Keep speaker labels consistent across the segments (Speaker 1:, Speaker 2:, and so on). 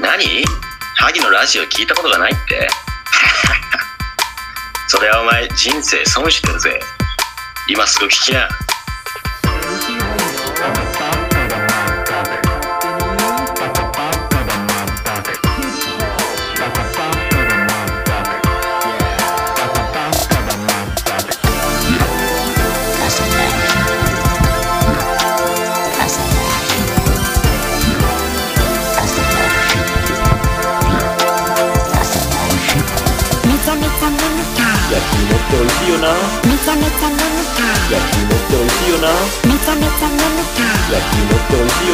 Speaker 1: 何萩のラジオ聞いたことがないって それはお前人生損してるぜ今すぐ聞きな
Speaker 2: 焼き芋って美味しいよな焼き芋って美味しいよな焼き芋って美味しいよな焼き芋って美味し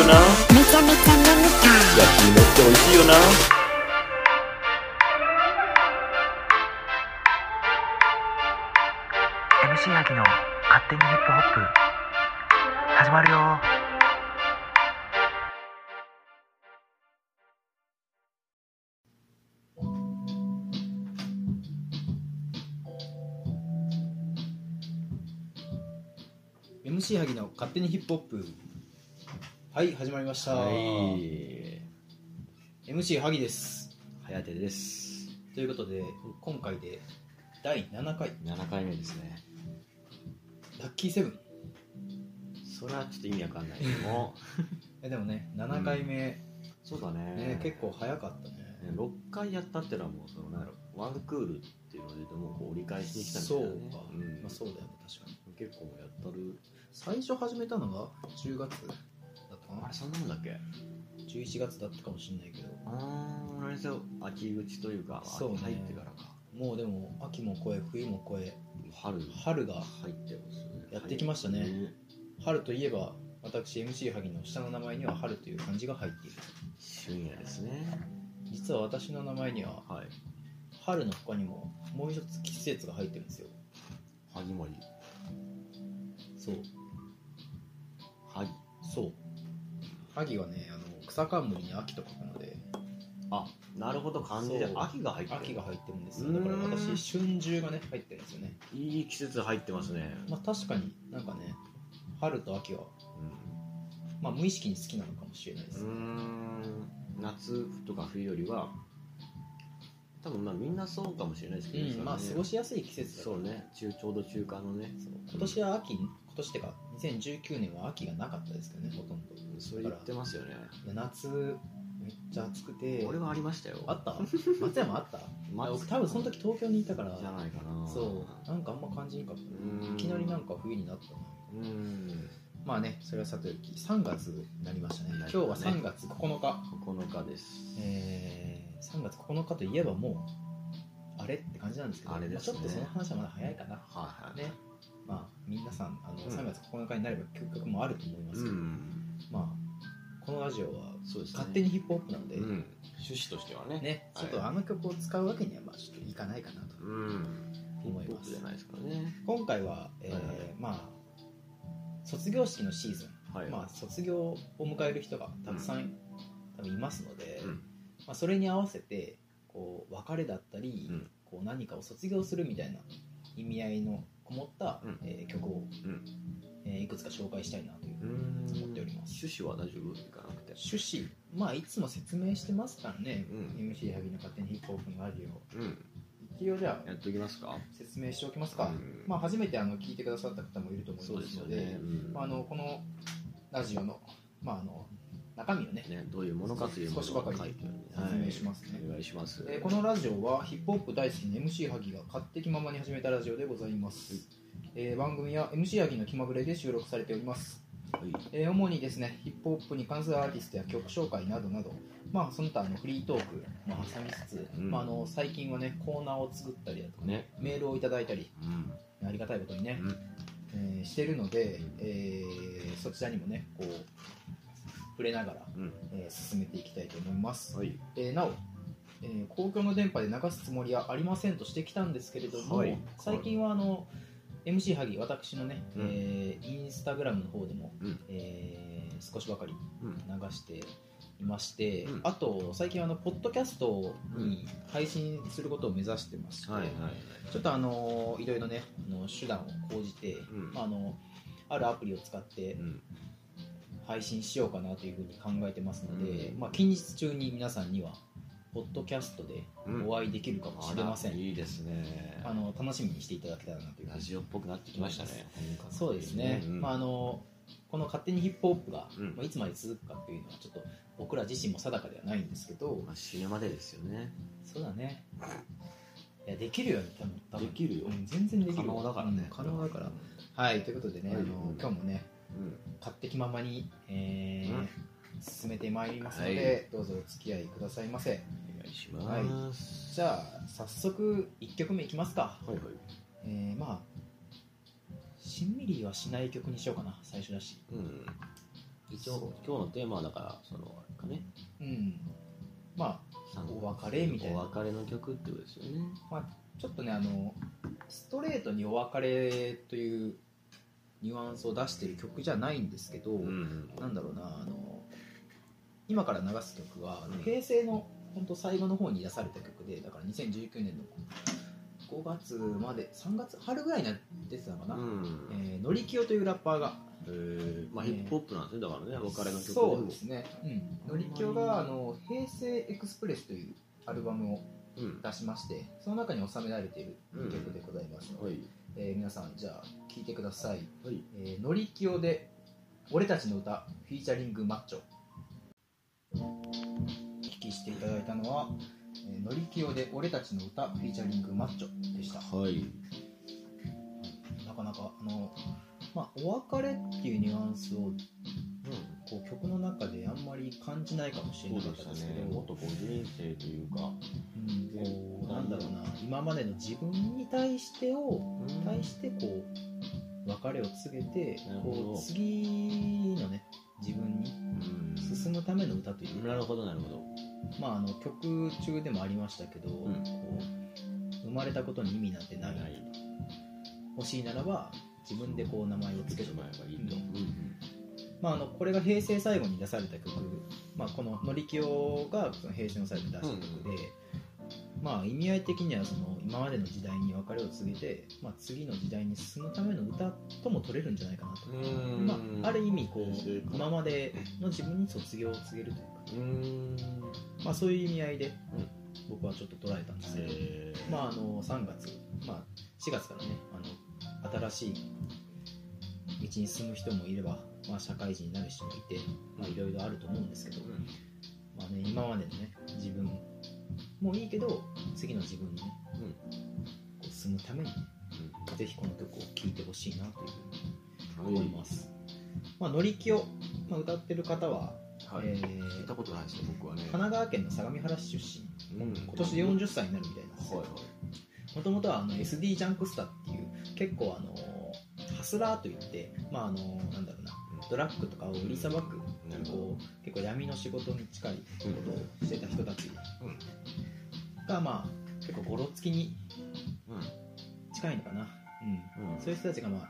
Speaker 2: いよな
Speaker 3: ヤギの勝手にヒップホップ始まるよ
Speaker 4: う MC 萩の勝手にヒップホップはい始まりました、
Speaker 2: はい。
Speaker 4: MC 萩です
Speaker 2: 早手です。
Speaker 4: ということで今回で第7回
Speaker 2: 7回目ですね。
Speaker 4: ラッキーセブンい
Speaker 2: それはちょっと意味わかんないけども。
Speaker 4: やでもね7回目、
Speaker 2: そうだね。
Speaker 4: ね結構早かったね
Speaker 2: ね。6回やったってのはもう、その、なんだろう、ワンクールっていうので、もうこう折り返しに来たみた
Speaker 4: そ
Speaker 2: いうな、
Speaker 4: か
Speaker 2: ね。、ん
Speaker 4: まあ、そうだよね確かに
Speaker 2: 結構もうやったる。
Speaker 4: 最初始めたのが10月だったか
Speaker 2: あ
Speaker 4: な
Speaker 2: れ、そんなもんだっけ
Speaker 4: 11月だったかもしれないけど
Speaker 2: あー、あれですよ。秋口というか、
Speaker 4: そうね
Speaker 2: 秋入ってからか。
Speaker 4: もうでも秋も越え冬も越え
Speaker 2: もう春。
Speaker 4: 春が
Speaker 2: 入ってますよね。
Speaker 4: やってきましたね
Speaker 2: 入って
Speaker 4: 春といえば私 MC 萩の下の名前には春という漢字が入っている
Speaker 2: 春夜ですね。
Speaker 4: 実は私の名前には
Speaker 2: はい。
Speaker 4: 春の他にももう一つ季節が入ってるんですよ
Speaker 2: 萩森。
Speaker 4: そう
Speaker 2: 萩。
Speaker 4: そう萩はねあの草冠に秋と書くので
Speaker 2: あ、なるほど、漢字で
Speaker 4: そう
Speaker 2: 秋が入ってる。
Speaker 4: 秋が入ってるんですよだから
Speaker 2: うーん
Speaker 4: 私春秋がね入ってるんですよね
Speaker 2: いい季節入ってますね。
Speaker 4: まあ確かになんかね春と秋はまあ無意識に好きなのかもしれないで
Speaker 2: う
Speaker 4: す、
Speaker 2: ん、うーん夏とか冬よりは、多分まあみんなそうかもしれないですけど、
Speaker 4: うんまあ過ご
Speaker 2: し
Speaker 4: しやすい季節だ
Speaker 2: そうね中、ちょうど中間のね、
Speaker 4: そう今年は秋今年ってか2019年は秋がなかったですけどねほとんど
Speaker 2: それ言ってますよね。
Speaker 4: いや夏めっちゃ暑くて
Speaker 2: 俺はありましたよ。
Speaker 4: あった松山 あった
Speaker 2: ま
Speaker 4: 僕多分その時東京にいたから
Speaker 2: じゃないかな。
Speaker 4: そうなんかあんま感じんかったね
Speaker 2: う
Speaker 4: いきなりなん
Speaker 2: か。
Speaker 4: か冬になったな
Speaker 2: うん、
Speaker 4: まあねそれはさておき3月になりましたね
Speaker 2: なりま
Speaker 4: 今
Speaker 2: し
Speaker 4: 日
Speaker 2: たね
Speaker 4: は3月9日、
Speaker 2: 9日です。
Speaker 4: えー、3月9日といえばもうあれって感じなんですけど
Speaker 2: あれですね
Speaker 4: まちょっとその話はまだ早いかな
Speaker 2: はいはい。
Speaker 4: ね。まあ皆さんあの
Speaker 2: うん
Speaker 4: 3月9日になれば曲もあると思います
Speaker 2: う
Speaker 4: けど、
Speaker 2: ん、
Speaker 4: まあこのラジオは
Speaker 2: そうですね。
Speaker 4: 勝手にヒップホップなんで、
Speaker 2: うん、趣旨としてはね。
Speaker 4: ね
Speaker 2: は
Speaker 4: ち
Speaker 2: い
Speaker 4: ょっとあの曲を使うわけにはまあちょっといかないかなと
Speaker 2: うん。
Speaker 4: 思い
Speaker 2: ヒップホッ
Speaker 4: ま
Speaker 2: プ
Speaker 4: す
Speaker 2: じゃないですからね。
Speaker 4: 今回は、えー
Speaker 2: はいはい
Speaker 4: まあ卒業式のシーズン
Speaker 2: はい。
Speaker 4: まあ、卒業を迎える人がたくさん、多分いますので、
Speaker 2: うん
Speaker 4: まあ、それに合わせてこう別れだったり、
Speaker 2: うん
Speaker 4: こう何かを卒業するみたいな意味合いのこもった、
Speaker 2: うん
Speaker 4: えー曲を、
Speaker 2: うん
Speaker 4: えーいくつか紹介したいなという思っております
Speaker 2: 趣旨は大丈夫いかなくて
Speaker 4: 趣旨まあいつも説明してますからね、
Speaker 2: うん
Speaker 4: MC 萩の勝手にヒップホップのラジオ
Speaker 2: うん
Speaker 4: 一応じゃあ
Speaker 2: やっておきますか
Speaker 4: 説明しておきますか、
Speaker 2: うん
Speaker 4: まあ、初めてあの聞いてくださった方もいると思い
Speaker 2: そう
Speaker 4: ま
Speaker 2: です
Speaker 4: す
Speaker 2: よ
Speaker 4: ので
Speaker 2: ね,、うん
Speaker 4: まあ、あのこのラジオの,、まあ、あの中身をね
Speaker 2: ねどういうものかというものが書いてあるんで
Speaker 4: 少しばかり説明しますね
Speaker 2: はいお願いします
Speaker 4: えーこのラジオはヒップホップ大好きな MC 萩が勝手気ままに始めたラジオでございます、えー番組は MC 萩の気まぐれで収録されております、
Speaker 2: はい
Speaker 4: えー主にですねヒップホップに関するアーティストや曲紹介などなどまあその他あのフリートークも挟みつつ、
Speaker 2: うん
Speaker 4: まあ、あの最近はねコーナーを作ったりだとか、
Speaker 2: ね
Speaker 4: メールをいただいたり
Speaker 2: うん
Speaker 4: ありがたいことにね、
Speaker 2: うん
Speaker 4: えーしてるので、えーそちらにもねこう触れながら、
Speaker 2: うん
Speaker 4: えー進めていきたいと思います、
Speaker 2: はい
Speaker 4: えーなお、えー公共の電波で流すつもりはありませんとしてきたんですけれども、
Speaker 2: はい
Speaker 4: 最近はあの MC 萩私のね、
Speaker 2: うん
Speaker 4: えーインスタグラムの方でも、
Speaker 2: うん
Speaker 4: えー少しばかり
Speaker 2: うん
Speaker 4: 流していまして、
Speaker 2: うん
Speaker 4: あと最近はあのポッドキャストに配信することを目指してまして、
Speaker 2: はいはいはい
Speaker 4: ちょっとあのーいろいろねあの手段を講じて、
Speaker 2: ん
Speaker 4: まあ、あのあるアプリを使って
Speaker 2: うん
Speaker 4: 配信しようかなというふうに考えてますので、まあ、近日中に皆さんにはポッドキャストで
Speaker 2: うん
Speaker 4: お会いできるかもしれません、
Speaker 2: あらいいですね
Speaker 4: あの楽しみにしていただけたらなというふう
Speaker 2: ラ
Speaker 4: に
Speaker 2: ジオっぽくなってきましたね
Speaker 4: そうですね、
Speaker 2: うん
Speaker 4: まあ、あのこの「勝手にヒップホップが」
Speaker 2: うん
Speaker 4: まあ、いつまで続くかっていうのはちょっと僕ら自身も定かではないんですけど、
Speaker 2: まあ、死ぬまでですよね
Speaker 4: そうだねいやできるよ多分多分
Speaker 2: できるよ
Speaker 4: うん全然でき
Speaker 2: 可
Speaker 4: るよ
Speaker 2: 能だからね
Speaker 4: うん可能だからはいということでね、
Speaker 2: はい
Speaker 4: あの今日もね
Speaker 2: うん
Speaker 4: 勝手気ままに、えー
Speaker 2: うん
Speaker 4: 進めてまいりますので、
Speaker 2: はい
Speaker 4: どうぞお付き合いくださいませ
Speaker 2: お願いします
Speaker 4: じゃあ早速1曲目いきますか
Speaker 2: はいはい
Speaker 4: えー、まあしんみりはしない曲にしようかな最初だし
Speaker 2: うん一応今日のテーマはだからそのあれかね
Speaker 4: うんまあ
Speaker 2: 三
Speaker 4: お別れみたいな
Speaker 2: お別れの曲ってことですよね
Speaker 4: ちょっとねあのストレートにお別れというニュアンスを出してる曲じゃないんですけど、
Speaker 2: ん
Speaker 4: なんだろうなあの今から流す曲は、
Speaker 2: うん
Speaker 4: 平成の本当最後の方に出された曲でだから2019年の5月まで3月春ぐらいに出てたのかな、
Speaker 2: うん
Speaker 4: えーのりきよというラッパーが
Speaker 2: えーまあ
Speaker 4: え
Speaker 2: ヒ
Speaker 4: ー
Speaker 2: ップホップなんですねだからねお別れの曲で
Speaker 4: そう
Speaker 2: も
Speaker 4: ですね、うん、のりきよがあの平成エクスプレスというアルバムを
Speaker 2: うん
Speaker 4: 出しましてその中に収められている曲でございますので、
Speaker 2: はい
Speaker 4: えー皆さんじゃあ聴いてください
Speaker 2: はい
Speaker 4: 「えーのりきよで俺たちの歌」フィーチャリングマッチョお聴きしていただいたのは「えーのりきよで俺たちの歌」フィーチャリングマッチョでした
Speaker 2: はい
Speaker 4: なかなかあの、まあ、お別れっていうニュアンスをこう曲の中であんまり感じないかもしれ
Speaker 2: そ
Speaker 4: な
Speaker 2: う
Speaker 4: か
Speaker 2: でした
Speaker 4: っ
Speaker 2: た
Speaker 4: ですけ
Speaker 2: ね
Speaker 4: ど
Speaker 2: もっとこう人生というか
Speaker 4: うんこうなんだろうな今までの自分に対してを対してこう別れを告げて
Speaker 2: なるほど
Speaker 4: こう次のね自分に進むための歌という
Speaker 2: うんなるほどなるほど
Speaker 4: まああの曲中でもありましたけど、
Speaker 2: ん
Speaker 4: こう生まれたことに意味なんてない
Speaker 2: ない
Speaker 4: 欲しいならば自分でこう名前を
Speaker 2: つけ
Speaker 4: 付け
Speaker 2: て
Speaker 4: て
Speaker 2: も
Speaker 4: も
Speaker 2: ら
Speaker 4: ら
Speaker 2: えばいいと
Speaker 4: まああのこれが平成最後に出された曲、まあ、この「のりきよ」がその平成の最後に出した曲で、まあ、意味合い的にはその今までの時代に別れを告げて、まあ、次の時代に進むための歌とも取れるんじゃないかなと。
Speaker 2: うん
Speaker 4: まあ、ある意味こ
Speaker 2: そういうこ
Speaker 4: う
Speaker 2: と
Speaker 4: 今までの自分に卒業を告げるというか、
Speaker 2: うん
Speaker 4: まあ、そういう意味合いで
Speaker 2: うん
Speaker 4: 僕はちょっと捉えたんですけど、
Speaker 2: えー
Speaker 4: まあ、あの3月、まあ、4月からねあの新しい道に進む人もいれば、まあ、社会人になる人もいて、まあ、いろいろあると思うんですけど、まあね、今までのね自分もいいけど次の自分にね、
Speaker 2: うん
Speaker 4: こう進むためにねぜひこの曲を聴いてほしいなというふうに
Speaker 2: うん
Speaker 4: 思います。まあ、乗り気を、まあ、歌ってる方は、
Speaker 2: はい
Speaker 4: えー
Speaker 2: 聞いたことないですね僕はね
Speaker 4: 神奈川県の相模原市出身、
Speaker 2: うん
Speaker 4: 今年40歳になるみたいなんで
Speaker 2: は
Speaker 4: す
Speaker 2: い
Speaker 4: よ
Speaker 2: はい。
Speaker 4: もともとはあの SD ジャンクスターっていう、結構あのーハスラーといって、まああのーなんだろうな、ドラッグとかを売りさばく、
Speaker 2: なるほど
Speaker 4: こう結構闇の仕事に近いことをしてた人たち
Speaker 2: うん
Speaker 4: が、まあ、結構ゴロつきに
Speaker 2: うん
Speaker 4: 近いのかな、うん
Speaker 2: うん
Speaker 4: そういう人たちが、まあ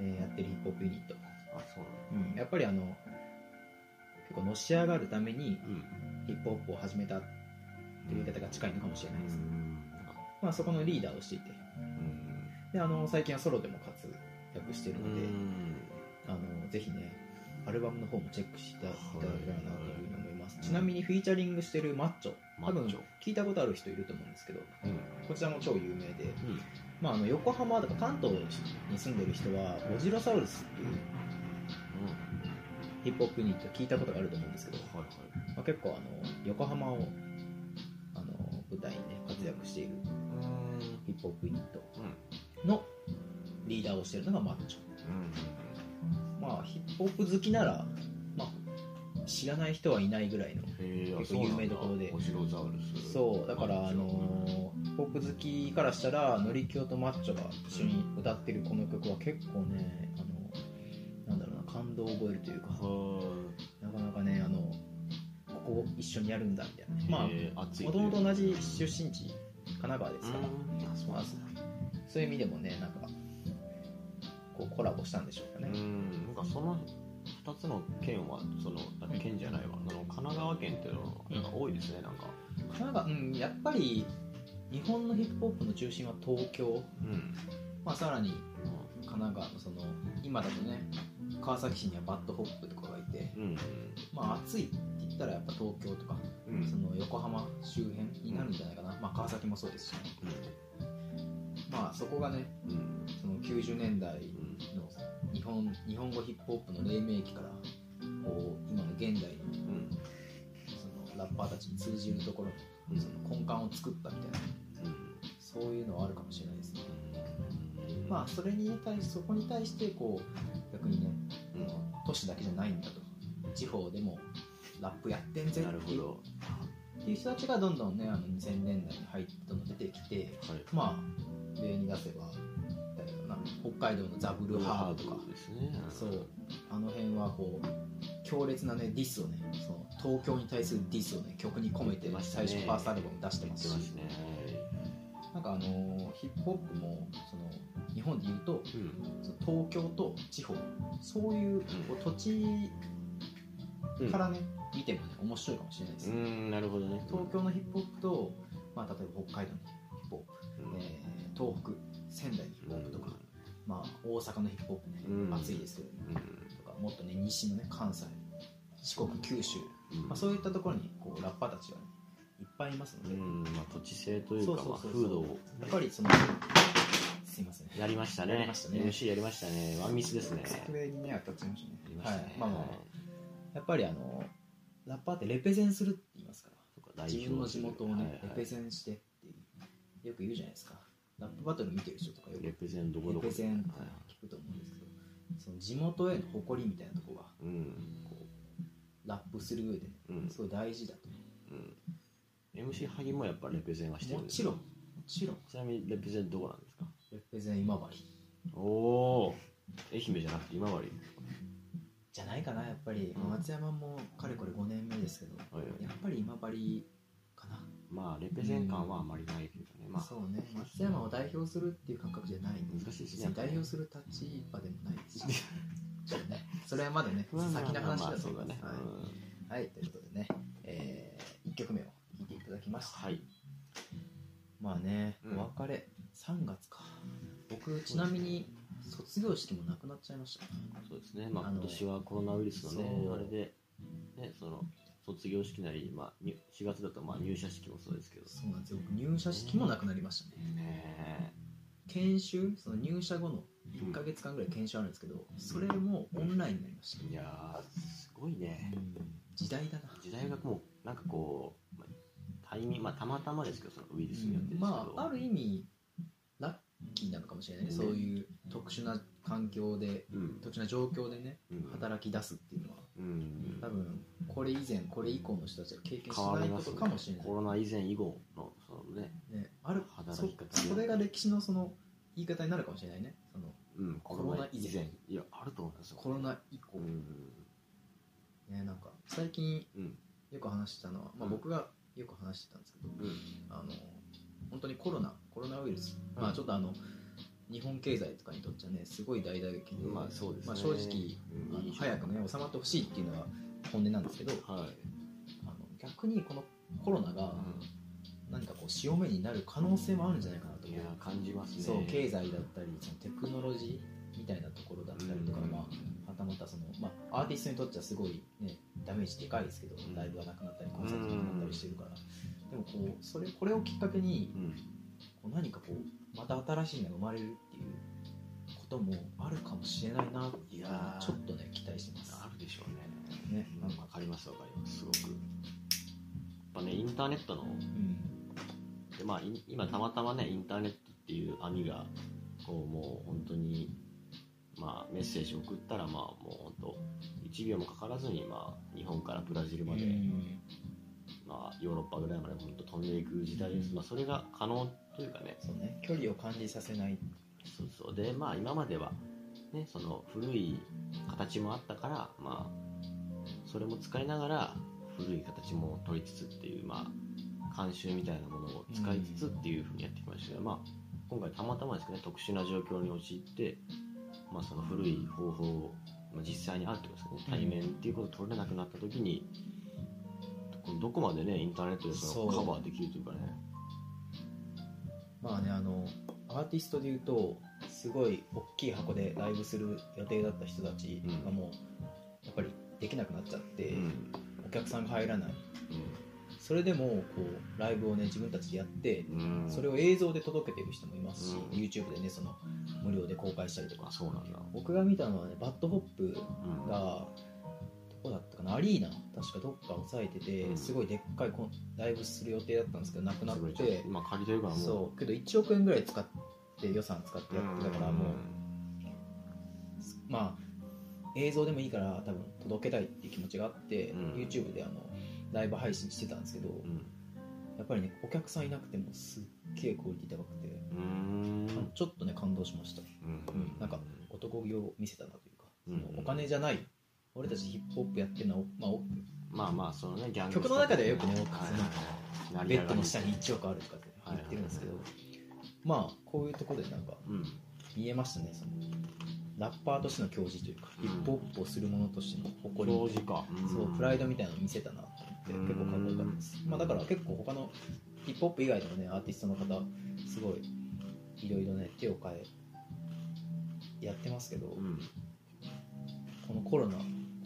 Speaker 4: えーやってるヒップホップユニット。
Speaker 2: あそう
Speaker 4: うんやっぱりあの結構のし上がるため
Speaker 2: な
Speaker 4: に
Speaker 2: ん
Speaker 4: ヒップホップを始めたという言い方が近いのかもしれないです、
Speaker 2: うんなんか
Speaker 4: まあ、そこのリーダーをしていて
Speaker 2: うん
Speaker 4: であの最近はソロでも活躍してるので、あのぜひねアルバムの方もチェックしていただけたらなというふうに思います、
Speaker 2: はい
Speaker 4: ちなみにフィーチャリングしてるマッチョ
Speaker 2: マ
Speaker 4: 多分
Speaker 2: ッチョ
Speaker 4: 聞いたことある人いると思うんですけど
Speaker 2: うん
Speaker 4: こちらも超有名で、
Speaker 2: うん
Speaker 4: まあ、あの横浜とか関東に住んでる人はオジロサウルスっていうヒップホップユニット聞いたことがあると思うんですけど
Speaker 2: はいはい
Speaker 4: まあ、結構あの横浜をあの舞台にね活躍している
Speaker 2: うん
Speaker 4: ヒップホップユニット
Speaker 2: うん
Speaker 4: のリーダーをしているのがマッチョ、まあ、ヒップホップ好きなら、まあ、知らない人はいないぐらいの
Speaker 2: へえあ
Speaker 4: 結構有名どころで
Speaker 2: そうなんだオジロザウルス
Speaker 4: そうだからあの
Speaker 2: マッチ
Speaker 4: ヒップホップ好きからしたらのりきょとマッチョが一緒に歌ってるこの曲は結構ねあのなんだろうな感動を覚えるというか
Speaker 2: ョは
Speaker 4: なかなかねあのここ一緒にやるんだみたいな、まあ、
Speaker 2: えー熱い
Speaker 4: もともと同じ出身地神奈川で
Speaker 2: う
Speaker 4: す
Speaker 2: ん
Speaker 4: から、
Speaker 2: あそう
Speaker 4: ま
Speaker 2: な
Speaker 4: あ
Speaker 2: んですね、
Speaker 4: そういう意味でもねなんかこうコラボしたんでしょうかね、
Speaker 2: うんなんかその2つの県はそのあ県じゃないわあの神奈川県っていうのなんか多いですねなんか
Speaker 4: 神奈川うんやっぱり日本のヒップホップの中心は東京、
Speaker 2: うん
Speaker 4: まあ、さらに神奈川のその今だとね川崎市にはバッドホップとかがいて、
Speaker 2: うん
Speaker 4: まあ、暑いって言ったらやっぱ東京とか
Speaker 2: うんうん
Speaker 4: その横浜周辺になるんじゃないかな、まあ、川崎もそうですし、ねまあ、そこがね
Speaker 2: うんうん
Speaker 4: その90年代
Speaker 2: うん
Speaker 4: の日本日本語ヒップホップの黎明期からこう今の現代の
Speaker 2: うん
Speaker 4: そのラッパーたちに通じるところ
Speaker 2: う
Speaker 4: に
Speaker 2: ん
Speaker 4: その根幹を作ったみたいなそういうのはあるかもしれないですね
Speaker 2: うん
Speaker 4: まあそれに対しそこに対してこう逆にね
Speaker 2: うん
Speaker 4: 都市だけじゃないんだと地方でもラップやってんぜ
Speaker 2: なる
Speaker 4: って
Speaker 2: ほ
Speaker 4: いう
Speaker 2: ど
Speaker 4: っていう人たちがどんどんねあの2000年代に入ってどんどん出てきて
Speaker 2: はい
Speaker 4: まあ例に出せば誰だろうな北海道のザブルハーブとか
Speaker 2: ですね
Speaker 4: そうあの辺はこう強烈なねディスをねその東京に対するディスをね曲に込め
Speaker 2: 出
Speaker 4: て
Speaker 2: ました
Speaker 4: 最
Speaker 2: ね
Speaker 4: 初ファーストアルバムに出して
Speaker 2: 言
Speaker 4: ま
Speaker 2: っ
Speaker 4: す
Speaker 2: て
Speaker 4: し
Speaker 2: ますね
Speaker 4: なんかあのーヒップホップもその日本で言うと
Speaker 2: うん
Speaker 4: その東京と地方そういうこう土地
Speaker 2: うん
Speaker 4: からね、見てもね面白いかもしれないです
Speaker 2: う
Speaker 4: ね、
Speaker 2: んなるほどね
Speaker 4: 東京のヒップホップと、まあ、例えば北海道のヒップホ
Speaker 2: うん
Speaker 4: ップ、えー東北仙台のヒップホップとか、まあ、大阪のヒップホップね、
Speaker 2: うん
Speaker 4: 暑いですけどね
Speaker 2: うん
Speaker 4: とかもっとね西のね関西四国九州、
Speaker 2: うん
Speaker 4: まあ、そういったところにこうラッパーたちがね、いっぱいいますの
Speaker 2: う
Speaker 4: で、
Speaker 2: んまあ土地性という
Speaker 4: そう
Speaker 2: か
Speaker 4: そ
Speaker 2: まあ
Speaker 4: うそう
Speaker 2: 風土を
Speaker 4: やっぱりそのすいません
Speaker 2: やりました
Speaker 4: やり
Speaker 2: ね
Speaker 4: ましたね
Speaker 2: MC やりましたねワンミスですねや
Speaker 4: 机にね当たっちゃいましたね
Speaker 2: りましたね
Speaker 4: はいまあまあまあやっぱりあのラッパーってレペゼンするって言いますから
Speaker 2: 代表
Speaker 4: 自分の地元をね、
Speaker 2: はいはい
Speaker 4: レペゼンしてってよく言うじゃないですかラップバトル見てる人とかよく
Speaker 2: レ
Speaker 4: レ
Speaker 2: プゼンどこどこ
Speaker 4: ペゼンって
Speaker 2: はいはい
Speaker 4: 聞くと思うんですけどその地元への誇りみたいなとこが
Speaker 2: うん
Speaker 4: こうラップする上で
Speaker 2: うん
Speaker 4: すごい大事だと、
Speaker 2: うん MC 萩もやっぱレプゼンはしてる
Speaker 4: もちろんもちろん
Speaker 2: ちなみにレプゼンどこなんですか
Speaker 4: レペゼン今治
Speaker 2: おお愛媛じゃなくて今治
Speaker 4: じゃないかなやっぱり、
Speaker 2: うん
Speaker 4: 松山もかれこれ5年目ですけど、
Speaker 2: はいはい
Speaker 4: やっぱり今治かな、
Speaker 2: まあレペゼン感はあまりないけどねまあ
Speaker 4: そうね松山を代表するっていう感覚じゃないんで
Speaker 2: 難しいです
Speaker 4: 別
Speaker 2: ね
Speaker 4: に代表する立場でもないですし、 そうね、それはまだね先の話
Speaker 2: まあま
Speaker 4: だ
Speaker 2: あ
Speaker 4: と
Speaker 2: そう
Speaker 4: 思
Speaker 2: だ
Speaker 4: いま
Speaker 2: ね
Speaker 4: す、はい、はい、ということでね、え1曲目を聴いていただきました、
Speaker 2: はい
Speaker 4: まあね、
Speaker 2: うん
Speaker 4: お別れ3月か僕ちなみに卒業式もなくなっちゃいました
Speaker 2: そうですねまあ
Speaker 4: あの
Speaker 2: 今年はコロナウイルスのね
Speaker 4: そう
Speaker 2: あれでねその卒業式なりまあに4月だとまあ入社式もそうですけど
Speaker 4: そうなんですよ僕入社式もなくなりましたね
Speaker 2: ね
Speaker 4: 研修その入社後の
Speaker 2: え
Speaker 4: 1ヶ月間ぐらい研修あるんですけど、それもオンラインになりました、
Speaker 2: いやーすごいね
Speaker 4: 時代だな
Speaker 2: 時代がもうなんかこうまあタイミングまあたまたまですけどそのウイルスによってですけど
Speaker 4: まあある意味ラッキーなのかもしれないね、
Speaker 2: ね
Speaker 4: そういう特殊な環境で
Speaker 2: うん
Speaker 4: 特殊な状況でね
Speaker 2: うん
Speaker 4: 働き出すっていうのは
Speaker 2: うん
Speaker 4: 多分これ以前これ以降の人たちが経験し
Speaker 2: 変わ
Speaker 4: な
Speaker 2: り
Speaker 4: い
Speaker 2: ま
Speaker 4: こ
Speaker 2: す
Speaker 4: と
Speaker 2: ね
Speaker 4: かもしれない
Speaker 2: コロナ以前以後のそのね
Speaker 4: ね、ある
Speaker 2: 働き方
Speaker 4: そそれが歴史のその言い方になるかもしれないねその
Speaker 2: うん
Speaker 4: コロナ以前
Speaker 2: いやあると思いますよ
Speaker 4: コロナ以降、
Speaker 2: うん
Speaker 4: ねなんか最近
Speaker 2: うん
Speaker 4: よく話してたのは、まあ、
Speaker 2: うん
Speaker 4: 僕がよく話してたんですけど、
Speaker 2: うん
Speaker 4: あの本当にコロナコロナウイルス、
Speaker 2: うん
Speaker 4: まあちょっとあの日本経済とかにとってはねすごい大打撃で、
Speaker 2: まあそうですね
Speaker 4: まあ正直、
Speaker 2: うん
Speaker 4: あの早くね収まってほしいっていうのは本音なんですけどあの
Speaker 2: はい
Speaker 4: 逆にこのコロナが何かこう潮目になる可能性もあるんじゃないかなと
Speaker 2: い
Speaker 4: 思
Speaker 2: や
Speaker 4: う
Speaker 2: 感じますね
Speaker 4: そう経済だったりそのテクノロジーみたいなところだったりとか、
Speaker 2: うん
Speaker 4: まあ、はたまたその、まあ、アーティストにとってはすごい、ね、ダメージでかいですけど、
Speaker 2: ん
Speaker 4: ライブがなくなったりコンサートがなくなったりしてるから、でもこうそれこれをきっかけに
Speaker 2: うん
Speaker 4: こう何かこうまた新しいのが生まれるっていうこともあるかもしれないなっていうの
Speaker 2: い
Speaker 4: を
Speaker 2: やー
Speaker 4: ちょっとね期待してます
Speaker 2: あるでしょうね
Speaker 4: ねなん
Speaker 2: わかりますわかりますすごくやっぱねインターネットの
Speaker 4: うん
Speaker 2: でまあ、い今たまたまねインターネットっていう網がこうもう本当に、まあ、メッセージ送ったら、まあ、もう本当1秒もかからずに、まあ、日本からブラジルまで、
Speaker 4: うん
Speaker 2: まあ、ヨーロッパぐらいまで本当飛んでいく時代です、まあ、それが可能というかね
Speaker 4: そうね距離を感じさせない
Speaker 2: そうそうで、まあ、今までは、ね、その古い形もあったから、まあ、それも使いながら古い形も取りつつっていう、まあ、慣習みたいなものを使いつつっていうふうにやってきましたが、まあ、今回たまたまですけどね特殊な状況に陥って、まあ、その古い方法を、まあ、実際にあるってことですね対面っていうことを取れなくなった時にどこまでねインターネットでその
Speaker 4: そ
Speaker 2: カ
Speaker 4: う
Speaker 2: バーできるというかね
Speaker 4: まあねあのアーティストでいうとすごい大きい箱でライブする予定だった人たちがもうやっぱりできなくなっちゃって、
Speaker 2: うん
Speaker 4: お客さんが入らないそれでもこうライブをね自分たちでやって
Speaker 2: うんうん
Speaker 4: それを映像で届けてる人もいますし、
Speaker 2: うん
Speaker 4: YouTube でねその無料で公開したりとか
Speaker 2: あそうなんだ、
Speaker 4: 僕が見たのはねバッドホップ
Speaker 2: うん、
Speaker 4: がどこだったかなアリーナ確かどっか押さえてて、
Speaker 2: うん
Speaker 4: すごいでっかいこライブする予定だったんですけどなくなっ
Speaker 2: すごい
Speaker 4: て
Speaker 2: 今借りてるからもう
Speaker 4: そうけど1億円ぐらい使って予算使ってやってたからもう、まあ映像でもいいから多分届けたいっていう気持ちがあって、
Speaker 2: うん
Speaker 4: YouTube であのライブ配信してたんですけど、
Speaker 2: うん
Speaker 4: やっぱりねお客さんいなくてもすっげえクオリティ高くて、
Speaker 2: うん
Speaker 4: あのちょっとね感動しました
Speaker 2: うん
Speaker 4: なんか男気を見せたなというか、
Speaker 2: うん
Speaker 4: そのお金じゃない俺たちヒップホップやってるのは、まあお、
Speaker 2: まあまあそのねギャング
Speaker 4: 曲の中ではよく
Speaker 2: は
Speaker 4: ね
Speaker 2: い
Speaker 4: そ
Speaker 2: 成り
Speaker 4: ベ
Speaker 2: 上がり
Speaker 4: ッドの下に1億あるとかって言ってるんですけど、
Speaker 2: はい
Speaker 4: まあこういうところでなんか
Speaker 2: うん
Speaker 4: 見えましたねそのラッパーとしての矜持というか、
Speaker 2: うん
Speaker 4: ヒップホップをする者としての誇り
Speaker 2: 表示か
Speaker 4: そうプライドみたいなの見せたなと思って結構かっこよかったです、
Speaker 2: うん
Speaker 4: まあ、だから結構他のヒップホップ以外のねアーティストの方すごいいろいろね手を変えやってますけど、
Speaker 2: うん
Speaker 4: このコロナ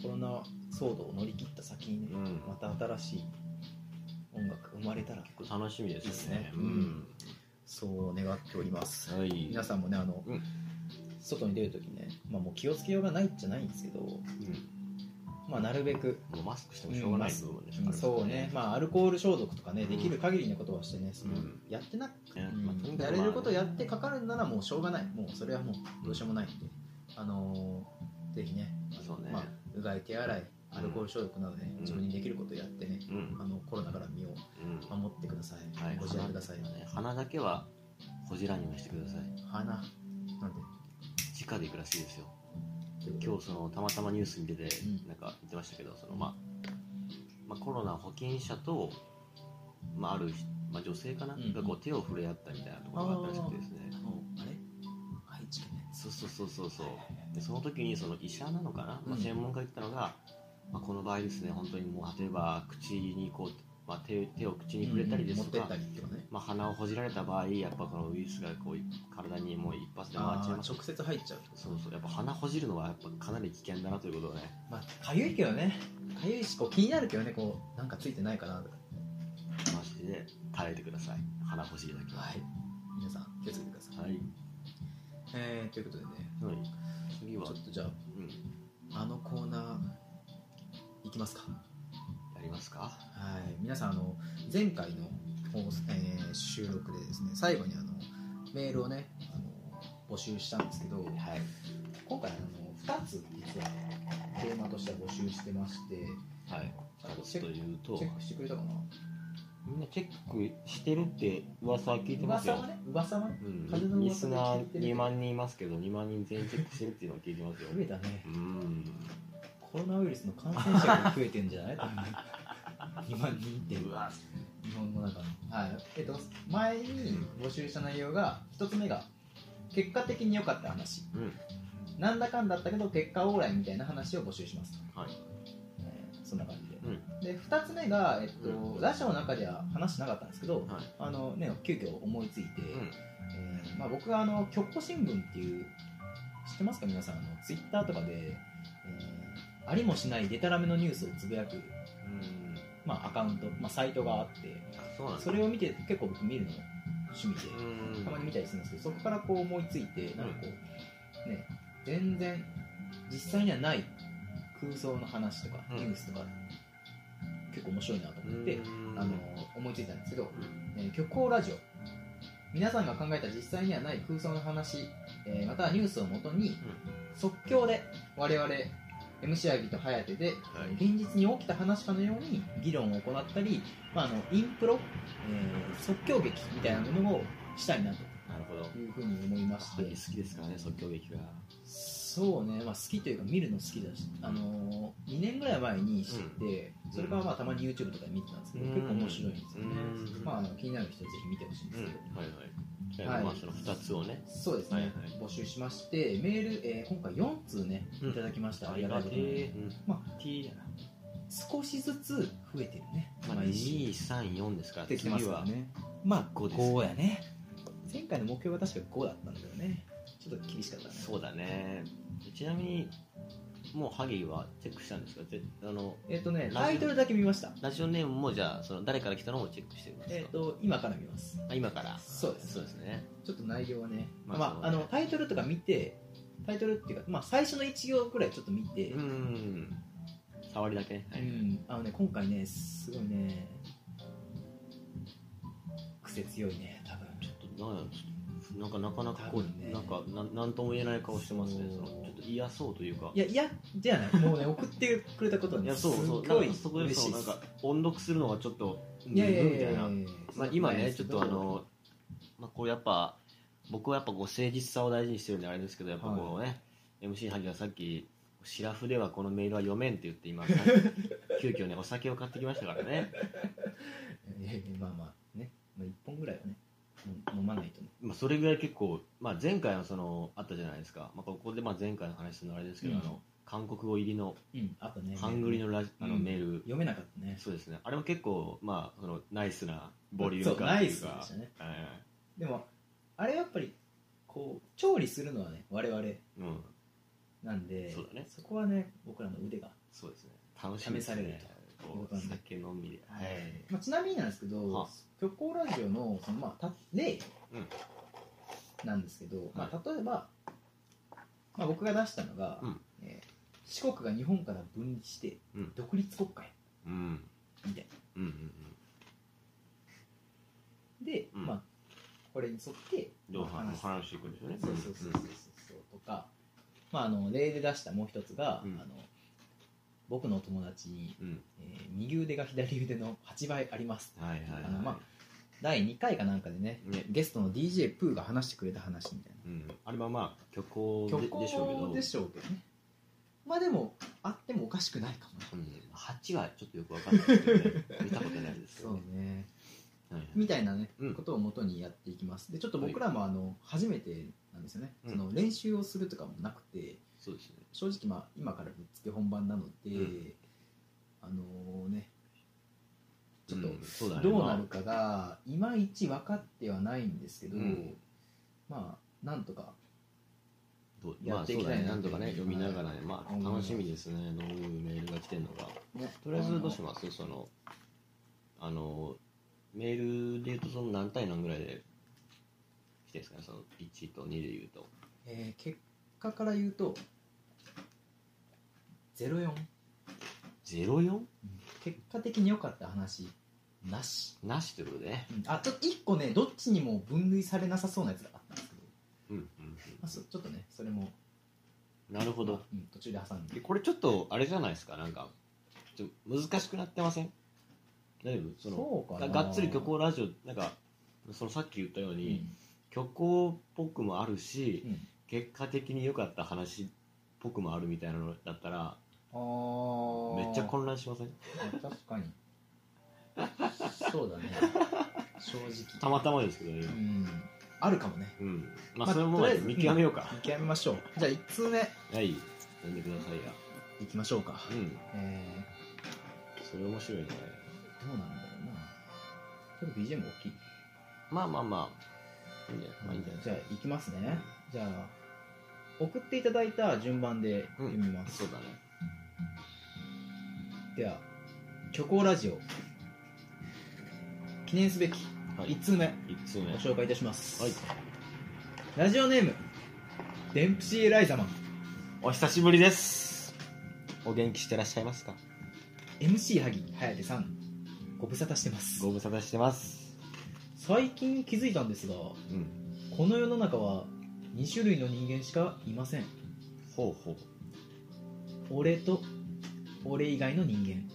Speaker 4: コロナ騒動を乗り切った先にね、
Speaker 2: うん
Speaker 4: また新しい音楽が生まれたら
Speaker 2: 楽しみです
Speaker 4: いいっ
Speaker 2: ね
Speaker 4: すね
Speaker 2: うん
Speaker 4: そう願っております
Speaker 2: はい
Speaker 4: 皆さんもねあの、
Speaker 2: うん
Speaker 4: 外に出るときね、まあ、もう気をつけようがないじゃないんですけど、
Speaker 2: うん
Speaker 4: まあ、なるべく
Speaker 2: もうマスクしてもしょうがない部分ね
Speaker 4: うんそうね、まあ、アルコール消毒とかね、
Speaker 2: うん
Speaker 4: できる限りのことはしてね、その
Speaker 2: うん
Speaker 4: やってな、
Speaker 2: ね
Speaker 4: うん
Speaker 2: まあとにかく
Speaker 4: やれることやってかかるならもうしょうがない、もうそれはもうどうしようもないんで、あのーぜひね、あの
Speaker 2: そうね
Speaker 4: まあ、うがい、手洗い、アルコール消毒などで、
Speaker 2: ん
Speaker 4: 自分にできることをやってね、
Speaker 2: うんうん
Speaker 4: あのコロナから身を守ってください、
Speaker 2: はい
Speaker 4: ご自愛ください、
Speaker 2: 鼻鼻だけはこじらにはしてください
Speaker 4: 鼻、なんで、
Speaker 2: 直で行くらしいですよ
Speaker 4: 今
Speaker 2: 今日そのたまたまニュースに出て
Speaker 4: うん
Speaker 2: なんか言ってましたけど、そのまあまあ、コロナ保菌者と、まあ、あるひ、まあ、女性かな、
Speaker 4: うん
Speaker 2: がこう手を触れ合ったみたいなところがあったらしくてですね
Speaker 4: あのあれ愛知県のや
Speaker 2: そ
Speaker 4: つ
Speaker 2: うそうそうそうそうでその時にその医者なのかな、ま
Speaker 4: う
Speaker 2: あ、
Speaker 4: ん
Speaker 2: 専門家が言ったのが、まあ、この場合ですね本当にもう例えば口にこう、まあ、手手を口に触れたりですと
Speaker 4: 持
Speaker 2: か、
Speaker 4: ってったりとかね、
Speaker 2: まあ、鼻をほじられた場合やっぱこのウイルスがこう体にもう一発で回っちゃい
Speaker 4: あ
Speaker 2: ま
Speaker 4: ー
Speaker 2: す
Speaker 4: 直接入っちゃうと
Speaker 2: そうそうやっぱ鼻ほじるのはやっぱかなり危険だなということをね
Speaker 4: まあ、かゆいけどね、かゆいし、こう気になるけどね、こう、なんかついてないかなとか。
Speaker 2: マジで耐えてください鼻ほじりだけは
Speaker 4: はい。皆さん、気をつけてください。
Speaker 2: はい、
Speaker 4: えー、ということでね、
Speaker 2: はい、次
Speaker 4: ちょ
Speaker 2: は、
Speaker 4: っとじゃ
Speaker 2: うん、
Speaker 4: あ、あのコーナー、いきますか。
Speaker 2: やりますか
Speaker 4: はい。皆さん、あの、前回の放送、えー収録でですね、最後にあの、メールをね、あの募集したんですけ
Speaker 2: は
Speaker 4: ど、
Speaker 2: い
Speaker 4: 今回、あの、2つ、実は、テーマとしては募集してまして、
Speaker 2: はい2つというと
Speaker 4: チェックしてくれたかな
Speaker 2: みんなチェックしてるって噂は聞いてます
Speaker 4: 噂
Speaker 2: よ
Speaker 4: はね、噂はね、風
Speaker 2: う
Speaker 4: の噂
Speaker 2: ん、リスナ
Speaker 4: で聞いて
Speaker 2: ー
Speaker 4: る
Speaker 2: 2万人いますけど2万人全員チェックしてるっていうのを聞いてますよ
Speaker 4: 増えたね
Speaker 2: う。ん
Speaker 4: コロナウイルスの感染者が増えてんじゃない多分2万人って
Speaker 2: うわ
Speaker 4: 日本の中の、はいえっと、前に募集した内容が1つ目が結果的に良かった話
Speaker 2: うん
Speaker 4: なんだかんだったけど結果オーライみたいな話を募集しますと、
Speaker 2: はい
Speaker 4: えーそんな感じで、
Speaker 2: うん
Speaker 4: で2つ目が、えっと
Speaker 2: う
Speaker 4: ラジオの中では話してなかったんですけど、
Speaker 2: はい
Speaker 4: あのね、急遽思いついて、
Speaker 2: うん
Speaker 4: えーまあ、僕はあの「極歩新聞」っていう知ってますか皆さんあのツイッターとかで、えーありもしないでたらめのニュースをつぶやく、
Speaker 2: うん
Speaker 4: まあ、アカウント、まあ、サイトがあって
Speaker 2: あそうなんだ
Speaker 4: それを見て結構僕見るの趣味
Speaker 2: う
Speaker 4: で
Speaker 2: ん
Speaker 4: たまに見たりするんですけどそこからこう思いついてなんかこう、ね、全然実際にはない空想の話とか
Speaker 2: うん
Speaker 4: ニュースとか、結構面白いなと思って、
Speaker 2: うん
Speaker 4: あの思いついたんですけどえー虚構ラジオ皆さんが考えた実際にはない空想の話、えーまたはニュースをもとに即興で我々 MC アギと颯で、
Speaker 2: はい
Speaker 4: えー現実に起きた話かのように議論を行ったり、まあ、あのインプロ、えー即興劇みたいなものをしたいなと
Speaker 2: なるほど
Speaker 4: いうふうに思いまして、
Speaker 2: 好きですからね即興劇が
Speaker 4: そうね、まあ、好きというか見るの好きだし、あのー、2年ぐらい前に知って、
Speaker 2: ん
Speaker 4: それからまあたまに YouTube とかで見てたんですけど、
Speaker 2: うん
Speaker 4: 結構面白いんですよね、
Speaker 2: うん
Speaker 4: まああの、気になる人はぜひ見てほしいんで
Speaker 2: うん
Speaker 4: すけど、
Speaker 2: はいはいじゃあ
Speaker 4: はい
Speaker 2: まあその2つをね
Speaker 4: そうですね、
Speaker 2: はいはい
Speaker 4: 募集しましてメール、えー今回4通ね
Speaker 2: うん
Speaker 4: いただきました、
Speaker 2: あ
Speaker 4: あり
Speaker 2: り
Speaker 4: が
Speaker 2: が
Speaker 4: たい
Speaker 2: て
Speaker 4: ことに
Speaker 2: えうん
Speaker 4: ま
Speaker 2: T じゃない
Speaker 4: 少しずつ増えてるね
Speaker 2: まあ
Speaker 4: 毎週
Speaker 2: 234ですから
Speaker 4: できてます
Speaker 2: 次
Speaker 4: か
Speaker 2: は
Speaker 4: らねまあ
Speaker 2: 5
Speaker 4: 5
Speaker 2: で
Speaker 4: です
Speaker 2: ね
Speaker 4: やね前回の目標が確か5だったんだよねちょっと厳しかったね
Speaker 2: そうだねちなみにもうハギーはチェックしたんですかぜあの
Speaker 4: えっ、と
Speaker 2: ラ
Speaker 4: ね
Speaker 2: ジオ
Speaker 4: タイトルだけ見ました
Speaker 2: ラジオネームもじゃあその誰から来たのもチェックしてるんですか、
Speaker 4: えっ、と今から見ます
Speaker 2: あ今から
Speaker 4: そうです
Speaker 2: そうですね
Speaker 4: ちょっと内容はね、
Speaker 2: まあ
Speaker 4: まあ、あのタイトルとか見てタイトルっていうか、まあ、最初の1行くらいちょっと見て、
Speaker 2: うーん触りだけね、は
Speaker 4: う
Speaker 2: い
Speaker 4: ん、あのね今回ねすごいね癖強いね多分
Speaker 2: ちょっとなんやちょっとなんかなかなかこ
Speaker 4: 多分
Speaker 2: う、
Speaker 4: ね
Speaker 2: なんかなんなんとも言えない顔してますね
Speaker 4: そ
Speaker 2: そうのちょっと嫌そうというか
Speaker 4: いやいやじゃないもうね送ってくれたこと
Speaker 2: い
Speaker 4: に
Speaker 2: や
Speaker 4: す
Speaker 2: そ
Speaker 4: っ
Speaker 2: うそうな
Speaker 4: ご
Speaker 2: ん
Speaker 4: い
Speaker 2: かそこで
Speaker 4: 嬉し
Speaker 2: そ
Speaker 4: いうで
Speaker 2: なん
Speaker 4: す
Speaker 2: か音読するのがちょっと
Speaker 4: いやいやいや
Speaker 2: み
Speaker 4: いや
Speaker 2: たい
Speaker 4: いや
Speaker 2: なまあ、今ね、ちょっとあの、まあ、こうやっぱ、僕はやっぱこう誠実さを大事にしてるんであれですけど、やっぱこうね、MC 萩がさっき、シラフではこのメールは読めんって言って、 今、さ急遽ね、お酒を買ってきましたからね、
Speaker 4: いやいやまあまあね、まあ、1本ぐらいはね飲飲まないとね
Speaker 2: まあ、それぐらい結構、まあ、前回のその、あったじゃないですか、まあ、ここでまあ前回の話するのはあれですけど、
Speaker 4: うん
Speaker 2: あの韓国語入りの、
Speaker 4: うんあとね
Speaker 2: ハングリのラジあの
Speaker 4: うん
Speaker 2: メール、
Speaker 4: 読めなかったね
Speaker 2: そうですね、あれも結構、まあ、そのナイスなボリューム
Speaker 4: そう
Speaker 2: 感
Speaker 4: ナ
Speaker 2: と
Speaker 4: イ
Speaker 2: いう
Speaker 4: スで
Speaker 2: か
Speaker 4: し、たね
Speaker 2: はい
Speaker 4: でもあれやっぱりこう調理するのはね我々
Speaker 2: うん、
Speaker 4: なんで
Speaker 2: そうだね
Speaker 4: こはね僕らの腕が、
Speaker 2: そうですね、楽しみです
Speaker 4: 試される
Speaker 2: ね
Speaker 4: と、
Speaker 2: こう酒飲みで。はい
Speaker 4: まあ、ちなみになんですけど
Speaker 2: は
Speaker 4: 「虚構ラジオの」そのまあた例
Speaker 2: うん
Speaker 4: なんですけど、ま
Speaker 2: は
Speaker 4: あ、例えば、まあ、僕が出したのが、
Speaker 2: うん
Speaker 4: えー四国が日本から分離して
Speaker 2: うん
Speaker 4: 独立国家へ
Speaker 2: うん
Speaker 4: みたいな
Speaker 2: うんうん
Speaker 4: で、
Speaker 2: うん
Speaker 4: まあ、これに沿って
Speaker 2: うん。どう
Speaker 4: まあ
Speaker 2: 話
Speaker 4: 話
Speaker 2: す話していくんですよね。
Speaker 4: そうそうそうそうそうとか、まあ、あの例で出したもう一つが、
Speaker 2: うん
Speaker 4: あの僕の友達に、
Speaker 2: うん。うん
Speaker 4: えー右腕が左腕の8倍あります
Speaker 2: はいはい
Speaker 4: あ
Speaker 2: は
Speaker 4: の
Speaker 2: い。
Speaker 4: まあ第2回かなんかでね
Speaker 2: ね
Speaker 4: ゲストの DJ プーが話してくれた話みたい
Speaker 2: うん。あれはまあ虚構
Speaker 4: な
Speaker 2: ででしょうけど。
Speaker 4: でしょうけどねまあでもあってもおかしくないかもね
Speaker 2: うん。八はちょっとよくわかんないですけどね。見たことないですけ
Speaker 4: そ
Speaker 2: ど
Speaker 4: う
Speaker 2: ね。
Speaker 4: ね
Speaker 2: はいはい
Speaker 4: みたいなね、
Speaker 2: うん
Speaker 4: ことを元にやっていきますでちょっと僕らもあの初めてなんですよね、
Speaker 2: うん
Speaker 4: その練習をするとかもなくて
Speaker 2: そうですね。
Speaker 4: 正直まあ今からぶっつけ本番なので、
Speaker 2: うん
Speaker 4: あのねちょっと
Speaker 2: うんそうだね。
Speaker 4: どうなるかがいまいち分かってはないんですけど、
Speaker 2: うん
Speaker 4: まあなんとか
Speaker 2: どう
Speaker 4: や
Speaker 2: ま
Speaker 4: っ
Speaker 2: あ
Speaker 4: て
Speaker 2: そ
Speaker 4: いうきた
Speaker 2: だ
Speaker 4: い
Speaker 2: ね。
Speaker 4: な
Speaker 2: なんとかね読みながらね。ま
Speaker 4: うん
Speaker 2: あ楽しみですね。どういうメールが来てるのか。
Speaker 4: ね
Speaker 2: とりあえずどうしますそのあのメールで言うとその何対何ぐらいで来てるんですかね。その一と二で言うと。
Speaker 4: えー結果から言うと04、
Speaker 2: ゼロ四？
Speaker 4: 結果的に良かった話なし、
Speaker 2: なしということでね。
Speaker 4: うんあと1個ねどっちにも分類されなさそうなやつがあったんですけど、
Speaker 2: うんうんうん
Speaker 4: まあ、そちょっとねそれも、
Speaker 2: なるほど
Speaker 4: うん、途中で挟んで
Speaker 2: でこれちょっとあれじゃないですかなんかちょっと難しくなってません大丈夫その
Speaker 4: そうかな
Speaker 2: ががっつり虚構ラジオなんかそのさっき言ったよう
Speaker 4: う
Speaker 2: に、
Speaker 4: ん
Speaker 2: 虚構っぽくもあるし、
Speaker 4: うん
Speaker 2: 結果的に良かった話っぽくもあるみたいなのだったら
Speaker 4: あー
Speaker 2: めっちゃ混乱しません
Speaker 4: まあ確 かにそうだね正直
Speaker 2: たまたまですけどね
Speaker 4: う、んあるかもね
Speaker 2: うんま
Speaker 4: まあ
Speaker 2: あそれも
Speaker 4: とりあえず
Speaker 2: 見極めようか、
Speaker 4: 見極めましょうじゃあ1通目
Speaker 2: はい読んでくださいや
Speaker 4: いきましょうか
Speaker 2: うん
Speaker 4: え
Speaker 2: それ面白いね
Speaker 4: ー、どうなんだろうなちょっと BGM 大きい
Speaker 2: まあまあまあいいんじゃない,、まあ、いいんじゃない
Speaker 4: じゃあ行きますねじゃあ送っていただいた順番で読みます、
Speaker 2: そうだね
Speaker 4: では虚構ラジオ記念すべき
Speaker 2: はい
Speaker 4: 1通目
Speaker 2: 一通目
Speaker 4: ご紹介いたします、
Speaker 2: はい
Speaker 4: ラジオネームデンプシー・エライザマン
Speaker 2: お久しぶりですお元気してらっしゃいますか
Speaker 4: MC 萩颯さんご無沙汰してます
Speaker 2: ご無沙汰してます
Speaker 4: 最近気づいたんですが
Speaker 2: うん
Speaker 4: この世の中は2種類の人間しかいません
Speaker 2: ほうほ
Speaker 4: 俺と俺以外の人間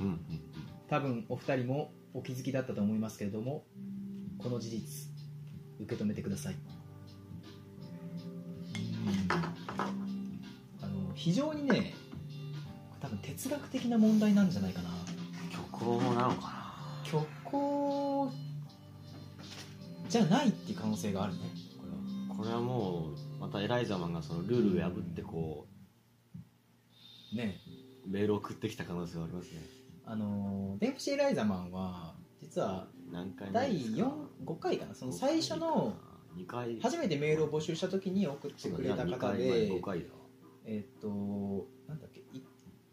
Speaker 2: ううんうん
Speaker 4: 多分お二人もお気づきだったと思いますけれどもこの事実受け止めてくださいあの非常にね多分哲学的な問題なんじゃないかな
Speaker 2: 虚構なのか
Speaker 4: 虚構じゃないっていう可能性があるねこれ
Speaker 2: なこれ
Speaker 4: は
Speaker 2: はもうまたエライザマンがそのルールを破ってこ
Speaker 4: ね
Speaker 2: うメールを送ってきた可能性はありますね
Speaker 4: あのデンプシー・ライザマンは実は
Speaker 2: 何回目
Speaker 4: 第
Speaker 2: ですか
Speaker 4: 45回かなその最初の
Speaker 2: 二回
Speaker 4: 初めてメールを募集した時きに送ってくれた方
Speaker 2: そうだね
Speaker 4: で
Speaker 2: 二回前五回だ
Speaker 4: えっ、となんだっけい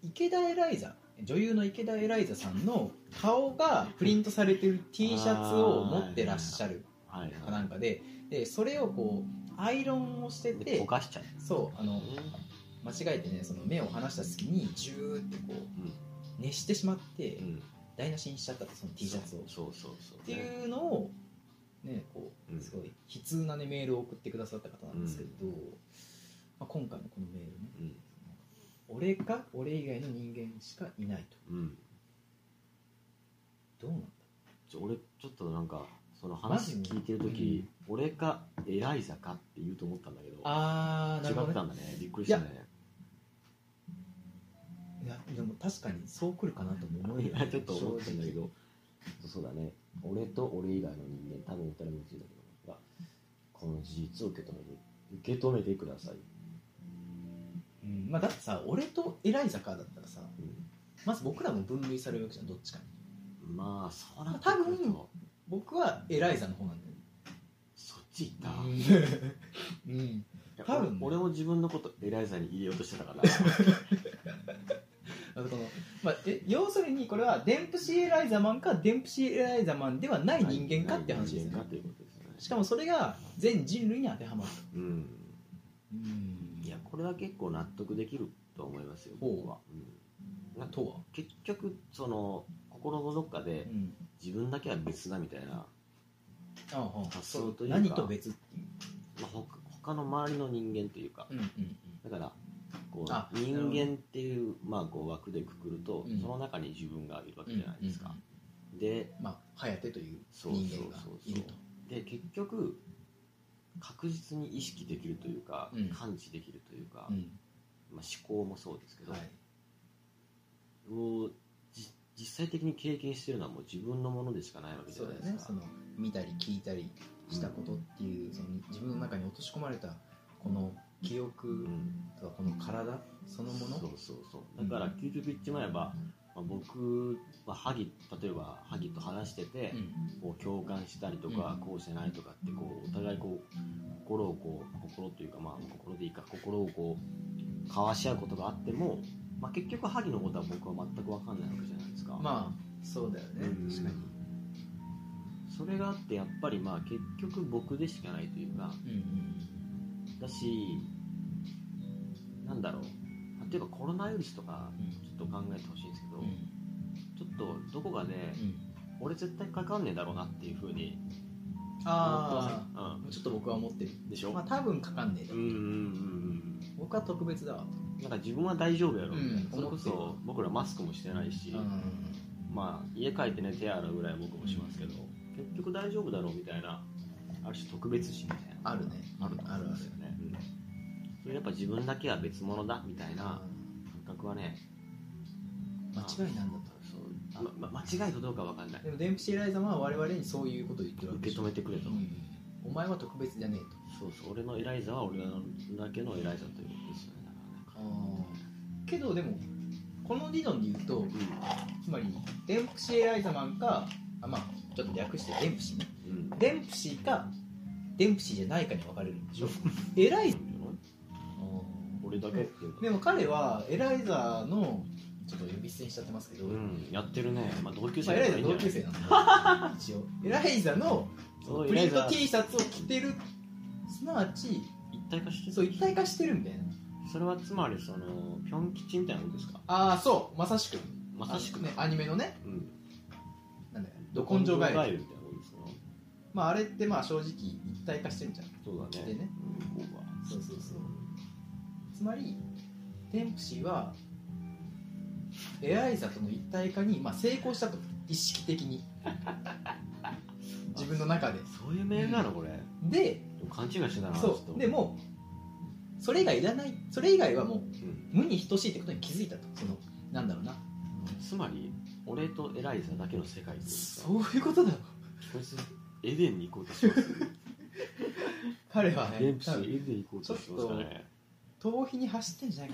Speaker 4: 池田エライザ女優の池田エライザさんの顔がプリントされてる T シャツを持ってらっしゃる
Speaker 2: はい
Speaker 4: かなんかででそれをこうアイロンをして
Speaker 2: で
Speaker 4: て
Speaker 2: 溶かしちゃう
Speaker 4: そうあの間違えてねその目を離した隙にジューってこう
Speaker 2: うん
Speaker 4: 熱してしまって
Speaker 2: うん
Speaker 4: 台無しにしちゃったとその T シャツをっ
Speaker 2: そうそうそう
Speaker 4: て
Speaker 2: ね
Speaker 4: いうのをねこ
Speaker 2: う
Speaker 4: うんすごい悲痛なねメールを送ってくださった方なんですけど、まあ、今回のこのメールね
Speaker 2: うん
Speaker 4: 俺か俺以外の人間しかいないと
Speaker 2: うん
Speaker 4: どうなんだ
Speaker 2: ちょ俺ちょっとなんかその
Speaker 4: マ
Speaker 2: 話
Speaker 4: ジ
Speaker 2: 聞いてる時、俺かエライザかって言うと思ったんだけど
Speaker 4: あーなるほ
Speaker 2: 違った
Speaker 4: ど、ね、
Speaker 2: んだねびっくりしたね
Speaker 4: いやでも確かにそう来るかなとも思う
Speaker 2: い
Speaker 4: よ、
Speaker 2: や
Speaker 4: ね、
Speaker 2: ちょっと思った
Speaker 4: 正
Speaker 2: んだ
Speaker 4: 直
Speaker 2: けどそうだね俺と俺以外の人間多分お二人も一緒だけどがこの事実を受け止めて受け止めてください、
Speaker 4: うんまあ、だってさ俺とエライザかだったらさ
Speaker 2: うん
Speaker 4: まず僕らも分類されるわけじゃんどっちかに
Speaker 2: まあそうなってくると
Speaker 4: 多分僕はエライザの方なんだよ
Speaker 2: そっち行った、い
Speaker 4: うん、うん、
Speaker 2: や
Speaker 4: 多分ね
Speaker 2: 俺俺も自分のことエライザに入れようとしてたから
Speaker 4: あのこの、まあ、え要するにこれはデンプシー・エライザマンかデンプシー・エライザマンではない 人間かって話です
Speaker 2: 人
Speaker 4: ね
Speaker 2: 間かっていうことですよね
Speaker 4: しかもそれが全人類に当てはまる
Speaker 2: うん
Speaker 4: うん
Speaker 2: いやこれは結構納得できると思いますよ
Speaker 4: ほう
Speaker 2: 僕は、うん、なんか
Speaker 4: とは、
Speaker 2: 結局その心のどっか
Speaker 4: う
Speaker 2: で
Speaker 4: ん、
Speaker 2: 自分だけは別だみたいな、
Speaker 4: ああああ
Speaker 2: 発想というか
Speaker 4: 何と別っていう
Speaker 2: まあ、ほか他の周りの人間というか
Speaker 4: うんうんうん
Speaker 2: だからこ
Speaker 4: あ
Speaker 2: う人間っていう,、まあ、こう枠でくくると、
Speaker 4: うん
Speaker 2: その中に自分がいるわけじゃないですか、で
Speaker 4: まあ颯という
Speaker 2: そうそう
Speaker 4: 人間が
Speaker 2: そう
Speaker 4: いると
Speaker 2: で結局確実に意識できるというか、
Speaker 4: うん
Speaker 2: 感知できるというか、
Speaker 4: うん
Speaker 2: まあ、思考もそうですけど、
Speaker 4: はい
Speaker 2: をじ実際的に経験してるのはもう自分のものでしかないわけじ
Speaker 4: そ
Speaker 2: ゃ
Speaker 4: う
Speaker 2: な
Speaker 4: だ
Speaker 2: い
Speaker 4: よ
Speaker 2: ですか
Speaker 4: ねその見たり聞いたりしたことっていう、その自分の中に落とし込まれたこの記
Speaker 2: う
Speaker 4: 憶
Speaker 2: ん
Speaker 4: とかこの体そのもの
Speaker 2: そうそうそうだから究極言っちまえば、まあ、僕は萩例えば萩と話してて、
Speaker 4: うん
Speaker 2: こう共感したりとか、
Speaker 4: うん
Speaker 2: こうしてないとかってこうお互いこう心をこう心というかまあ心でいいか心をこう交わし合うことがあっても、まあ、結局萩のことは僕は全く分かんないわけじゃないですか、
Speaker 4: まあそうだよね、
Speaker 2: うん
Speaker 4: 確か
Speaker 2: それがあってやっぱりまあ結局僕でしかないというか
Speaker 4: に、うん
Speaker 2: だしなんだろう例えばコロナウイルスとか
Speaker 4: うん
Speaker 2: ちょっと考えてほしいんですけど、
Speaker 4: うん
Speaker 2: ちょっとどこかで、
Speaker 4: うん、
Speaker 2: 俺絶対かかんねえだろうなっていうふうに
Speaker 4: あ
Speaker 2: 思ってません
Speaker 4: あちょっと僕は思ってる
Speaker 2: うん、でしょ、
Speaker 4: まあ多分かかんねえだ
Speaker 2: う
Speaker 4: ろ
Speaker 2: ん
Speaker 4: う
Speaker 2: うんうん
Speaker 4: 僕は特別だわ
Speaker 2: うんなんか自分は大丈夫やろみたいな、
Speaker 4: うん
Speaker 2: それこ
Speaker 4: 思っ
Speaker 2: そ僕らマスクもしてないし、まあ家帰ってね手洗うぐらいは僕もしますけど、結局大丈夫だろうみたいなある種特別視みたいな
Speaker 4: あるね
Speaker 2: あると
Speaker 4: あ
Speaker 2: 思うんで
Speaker 4: るある
Speaker 2: すよね、うんそれやっぱ自分だけは別物だみたいな感覚はね
Speaker 4: 間違いなんだと
Speaker 2: そうまま間違いとどうかわかんない
Speaker 4: でもデンプシー・エライザマンは我々にそういうことを言ってるわけ
Speaker 2: 受け止めてくれと、
Speaker 4: うんお前は特別じゃねえと
Speaker 2: そうそう俺のエライザは俺のだけのエライザということですよねだからね
Speaker 4: けどでもこの理論で言うと
Speaker 2: う
Speaker 4: つまりデンプシー・エライザマンかあまあちょっと略してデンプシーね
Speaker 2: んうん
Speaker 4: デンプシーかデンプシーじゃないかに分かれるんでしょエライザ
Speaker 2: 俺だけっていうか
Speaker 4: でも彼はエライザのちょっと呼び捨てにしちゃってますけど、
Speaker 2: うんやってるねまあ同級
Speaker 4: ま
Speaker 2: 生
Speaker 4: あ、エライ
Speaker 2: だ
Speaker 4: ザ
Speaker 2: からいいんじゃない
Speaker 4: 同級生なんで一応エライザの
Speaker 2: そう
Speaker 4: プリン
Speaker 2: エラ
Speaker 4: ト
Speaker 2: イザ
Speaker 4: T シャツを着てるすなわち
Speaker 2: 一体化してる
Speaker 4: そう一体化してるみたいな
Speaker 2: それはつまりそのピョン吉みたいなことですか
Speaker 4: ああそうまさしく
Speaker 2: まさしく
Speaker 4: ねアニメのね
Speaker 2: うん
Speaker 4: なんだよど根性返り
Speaker 2: みたいなことですか
Speaker 4: まああれってまあ正直一体化してるじゃん
Speaker 2: そうだね
Speaker 4: でね
Speaker 2: うん僕は
Speaker 4: そうそうそうつまりデンプシーはエライザとの一体化に、まあ、成功したと意識的に自分の中で
Speaker 2: そういうメールなのこれ
Speaker 4: で
Speaker 2: でも勘違いしてたなちょっ
Speaker 4: そ
Speaker 2: と
Speaker 4: うでもうそれ以外いらないそれ以外はもう
Speaker 2: うん
Speaker 4: 無に等しいってことに気づいたとそのなんだろうな
Speaker 2: つまり俺とエライザだけの世界ってことですか
Speaker 4: そういうことだ
Speaker 2: こいつエデンに行こうとして ます
Speaker 4: 彼は
Speaker 2: デ
Speaker 4: ね
Speaker 2: ンプシーエデン行こうとしてますからね
Speaker 4: 逃避に走ってんじゃない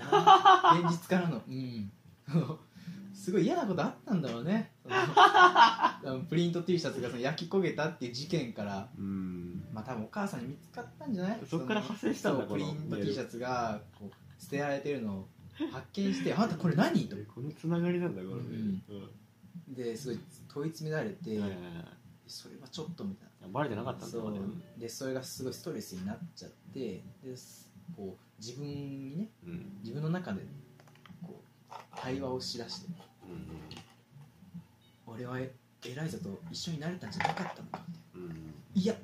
Speaker 4: かな現実からのうん すごい嫌なことあったんだろうねそのあのプリント T シャツがその焼き焦げたっていう事件から
Speaker 2: うん
Speaker 4: まあ多分お母さんに見つかったんじゃない
Speaker 2: そっから
Speaker 4: の
Speaker 2: 派生したんだ
Speaker 4: そう
Speaker 2: こ
Speaker 4: プ
Speaker 2: の
Speaker 4: リント
Speaker 2: メール
Speaker 4: T シャツがこう捨てられてるのを発見して「あんたこれ何?」と
Speaker 2: このつながりなんだこれね
Speaker 4: うん
Speaker 2: う
Speaker 4: ですごい問い詰められて
Speaker 2: んはいはいはい
Speaker 4: それはちょっとみたい
Speaker 2: あバレてなかった
Speaker 4: なんそ
Speaker 2: だね
Speaker 4: うでそれがすごいストレスになっちゃってですこう自分にね
Speaker 2: うんうん
Speaker 4: 自分の中でこう対話をしだして俺はエライザと一緒になれたんじゃなかったのかみたいな
Speaker 2: うんうん
Speaker 4: いや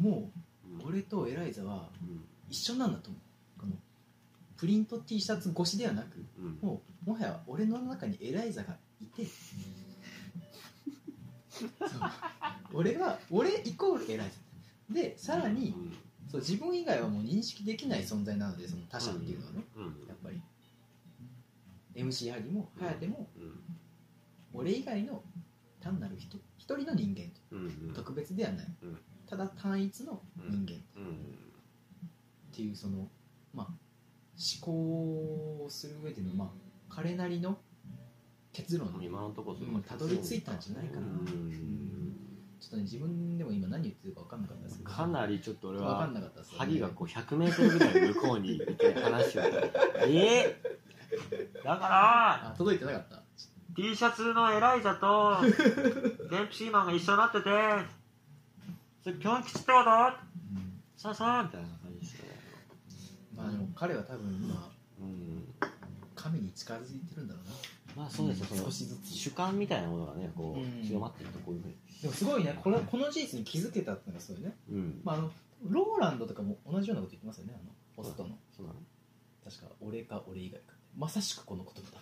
Speaker 4: も
Speaker 2: うん
Speaker 4: う俺とエライザは
Speaker 2: うん
Speaker 4: 一緒なんだと思うこのプリント T シャツ越しではなく
Speaker 2: うん
Speaker 4: もうもはや俺の中にエライザがいてそう俺は俺イコールエライザでさらにそう自分以外はもう認識できない存在なのでその他者っていうのはね
Speaker 2: うんうん
Speaker 4: やっぱり MC 萩も颯も
Speaker 2: うん
Speaker 4: 俺以外の単なる人一人の人間と
Speaker 2: うんうん
Speaker 4: 特別ではない
Speaker 2: うん
Speaker 4: ただ単一の人間っ
Speaker 2: うん
Speaker 4: ていうそのまあ思考をする上でのまあ彼なりの結論に
Speaker 2: 今のところそれ
Speaker 4: うんたどり着いたんじゃないかな
Speaker 2: うん
Speaker 4: ちょっとね自分でも今何言ってるか分かんなかったですけど
Speaker 2: かなりちょっと俺
Speaker 4: 分かん
Speaker 2: は
Speaker 4: なかったですよね
Speaker 2: 萩がこう 100m ぐらい向こうにいて話を えーだから
Speaker 4: あ届いてなかった
Speaker 2: T シャツのエライザとデンプシーマンが一緒になっててそれピョン吉ってこと
Speaker 4: うん
Speaker 2: さあさあみたいな感じですよね
Speaker 4: まあでも彼は多分今
Speaker 2: うん
Speaker 4: 神に近づいてるんだろうな
Speaker 2: まあそうですよその
Speaker 4: 少しずつ
Speaker 2: 主観みたいなものがねこ
Speaker 4: うん
Speaker 2: う強まっていくとこういうふうに
Speaker 4: でもすごいねこのこの事実に気づけたっていうのがすごいね、
Speaker 2: うん
Speaker 4: まあ、あのローランドとかも同じようなこと言ってますよねあのホストの
Speaker 2: そうなの
Speaker 4: 確か俺か俺以外かまさしくこの言葉だ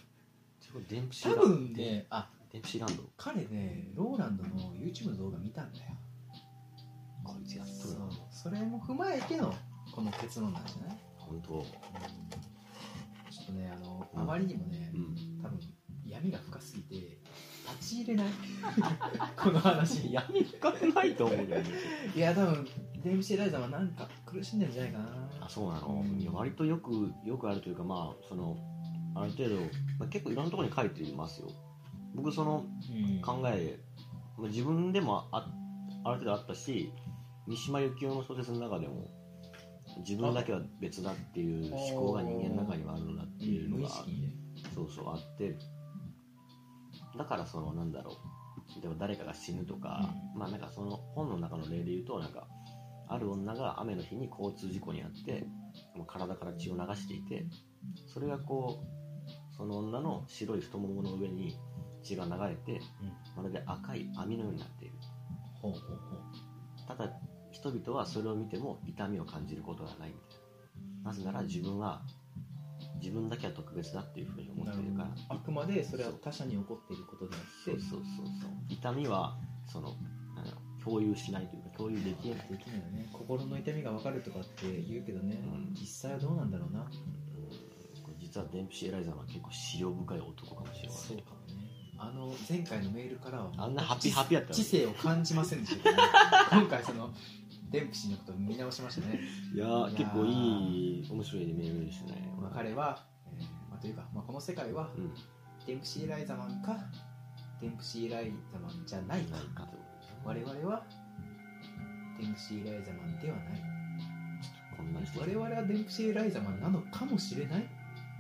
Speaker 2: それこれデンプシー
Speaker 4: 多
Speaker 2: ランド
Speaker 4: 分ねあ
Speaker 2: デンプシーランド
Speaker 4: 彼ねローランドの YouTube の動画見たんだよ
Speaker 2: こいつやっと
Speaker 4: そう
Speaker 2: るな
Speaker 4: それも踏まえてのこの結論なんじゃない
Speaker 2: 本当
Speaker 4: ちょっとねあの
Speaker 2: うん
Speaker 4: あまりにもね
Speaker 2: うん
Speaker 4: 多分闇が深すぎて立ち入れ ないこの話いや
Speaker 2: 闇深くないと思うけどね
Speaker 4: いや多分デンシー・ライザーはなんか苦しんでんじゃないかな
Speaker 2: あそうなの、
Speaker 4: うん
Speaker 2: いや割とよくよくあるというかまあそのある程度、まあ、結構いろんなところに書いてますよ僕その
Speaker 4: うん
Speaker 2: 考え、まあ、自分でもあある程度あったし三島由紀夫の小説の中でも自分だけは別だっていう思考が人間の中にはあるんだっていうの
Speaker 4: 無意
Speaker 2: が
Speaker 4: 識にね
Speaker 2: そうそうあってだからそのなんだろうでも誰かが死ぬとか、まあなんかその本の中の例で言うとなんかある女が雨の日に交通事故に遭ってもう体から血を流していてそれがこうその女の白い太ももの上に血が流れて、まるで赤い網のようになっている
Speaker 4: ほうほうほう
Speaker 2: ただ人々はそれを見ても痛みを感じることがないみたいななぜなら自分は自分だけは特別だっていうふうに思っているから
Speaker 4: あくまでそれは他者に起こっていることであって
Speaker 2: そうそうそうそう痛みはそのなんだろう共有しないというか共有できない
Speaker 4: できないよね心の痛みが分かるとかって言うけどね、
Speaker 2: うん
Speaker 4: 実際はどうなんだろうな
Speaker 2: うんこれ実はデンプシー・エライザーは結構資料深い男かもしれない
Speaker 4: かもねあの前回のメールからは
Speaker 2: あんなハッピーハッピーやったの
Speaker 4: 知
Speaker 2: に
Speaker 4: 性を感じませんでしたけどね今回そのデンプシーのことを見直しましたね、
Speaker 2: いや
Speaker 4: いやー
Speaker 2: ー結構いい面白いメールでしたね
Speaker 4: まあ、彼は、えーまあ、というか、まあ、この世界は
Speaker 2: うん
Speaker 4: デンプシー・エライザマンかデンプシー・エライザマンじゃないか
Speaker 2: ないかということですね
Speaker 4: 我々はデンプシー・エライザマンではない
Speaker 2: こんな人
Speaker 4: 我々はデンプシー・エライザマンなのかもしれない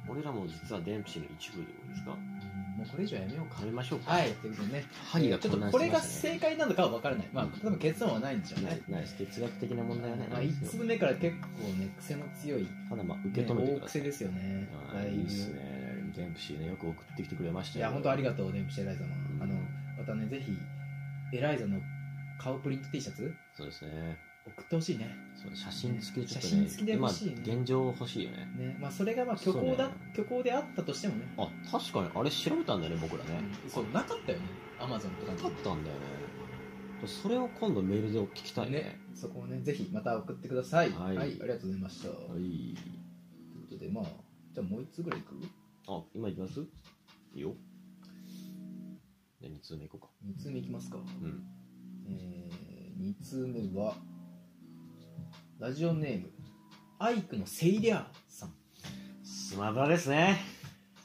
Speaker 2: 俺らも実はデンプシーの一部ということですか
Speaker 4: もうこれ以上やめようか
Speaker 2: 食べましょうか
Speaker 4: はいということでね
Speaker 2: 針が
Speaker 4: ちょ
Speaker 2: 混
Speaker 4: っと
Speaker 2: 乱
Speaker 4: こ
Speaker 2: して
Speaker 4: れ
Speaker 2: ま
Speaker 4: が
Speaker 2: したね
Speaker 4: 正解なのかは分からないまあ
Speaker 2: うん
Speaker 4: 多分結論はないんでしょう
Speaker 2: な
Speaker 4: ね
Speaker 2: いないです哲学的な問題はない
Speaker 4: まあ
Speaker 2: です
Speaker 4: 1
Speaker 2: よ
Speaker 4: 通目から結構ね癖の強い、ね、
Speaker 2: ただまあ受け止めて
Speaker 4: 大
Speaker 2: くださ
Speaker 4: 癖
Speaker 2: い
Speaker 4: ですよね
Speaker 2: は
Speaker 4: だい
Speaker 2: いいいで
Speaker 4: ぶ
Speaker 2: すねデンプシーねよく送ってきてくれました
Speaker 4: い
Speaker 2: よ
Speaker 4: や本当ありがとうデンプシー・エライザマン
Speaker 2: うん
Speaker 4: あのまたねぜひエライザの顔プリント T シャツ
Speaker 2: そうですね
Speaker 4: 送ってほしいね
Speaker 2: そう写真付きでちょっと
Speaker 4: 写真
Speaker 2: ね
Speaker 4: 付きで欲しいね
Speaker 2: 今現状欲しいよね
Speaker 4: ねまあそれがまあ虚構
Speaker 2: そう
Speaker 4: だ、
Speaker 2: ね
Speaker 4: 虚構であったとしてもね
Speaker 2: あ確かにあれ調べたんだよね僕らね
Speaker 4: そうなかったよねアマゾンとか
Speaker 2: な
Speaker 4: に
Speaker 2: かったんだよねそれを今度メールで聞きたいね
Speaker 4: ねそこをねぜひまた送ってください
Speaker 2: はい
Speaker 4: ありがとうございました、
Speaker 2: はい
Speaker 4: ということでまあじゃあもう一つぐらいいく
Speaker 2: あ今いきますいいよじゃあ2通目いこうか
Speaker 4: 2通目いきますか
Speaker 2: うん
Speaker 4: えー、2通目はラジオネームアイクのセイリャーさん
Speaker 2: スマブラですね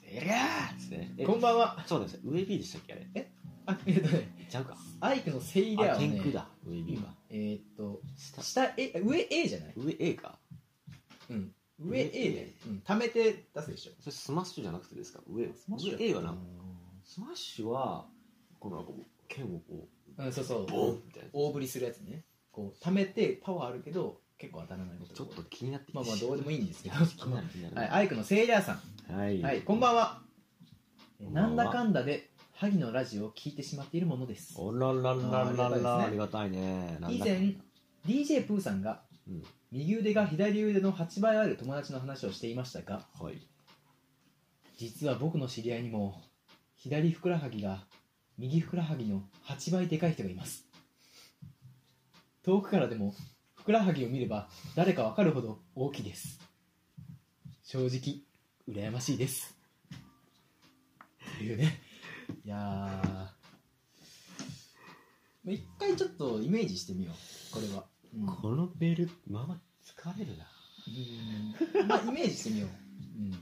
Speaker 4: セイリャ
Speaker 2: ですね
Speaker 4: ー
Speaker 2: え
Speaker 4: こんばんは
Speaker 2: そうなんですよ上 B でしたっけあれ
Speaker 4: あえっとね
Speaker 2: ちゃうか
Speaker 4: アイクのセイリャー
Speaker 2: あ
Speaker 4: は
Speaker 2: 天空
Speaker 4: ね
Speaker 2: だ上 B は
Speaker 4: えーっと
Speaker 2: 下
Speaker 4: 下 A 上 A じゃない
Speaker 2: 上 A か
Speaker 4: うん上 A で、うん、貯めて出すでしょ
Speaker 2: それスマッシュじゃなくてですか上
Speaker 4: スマッシュだっ
Speaker 2: 上 A は
Speaker 4: た
Speaker 2: なスマッシュはこのなんかこう剣をこ
Speaker 4: うん、そうそう
Speaker 2: うボンみたいな
Speaker 4: 大振りするやつねこう溜めてパワーあるけど結構当たらないこと
Speaker 2: ちょっと気になってき
Speaker 4: まあまあどうでもいいんですけ ど
Speaker 2: 気になる気に
Speaker 4: はい、
Speaker 2: な
Speaker 4: アイクのセーラーさ
Speaker 2: るはい
Speaker 4: ん、はい、こんばんは
Speaker 2: こんば
Speaker 4: なん
Speaker 2: は
Speaker 4: んだかんだで萩のラジオを聞いてしまっているものです
Speaker 2: おらららららら
Speaker 4: あ
Speaker 2: あ
Speaker 4: あ
Speaker 2: り
Speaker 4: り
Speaker 2: がたいねなんだ
Speaker 4: 以前 DJ プーさんが
Speaker 2: うん
Speaker 4: 右腕が左腕の8倍ある友達の話をしていましたが
Speaker 2: はい
Speaker 4: 実は僕の知り合いにも左ふくらはぎが右ふくらはぎの8倍でかい人がいます遠くからでもふくらはぎを見れば誰かわかるほど大きいです正直羨ましいですというねいやーまあ一回ちょっとイメージしてみようこれは、うん
Speaker 2: このベルまあまあ疲れるな
Speaker 4: うんまあイメージしてみよう、うん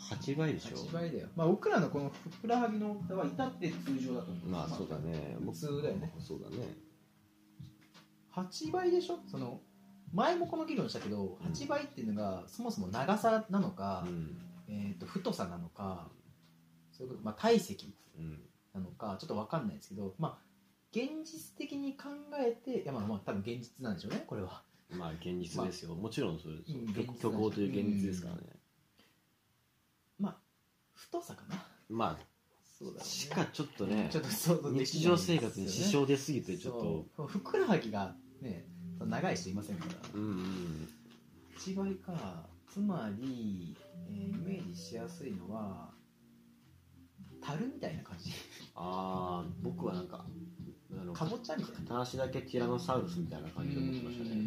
Speaker 2: 8倍でし
Speaker 4: 8
Speaker 2: ょ
Speaker 4: 倍だよ、まあ、僕らのこのふくらはぎの蓋は至って通常だと思う
Speaker 2: まあそうだね
Speaker 4: 普通だよね
Speaker 2: そうだね
Speaker 4: 8倍でしょその前もこの議論したけど
Speaker 2: うん
Speaker 4: 8倍っていうのがそもそも長さなの
Speaker 2: う
Speaker 4: か、
Speaker 2: ん
Speaker 4: えー、と太さなのかそういうこと、まあ、体積
Speaker 2: うん
Speaker 4: なのかちょっと分かんないですけどまあ現実的に考えていやまあまあ多分現実なんでしょうねこれは
Speaker 2: まあ現実ですよもちろんそれ
Speaker 4: うん現実なんです
Speaker 2: 虚構という現実ですからね
Speaker 4: まあ太さかな
Speaker 2: ま
Speaker 4: そうだ
Speaker 2: あしかちょっとね
Speaker 4: ちょっと想像できない
Speaker 2: 日常生活に
Speaker 4: ですよ
Speaker 2: 支
Speaker 4: ね
Speaker 2: 障出すぎてちょっと
Speaker 4: そうふくらはぎがね長い人いませんから
Speaker 2: うんうん
Speaker 4: 1倍かつまり、えーイメージしやすいのは樽みたいな感 じ
Speaker 2: ああ僕はなんかあの
Speaker 4: かぼちゃみたいな
Speaker 2: 片足だけティラノサウルスみたいな感じで思ってましたね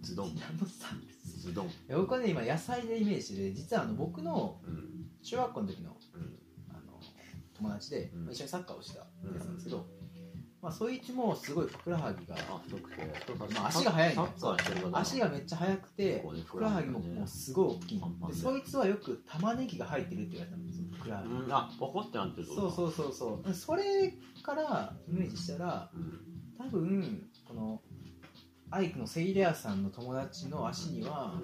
Speaker 2: ズド
Speaker 4: テ
Speaker 2: ン
Speaker 4: ィラノサウルス
Speaker 2: ズドン
Speaker 4: いや僕はね今野菜でイメージしてて実はあの僕の
Speaker 2: うん
Speaker 4: 中学校の時の
Speaker 2: うん
Speaker 4: あの友達で、
Speaker 2: うん
Speaker 4: まあ一緒にサッカーをしたやつなんですけど、まあ、そいつもすごいふくらはぎが
Speaker 2: あ太くて
Speaker 4: まあ足が速いん
Speaker 2: サ
Speaker 4: だよ
Speaker 2: ッカーしてる方
Speaker 4: 足がめっちゃ速くてふくらはぎももうすごい大きい
Speaker 2: パンパン
Speaker 4: で
Speaker 2: で
Speaker 4: そいつはよく玉ねぎが入ってるって言われたんですよふくらはぎ
Speaker 2: うんあポコってなってる
Speaker 4: そうそうそうそうそれからイメージしたら
Speaker 2: う、うん、
Speaker 4: 多分このアイクのセイレアさんの友達の足には、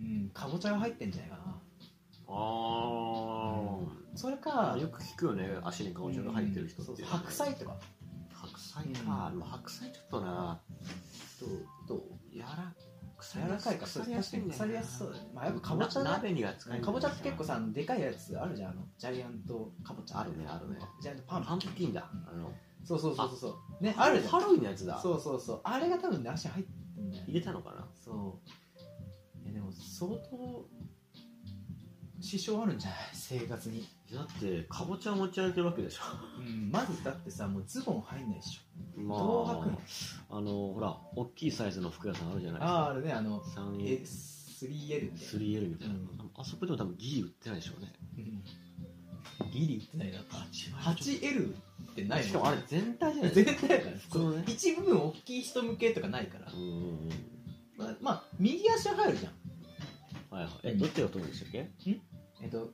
Speaker 4: うん、かぼちゃが入ってんじゃないかな
Speaker 2: あ
Speaker 4: それ
Speaker 2: あ
Speaker 4: か
Speaker 2: よく聞くよね足に顔中が入ってる人
Speaker 4: そう
Speaker 2: って
Speaker 4: そう白菜とか
Speaker 2: 白菜か、でも白菜ちょっとな
Speaker 4: どうど
Speaker 2: やら
Speaker 4: う柔らかいかそう
Speaker 2: 腐りや
Speaker 4: 確
Speaker 2: す
Speaker 4: か
Speaker 2: いんだよ
Speaker 4: に
Speaker 2: な
Speaker 4: 腐りやすそうだねまあやっぱかぼちゃ
Speaker 2: な
Speaker 4: だ
Speaker 2: 鍋には使えない
Speaker 4: かぼちゃって結構さあのでかいやつあるじゃんあのジャイアントかぼちゃ
Speaker 2: あるねあるね
Speaker 4: ジャイアントパ
Speaker 2: パ
Speaker 4: ン
Speaker 2: ンパンプキンだあの
Speaker 4: そうそうそうそうそうねあるじゃ
Speaker 2: ハ
Speaker 4: ん
Speaker 2: ロウィンのやつだ
Speaker 4: そうそうそうあれが多分ね足入ってんだよね
Speaker 2: 入れたのかな
Speaker 4: そういやでも相当支障あるんじゃない生活に、
Speaker 2: だってかぼちゃを持ち歩いてるわけでしょ
Speaker 4: うん、まずだってさもうズボン入んないでしょ
Speaker 2: ま
Speaker 4: どう履くの
Speaker 2: あのほら大きいサイズの服屋さんあるじゃない
Speaker 4: あああれねあの
Speaker 2: ですか 3L
Speaker 4: え 3L みたいな
Speaker 2: 3L みたいな、
Speaker 4: うん
Speaker 2: あそこでも多分ギリ売ってないでしょうね
Speaker 4: うんギリ売ってないな 8L ってないもん
Speaker 2: しかもあれ全体じゃない
Speaker 4: 全体だから
Speaker 2: 普通のね
Speaker 4: 一部分大きい人向けとかないから
Speaker 2: う、んうんうん
Speaker 4: まあ、まあ右足は入るじゃん
Speaker 2: はいはいえどっちが飛ぶんでしたっけ
Speaker 4: えっと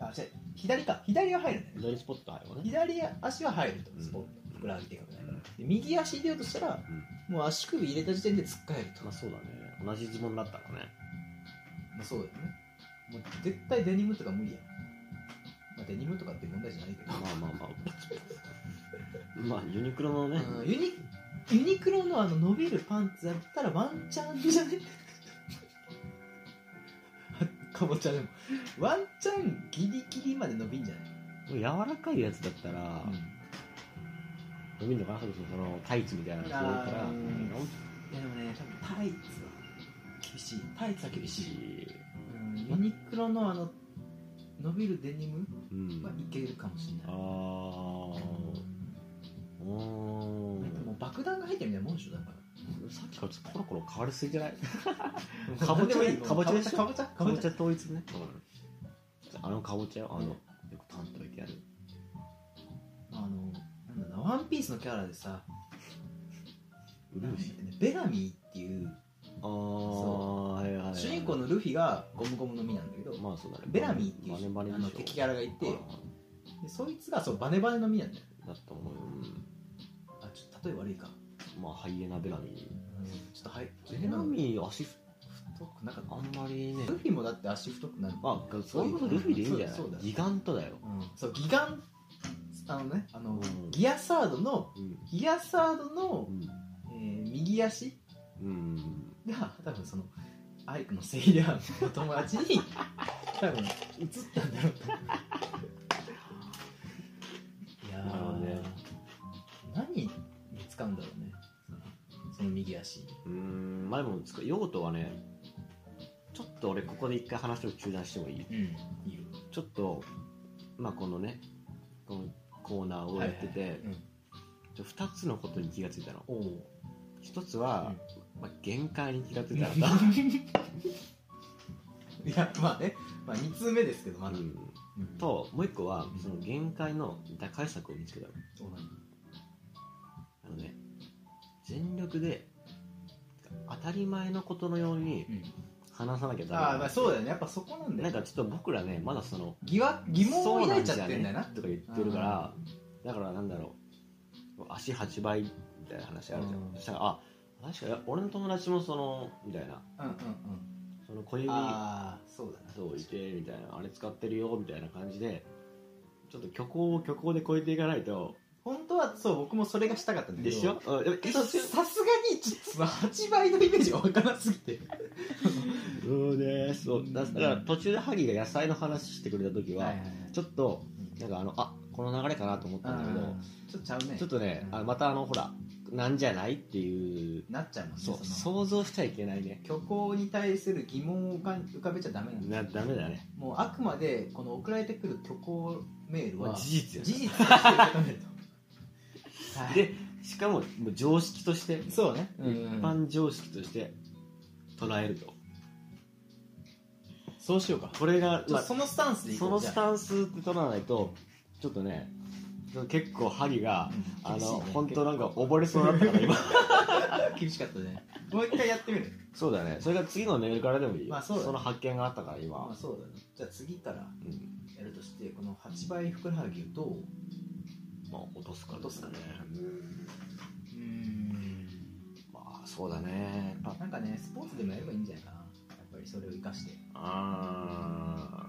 Speaker 4: あ違う左か左は入るね
Speaker 2: 左スポットあれはね
Speaker 4: 左足は入るとスポッとふくらはぎでかくないで右足出ようとしたら、もう足首入れた時点で突っかえると、
Speaker 2: まあ
Speaker 4: ま
Speaker 2: そうだね同じズボンだったらね
Speaker 4: あ、そうだよねもう絶対デニムとか無理やん、まあ、デニムとかって問題じゃないけ
Speaker 2: まあ
Speaker 4: ど、
Speaker 2: まあまあまあユニクロのね、
Speaker 4: うんユニユニクロのあの伸びるパンツだったらワンチャンじゃねあ かぼちゃでもワンチャンギリギリまで伸びんじゃない、
Speaker 2: 柔らかいやつだったら、伸びるのかなそれこそそのタイツみたいなのが多いから
Speaker 4: あー
Speaker 2: うん
Speaker 4: いやでもね多分タイツは厳しいタイツは厳
Speaker 2: 厳
Speaker 4: し
Speaker 2: し
Speaker 4: い
Speaker 2: い
Speaker 4: うんユニクロのあの伸びるデニム
Speaker 2: うん
Speaker 4: はいけるかもしれ
Speaker 2: あ
Speaker 4: な
Speaker 2: ー
Speaker 4: い、
Speaker 2: お
Speaker 4: なんかもう爆弾が入ってるみたいなもんでしょだか
Speaker 2: ーさっきからちょっとコロコロ変わりすぎじゃない
Speaker 4: ら
Speaker 2: かぼちゃ
Speaker 4: なん
Speaker 2: かぼちゃでしょ
Speaker 4: かぼちゃ
Speaker 2: か
Speaker 4: かぼ
Speaker 2: ぼ
Speaker 4: ち
Speaker 2: ちゃ
Speaker 4: ゃ
Speaker 2: 統一ね、あのかぼちゃよあのよくパンと置いてある
Speaker 4: あのなんだろうなワンピースのキャラでさ
Speaker 2: うるうし
Speaker 4: ベラミーっていう
Speaker 2: ああはいはい、はい、
Speaker 4: 主人公のルフィがゴムゴムの実なんだけど、
Speaker 2: まあそうだね
Speaker 4: ベラミーっていう
Speaker 2: バネバ
Speaker 4: あ
Speaker 2: ネで
Speaker 4: の
Speaker 2: しょ
Speaker 4: 敵キャラがいて
Speaker 2: うん
Speaker 4: でそいつがそうバネバネの実なんだよ
Speaker 2: だと思うよ、うん
Speaker 4: あちょっと例え悪いか
Speaker 2: まあ、ハイエナベラミ
Speaker 4: ちょっとはい
Speaker 2: ーベラミー足
Speaker 4: 太くなかっ
Speaker 2: あ
Speaker 4: た
Speaker 2: んまりね
Speaker 4: ルフィもだって足太くなる
Speaker 2: まあそれこそルフィでいいんじゃない
Speaker 4: そうだそうだ
Speaker 2: ギガントだよ、
Speaker 4: うんそうギガンあのねあの、
Speaker 2: うん
Speaker 4: ギアサードの
Speaker 2: うん
Speaker 4: ギアサードの
Speaker 2: う、ん
Speaker 4: えー右足
Speaker 2: うん
Speaker 4: が多分そのアイクのセイラーの友達に多分移ったんだろうと思ういや
Speaker 2: なるほど
Speaker 4: ー、
Speaker 2: ね
Speaker 4: 何に使うんだろうねその右足
Speaker 2: うーん前も使う用途はねちょっと俺ここで一回話を中断してもいい
Speaker 4: うんいいよ
Speaker 2: ちょっとまあこのねこのコーナーをやってて、
Speaker 4: はいはいうん
Speaker 2: ちょ2つのことに気がついたの
Speaker 4: おう
Speaker 2: 一つは、まあ、限界に気がつい たのと、
Speaker 4: いやまあね、まあ、2通目ですけどま だ、
Speaker 2: うん
Speaker 4: うん
Speaker 2: ともう一個は
Speaker 4: うん
Speaker 2: その限界の打開策を見つけたの
Speaker 4: そうなんだ
Speaker 2: あのね全力で当たり前のことのように
Speaker 4: うん
Speaker 2: 話さなきゃダメ
Speaker 4: あ
Speaker 2: な
Speaker 4: あ
Speaker 2: ん
Speaker 4: まあ
Speaker 2: だ
Speaker 4: そうだよねやっぱそこなんだよ
Speaker 2: なんかちょっと僕らねまだその
Speaker 4: 疑惑疑問を抱いちゃってんだよな
Speaker 2: そうなんじゃねとか言ってるからだからなんだろう足8倍みたいな話あるじゃん、
Speaker 4: うん
Speaker 2: そしたらあ確かに俺の友達もそのみたいな
Speaker 4: うんうんうん
Speaker 2: その小指
Speaker 4: ああそうだな
Speaker 2: そういてみたいなあれ使ってるよみたいな感じでちょっと虚構を虚構で超えていかないと
Speaker 4: 本当はそう僕もそれがしたかったんだけ
Speaker 2: で
Speaker 4: ど
Speaker 2: しょうんでも
Speaker 4: け
Speaker 2: 一
Speaker 4: ど
Speaker 2: 瞬
Speaker 4: さすがにちょっとその8倍のイメージがわからすぎて
Speaker 2: そうですそうだだから途中で萩が野菜の話してくれた時は、ち
Speaker 4: ちょ
Speaker 2: ょっと
Speaker 4: っ
Speaker 2: なんかあのあこの流れかなと思ったんだけど
Speaker 4: ちょっとちゃうね
Speaker 2: ちょっとね、
Speaker 4: うん
Speaker 2: あまたあのほらなんじゃないっていう
Speaker 4: なっちゃうもんね
Speaker 2: そう
Speaker 4: その
Speaker 2: 想像しちゃいけないね
Speaker 4: 虚構に対する疑問を浮か浮かべちゃダメなんだ
Speaker 2: なダメだね
Speaker 4: もうあくまでこの送られてくる虚構メール
Speaker 2: まあ
Speaker 4: は
Speaker 2: 事
Speaker 4: 事
Speaker 2: 実やね
Speaker 4: 実として受け止め るとはい
Speaker 2: でしかももう常識として一
Speaker 4: そうね一
Speaker 2: 般常識として捉えると
Speaker 4: そうしようか
Speaker 2: これが、
Speaker 4: ちょ
Speaker 2: まあ
Speaker 4: っとそのスタンスでい
Speaker 2: そ
Speaker 4: こう
Speaker 2: の
Speaker 4: じ
Speaker 2: ス
Speaker 4: ゃあ
Speaker 2: タンスで取らないとちょっとね結構萩が、
Speaker 4: うん
Speaker 2: あ
Speaker 4: 厳しい
Speaker 2: の
Speaker 4: ね
Speaker 2: 本当なんか溺れそうだったから今
Speaker 4: 厳しかったねもう一回やってみる
Speaker 2: そうだねそれが次のメールからでもいいよ、
Speaker 4: まあそうだね
Speaker 2: の発見があったから今、
Speaker 4: まあそうだねじゃあ次から
Speaker 2: うん
Speaker 4: やるとしてこの8倍ふくらはぎをどう
Speaker 2: まあ、落とすから
Speaker 4: 落とすかね
Speaker 2: うん
Speaker 4: うん
Speaker 2: まあそうだねあ
Speaker 4: なんかねスポーツでもやればいいんじゃないかなやっぱりそれを生かして、
Speaker 2: あ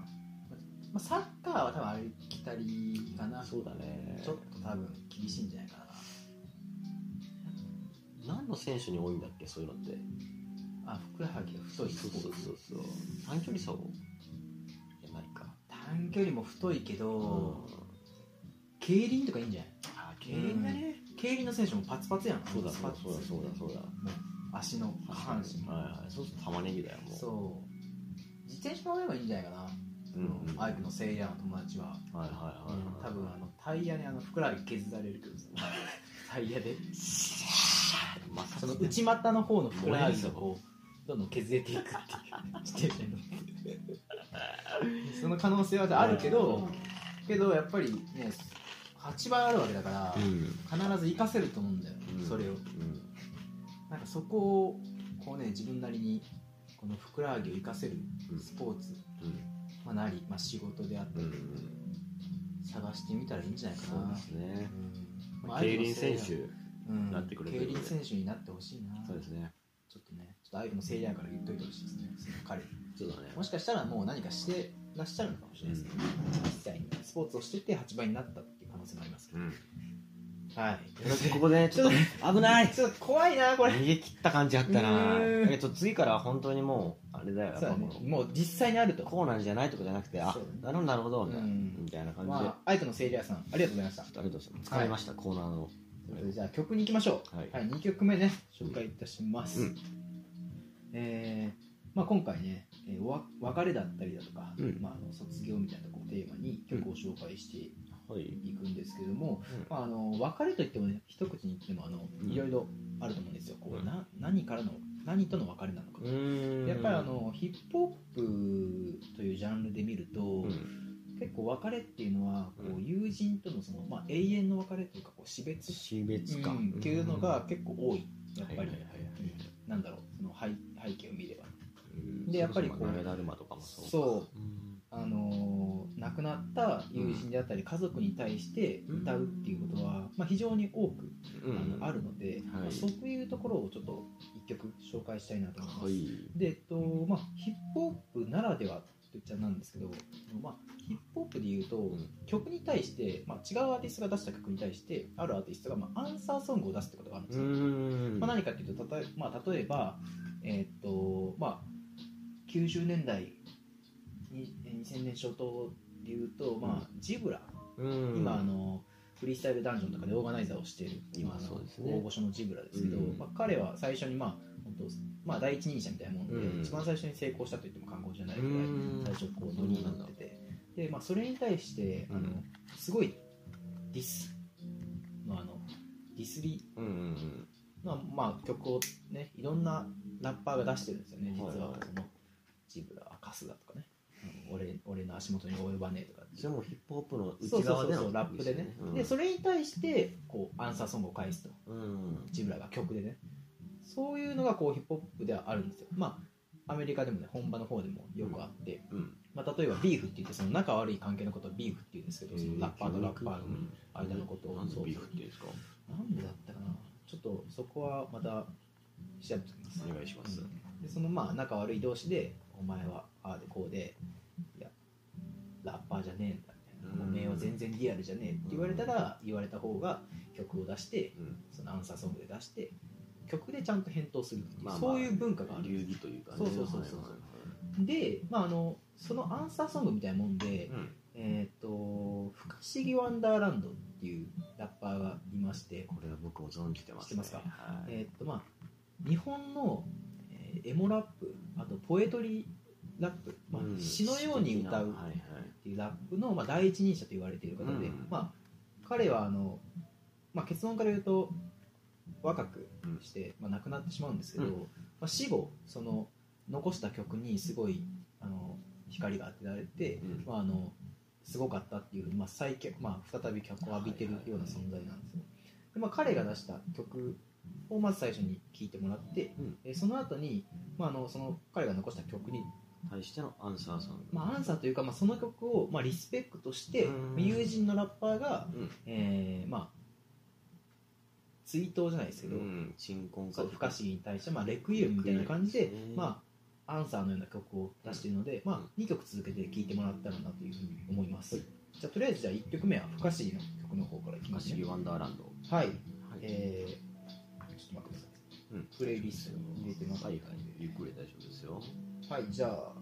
Speaker 4: まあ、サッカーは多分ありきたりかな
Speaker 2: ー
Speaker 4: ち
Speaker 2: そうだね
Speaker 4: ょっと多分厳しいんじゃないかな
Speaker 2: 何の選手に多いんだっけそういうのって
Speaker 4: あふくらはぎが太い
Speaker 2: そ
Speaker 4: ス
Speaker 2: う
Speaker 4: ポ
Speaker 2: そう
Speaker 4: ーツ
Speaker 2: そうそう短距離走じゃないか
Speaker 4: 短距離も太いけど
Speaker 2: うん
Speaker 4: 競輪とかいいんじゃない
Speaker 2: あー
Speaker 4: 競輪の選手もパツパツやん
Speaker 2: そうだ
Speaker 4: パツ
Speaker 2: そう
Speaker 4: パ
Speaker 2: だ
Speaker 4: ツ
Speaker 2: そうだそうだそうだ
Speaker 4: もう足の下半身
Speaker 2: はいはいそうすると玉ねぎだよもう
Speaker 4: そう自転車乗ればいいんじゃないかな、
Speaker 2: うんうん
Speaker 4: アイクのセイヤーの友達は、
Speaker 2: はいはいはいはい
Speaker 4: 多分あのタイヤにあのふくらはぎ削られる けどさタイヤで
Speaker 2: まさか
Speaker 4: その内股の方のふくらはぎが
Speaker 2: 燃
Speaker 4: こうどんどん削れていくっていう自転車 に乗ってその可能性はあるけどけどやっぱりね8倍あるわけだから、
Speaker 2: うん
Speaker 4: 必ず活かせると思うんだよ、
Speaker 2: うん
Speaker 4: それ
Speaker 2: う
Speaker 4: を
Speaker 2: ん
Speaker 4: なんかそこをこうね自分なりにこのふくらはぎを活かせる
Speaker 2: うん
Speaker 4: スポーツ、
Speaker 2: うん
Speaker 4: まあ、なり、まあ、仕事であった
Speaker 2: う
Speaker 4: り、
Speaker 2: ん
Speaker 4: 探してみたらいいんじゃないか
Speaker 2: そう
Speaker 4: な
Speaker 2: ですね
Speaker 4: うんまあ
Speaker 2: 競輪選手
Speaker 4: うん
Speaker 2: なってくれてる
Speaker 4: 競輪選手になってほしいな
Speaker 2: そうですね
Speaker 4: ちょっとねちょっとアイドのせいやから言っといてほしいですねその彼に
Speaker 2: そうだね
Speaker 4: もしかしたらもう何かしてらっしゃるのかもしれないですね、実際にスポーツをしてて8倍になったっていう可能性もありますけど、
Speaker 2: うん
Speaker 4: はい
Speaker 2: だってここでねちょっと危ない
Speaker 4: ちょっと怖いなこれ
Speaker 2: 逃げ切った感じあったな
Speaker 4: うーん
Speaker 2: だけど次からは本当にもうあれだよやっぱ
Speaker 4: そうだ
Speaker 2: こ
Speaker 4: ね
Speaker 2: の
Speaker 4: もう実際にあると
Speaker 2: コーナーじゃないとかじゃなくてあ
Speaker 4: そう
Speaker 2: な
Speaker 4: だね
Speaker 2: るほどなるほどみたいな
Speaker 4: うん
Speaker 2: みたいな感じで
Speaker 4: まあ、アイクのセイリアさんありがとうございました
Speaker 2: ありがとうございます。疲れました、コーナーの。
Speaker 4: ということでじゃあ曲に行きましょう
Speaker 2: は
Speaker 4: はいい、2曲目ね紹介いたします、
Speaker 2: うん
Speaker 4: えーまあ、今回ね、えー、おわ別れだったりだとか、
Speaker 2: うん
Speaker 4: まあ、あの卒業みたいなとこをテーマに曲を紹介して
Speaker 2: はい。
Speaker 4: いくんですけども、
Speaker 2: うん
Speaker 4: まあ、あの別れといってもね一口に言ってもあの
Speaker 2: うん
Speaker 4: いろいろあると思うんですよこう、
Speaker 2: うん
Speaker 4: な何からの何との別れなのか、
Speaker 2: ん
Speaker 4: やっぱりあ、のヒップホップというジャンルで見ると、
Speaker 2: うん、
Speaker 4: 結構別れっていうのはこ
Speaker 2: う
Speaker 4: う友人とのその、まあ、永遠の別れというかこう死別
Speaker 2: 死別か、
Speaker 4: うんっていうのが結構多いやっぱり、
Speaker 2: はいはいはいはい
Speaker 4: うんなんだろうその背背景を見れば
Speaker 2: うん、
Speaker 4: でやっぱりこう
Speaker 2: こう、ダルマとかもそうか。
Speaker 4: そう
Speaker 2: うん
Speaker 4: あのー亡くなった友人であったり家族に対して歌うっていうことは、まあ、非常に多く、あのあるので、
Speaker 2: はい
Speaker 4: まあそういうところをちょっと一曲紹介したいなと思います。
Speaker 2: はい
Speaker 4: で、えっとまあ、ヒップホップならではと言っちゃなんですけど、まあ、ヒップホップで言うと、
Speaker 2: ん
Speaker 4: 曲に対して、まあ、違うアーティストが出した曲に対してあるアーティストが、まあ、アンサーソングを出すってことがあるんで
Speaker 2: う
Speaker 4: すよ、
Speaker 2: ん
Speaker 4: まあ、何かっていうとたとえ、まあ、例えば、えっとまあ、90年代に2000年初頭で言うと、まあ、ジブラ、
Speaker 2: うん
Speaker 4: 今あのフリースタイルダンジョンとかでオーガナイザーをしている
Speaker 2: 今
Speaker 4: あの
Speaker 2: そうですね
Speaker 4: 大御所のジブラですけど、
Speaker 2: うん
Speaker 4: まあ、彼は最初に、まあ本当まあ、第一人者みたいなもんで、
Speaker 2: うん
Speaker 4: 一番最初に成功したと言っても過言じゃないぐらい、
Speaker 2: うん
Speaker 4: 最初こうノリになっててで、まあ、それに対してあの、
Speaker 2: うん
Speaker 4: すごいディスのあのディスリ
Speaker 2: うんうん
Speaker 4: の、まあ、曲を、ね、いろんなラッパーが出してるんですよね実は
Speaker 2: はい
Speaker 4: その、
Speaker 2: はい
Speaker 4: ジブラ春日とかねあの俺俺の足元に及ばねえとかっていう
Speaker 2: それもヒップホップの
Speaker 4: そう
Speaker 2: 内
Speaker 4: そう
Speaker 2: 側
Speaker 4: そう
Speaker 2: で
Speaker 4: そう
Speaker 2: の
Speaker 4: ラップでね、でそ
Speaker 2: れ
Speaker 4: れに対してこうアンサーソングを返すと
Speaker 2: うん
Speaker 4: ジブラが曲でねそういうのがこうヒップホップではあるんですよまあアメリカでもね本場の方でもよくあって、
Speaker 2: うん
Speaker 4: まあ、例えばビーフって言ってその仲悪い関係のことをビーフって言うんですけどそのラッパーとラッパーの間のことを
Speaker 2: なんで
Speaker 4: そう
Speaker 2: ビーフって言うんですか
Speaker 4: なんでだったかなちょっとそこはまた調べておきます
Speaker 2: お願いします
Speaker 4: うんでそのまあ仲悪い同士でお前はああでこうでいやラッパーじゃねえんだみたいな
Speaker 2: うん
Speaker 4: おめえは全然リアルじゃねえって言われたら言われた方が曲を出して
Speaker 2: うん
Speaker 4: そのアンサーソングで出して曲でちゃんと返答するっていう、
Speaker 2: まあまあ
Speaker 4: そういう文化があるんで
Speaker 2: 流
Speaker 4: す
Speaker 2: 儀というかね
Speaker 4: そうそうそうそうで、まあ、あのそのアンサーソングみたいなもんで、
Speaker 2: うん
Speaker 4: えっ、と「不可思議ワンダーランド」っていうラッパーがいまして
Speaker 2: これは僕も存じてますね
Speaker 4: 知ってます
Speaker 2: はい
Speaker 4: えーっとまあ日本の、えーエモラップあとポエトリーラップ、まあ
Speaker 2: うん
Speaker 4: 詩のように歌う
Speaker 2: 素敵なはいはい
Speaker 4: っていうラップの、まあ、第一人者と言われている方で、
Speaker 2: うん
Speaker 4: まあ、彼はあの、まあ、結論から言うと若くして、まあ、亡くなってしまうんですけど、
Speaker 2: うん
Speaker 4: まあ、死後その残した曲にすごいあの光が当てられて、
Speaker 2: うん
Speaker 4: まあ、あのすごかったっていうふうに、まあ再脚まあ、再び脚光を浴びてるような存在なんですよ。でまあ、彼が出した曲をまず最初に聴いてもらって、
Speaker 2: うん
Speaker 4: えその後に、まあ、あのその彼が残した曲に
Speaker 2: 対してのアンサーソング
Speaker 4: まあ、アンサーというか、まあ、その曲を、まあ、リスペクトして
Speaker 2: うん
Speaker 4: 友人のラッパーが、
Speaker 2: うん
Speaker 4: えーまあ、追悼じゃないですけど、
Speaker 2: うん鎮魂
Speaker 4: そ
Speaker 2: 歌
Speaker 4: う不可思議に対して、まあ、レクイエムみたいな感じで
Speaker 2: レクイエムですね
Speaker 4: まあ、アンサーのような曲を出しているので、まあ、2曲続けて聴いてもらったらなというふうに思います、じゃあとりあえずじゃあ1曲目は不可思議の曲の方からいき
Speaker 2: 不可
Speaker 4: ます
Speaker 2: 思議
Speaker 4: ね
Speaker 2: ワンダーランド
Speaker 4: はい、
Speaker 2: はい
Speaker 4: えー、ちょっと待ってください、
Speaker 2: うん
Speaker 4: プレイリストに入れてます
Speaker 2: はいはいゆっくり大丈夫ですよ
Speaker 4: はい、じゃあ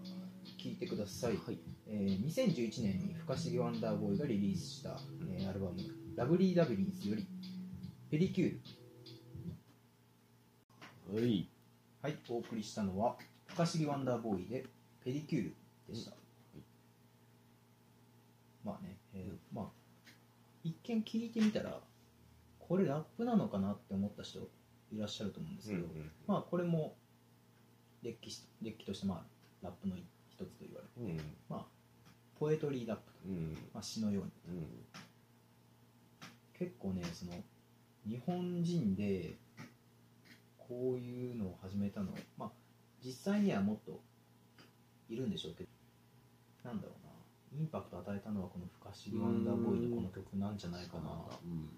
Speaker 4: 聴いてください
Speaker 2: はい
Speaker 4: えー2011年に不可思議ワンダーボーイがリリースした、えーアルバム「ラブリー・ラブリーズ」より「ペリキュール
Speaker 2: はい」
Speaker 4: はいお送りしたのは「不可思議ワンダーボーイ」で「ペリキュール」でした、
Speaker 2: うん
Speaker 4: まあね、えーまあ一見聞いてみたらこれラップなのかなって思った人いらっしゃると思うんですけど、まあこれもれっきしれっきとしてまあラップの一つと言われる
Speaker 2: うんうん
Speaker 4: ポエトリーラップ、
Speaker 2: うん
Speaker 4: まあ、詩のように
Speaker 2: うん
Speaker 4: 結構ねその日本人でこういうのを始めたのまあ実際にはもっといるんでしょうけどなんだろうなインパクトを与えたのはこの「不可思議ワンダーボーイ」のこの曲なんじゃないかな
Speaker 2: うん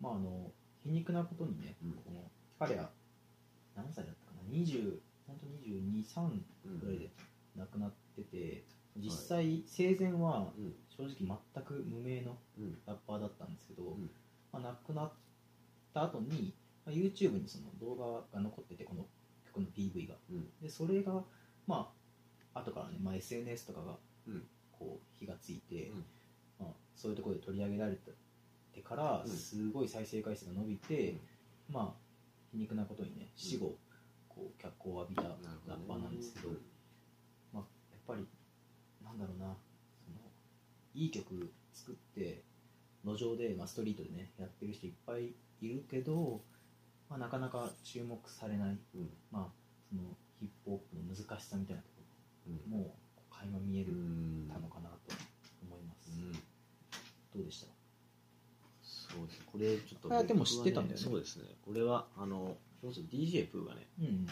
Speaker 4: まああの皮肉なことにね、
Speaker 2: うん
Speaker 4: この彼は何歳だったかな20本当22、3
Speaker 2: うん
Speaker 4: ぐらいで亡くなってて実際生前は
Speaker 2: うん
Speaker 4: 正直全く無名の
Speaker 2: うん
Speaker 4: ラッパーだったんですけど、
Speaker 2: ん
Speaker 4: まあ、亡くなった後に、まあ、YouTube にその動画が残っててこの曲の PV が、
Speaker 2: うん
Speaker 4: でそれがまあ後からね、まあ、SNS とかが
Speaker 2: うん
Speaker 4: こう火がついて、
Speaker 2: うん
Speaker 4: まあ、そういうところで取り上げられてから
Speaker 2: うん
Speaker 4: すごい再生回数が伸びて、
Speaker 2: うん
Speaker 4: まあ皮肉なことにね死後こう脚光を浴びたラ
Speaker 2: なるほ
Speaker 4: ッ
Speaker 2: どね
Speaker 4: パーなんですけどまあ、やっぱりなんだろうなそのいい曲作って路上で、まあ、ストリートでねやってる人いっぱいいるけど、まあ、なかなか注目されない、
Speaker 2: うん
Speaker 4: まあ、そのヒップホップの難しさみたいなとこ
Speaker 2: うん
Speaker 4: ろも垣間見え
Speaker 2: う
Speaker 4: る
Speaker 2: ん
Speaker 4: たのかなと思います、
Speaker 2: うん
Speaker 4: どうでした
Speaker 2: そうですねこれちょっと
Speaker 4: あで
Speaker 2: 僕
Speaker 4: も
Speaker 2: は
Speaker 4: 知ってたんだよね
Speaker 2: そうですねこれはあのそうそう DJ プーがね
Speaker 4: うん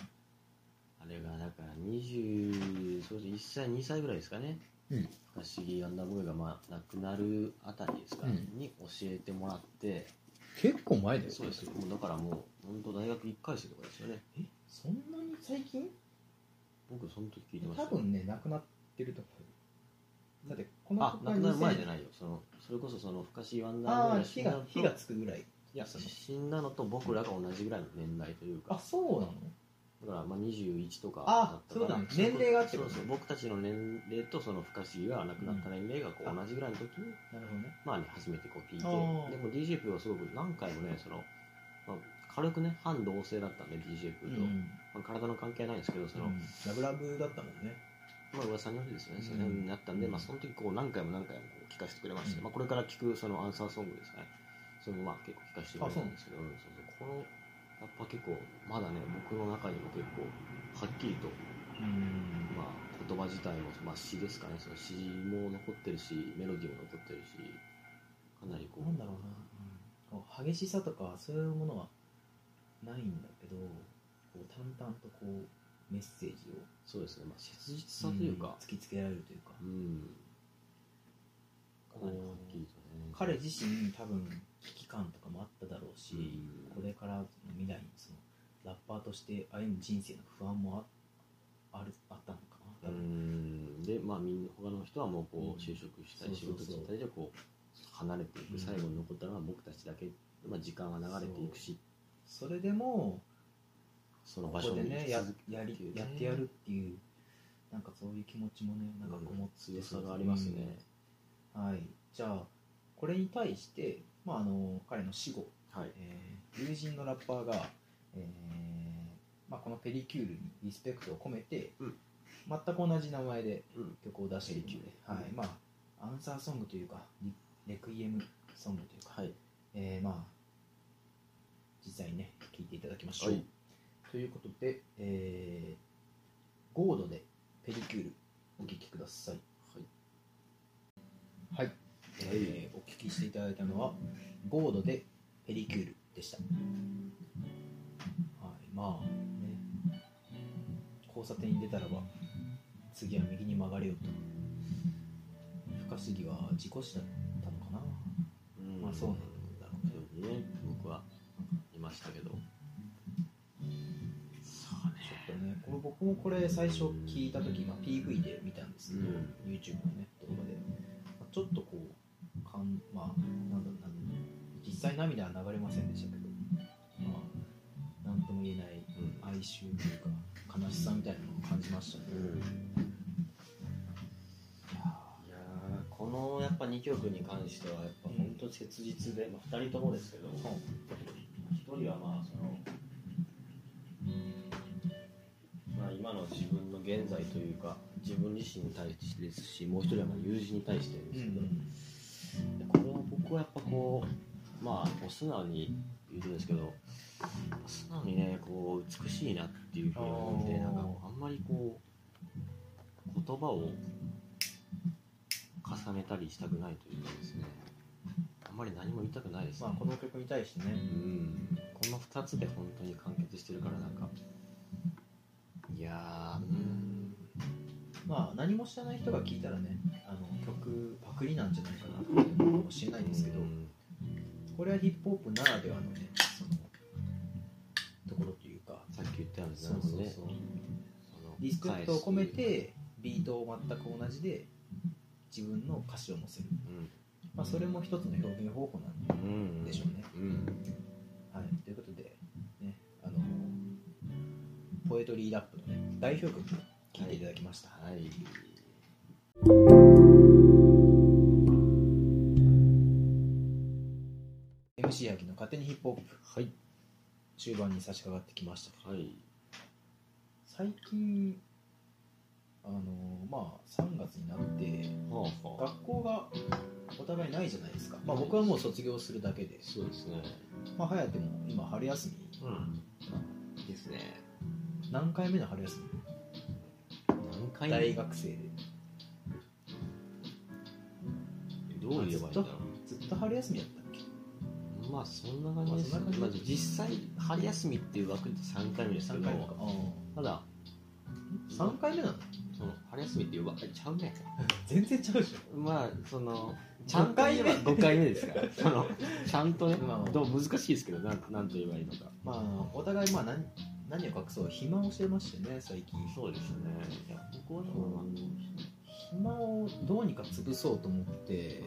Speaker 2: あれがだから20そうです1歳2歳ぐらいですかね
Speaker 4: うん
Speaker 2: 不思議アンダーボーイがまあ亡くなるあたりですか、
Speaker 4: うん
Speaker 2: に教えてもらって
Speaker 4: 結構前だよ
Speaker 2: そうですよもうだからもう本当大学1回生とかですよね
Speaker 4: そんなに最近
Speaker 2: 僕その時聞いてました
Speaker 4: 多
Speaker 2: よ
Speaker 4: 分ね亡くなってると思うだってこの
Speaker 2: あ亡くなる前じゃ
Speaker 4: ない
Speaker 2: ないよそのそれこそその不可思議アンダーボーイ
Speaker 4: ああ
Speaker 2: が
Speaker 4: 火
Speaker 2: 死んだ
Speaker 4: が
Speaker 2: のと
Speaker 4: 火がつくぐらいいやその
Speaker 2: 死んだのと僕らが同じぐらいの年代というか
Speaker 4: あそうなの
Speaker 2: だからまあ21とかだ
Speaker 4: あ
Speaker 2: ったから
Speaker 4: そうだ年齢がって
Speaker 2: そ
Speaker 4: こ
Speaker 2: う
Speaker 4: と
Speaker 2: そう僕たちの年齢とその不可思議が亡くなった年齢がこ
Speaker 4: う
Speaker 2: うん同じぐらいの時に、
Speaker 4: なるほどね
Speaker 2: まあね初めてこう聞いてで
Speaker 4: あー
Speaker 2: も DJP はすごく何回もねその、まあ、軽くね反同性だったんで DJP と、まあ、体の関係はないんですけどその、
Speaker 4: うんラブラブだったもんね
Speaker 2: まあ噂によるですよね
Speaker 4: うん
Speaker 2: そういうふうになったんで、
Speaker 4: うん
Speaker 2: まあ、その時こう何回も何回もこう聞かせてくれまして、
Speaker 4: うん
Speaker 2: まあ、これから聞くそのアンサーソングですねそれもまあ結構聞かせてくれたんですけどうんそうそうこのやっぱ結構まだね僕の中にも結構はっきりと
Speaker 4: うん
Speaker 2: まあ、言葉自体も、まあ、詩ですかねその詩も残ってるしメロディーも残ってるしかなりこ
Speaker 4: なん
Speaker 2: う
Speaker 4: だろうな、こう激しさとかそういうものはないんだけどこう淡々とこうメッセージを
Speaker 2: そうですね、まあ、切実さというか
Speaker 4: ん突きつけられるというか、
Speaker 2: うん、かなりはっきりとね
Speaker 4: 彼自身多分危機感とかもあっただろうし、
Speaker 2: うん
Speaker 4: これからの未来のそのラッパーとして歩む人生の不安もああるあったのかな
Speaker 2: う
Speaker 4: 多分、
Speaker 2: んでまあみんな他の人はもうこう就職した
Speaker 4: う
Speaker 2: り
Speaker 4: ん
Speaker 2: 仕事したりでこう離れていく、
Speaker 4: うん
Speaker 2: 最後に残ったのは僕たちだけ、まあ、時間は流れていくし
Speaker 4: それでも
Speaker 2: その
Speaker 4: こ
Speaker 2: 場
Speaker 4: こ
Speaker 2: 所
Speaker 4: で
Speaker 2: に
Speaker 4: ねややり
Speaker 2: っていうね
Speaker 4: やってやるっていうなんかそういう気持ちもねなんかこもって
Speaker 2: 強さがありますね、
Speaker 4: はい、じゃあこれに対して、まあ、あの彼の死後、
Speaker 2: はい
Speaker 4: えー友人のラッパーが、えーまあ、この「ペリキュール」にリスペクトを込めて、
Speaker 2: うん
Speaker 4: 全く同じ名前で
Speaker 2: うん
Speaker 4: 曲を出しているの
Speaker 2: ペ
Speaker 4: で
Speaker 2: リ、キュール
Speaker 4: はいまあ、アンサーソングというかリレクイエムソングというか、
Speaker 2: はい
Speaker 4: えーまあ、実際にね聴いていただきましょう。
Speaker 2: はい
Speaker 4: ということで、えーゴードで「ペリキュール」お聴きください。
Speaker 2: はい
Speaker 4: はい、えーお聞きしていただいたのは「ゴードでペリキュール」でしたはいまあね交差点に出たらば次は右に曲がれよと深杉は事故死だったのかな
Speaker 2: うん
Speaker 4: まあそうなんだろうね
Speaker 2: うね僕はいましたけどそうね
Speaker 4: ちょっとねこれ僕もこれ最初聞いた時、まあ、PV で見たんですけ
Speaker 2: う
Speaker 4: ど、
Speaker 2: ん
Speaker 4: YouTube のね動画で、まあちょっとこうかんまあなんだろうなんだろう実際涙は流れませんでしたけどまあなんとも言えない
Speaker 2: うん
Speaker 4: 哀愁というか悲しさみたいなのを感じましたね、
Speaker 2: うんいやーこのやっぱ2曲に関してはやっぱ本当切実で、まあ、2人ともですけど1人はまあその、まあ、今の自分の現在というか自分自身に対してですしもう1人はまあ友人に対してですけど、でこれは僕はやっぱこうまあこう素直に言うとですけど素直にねこう美しいなっていうふうに思って
Speaker 4: あー
Speaker 2: なんかあんまりこう言葉を重ねたりしたくないというかですねあんまり何も言いたくないですね、
Speaker 4: まあこの曲に対してね
Speaker 2: うんこの2つで本当に完結してるからなんかいやーうん
Speaker 4: まあ何も知らない人が聞いたらねあの曲パクリなんじゃないかなって思うかもしれないんですけど、
Speaker 2: うん
Speaker 4: これはヒップホップならではのねそのところというか
Speaker 2: さっき言ったように
Speaker 4: そうそうそうリスペクトを込め、てビートを全く同じで自分の歌詞を載せる、
Speaker 2: その
Speaker 4: まあ、それも一つの表現方法なん
Speaker 2: うんうん、
Speaker 4: でしょうね、
Speaker 2: うん
Speaker 4: はい、ということで、ね、あのポエトリーラップの、ね、代表曲を聴いていただきました、
Speaker 2: はい。
Speaker 4: MC 秋の勝手にヒップホップ
Speaker 2: はい。
Speaker 4: 中盤に差し掛かってきましたけど
Speaker 2: はい。
Speaker 4: 最近あのまあ3月になって
Speaker 2: はあはあ。
Speaker 4: 学校がお互いないじゃないですか、まあ、僕はもう卒業するだけで、
Speaker 2: そうですね。
Speaker 4: まあ、颯も今春休み
Speaker 2: うん。ですね。
Speaker 4: 何回目の春休
Speaker 2: 何
Speaker 4: み
Speaker 2: 回
Speaker 4: 大学生で
Speaker 2: どう言えばいいんだろ
Speaker 4: ずっと春休みだったっけ
Speaker 2: う。まあそんな感じですね
Speaker 4: まあそんな感じ
Speaker 2: まあ実際春休みっていう枠で3回目ですけ
Speaker 4: 3
Speaker 2: ど
Speaker 4: 回目か、あ
Speaker 2: ただ
Speaker 4: 3回目なの
Speaker 2: その春休みって呼ばれちゃうね
Speaker 4: 全然ちゃうでし
Speaker 2: まあその
Speaker 4: ちゃんと言えば
Speaker 2: 5回目ですからそのちゃんとね
Speaker 4: まあまあ
Speaker 2: どう難しいですけどなんなんと言えばいいのか
Speaker 4: ょまあお互いまあ何何を隠そう暇をしてましてね最近
Speaker 2: そうですねいや向こう
Speaker 4: のは暇をどうにか潰そうと思って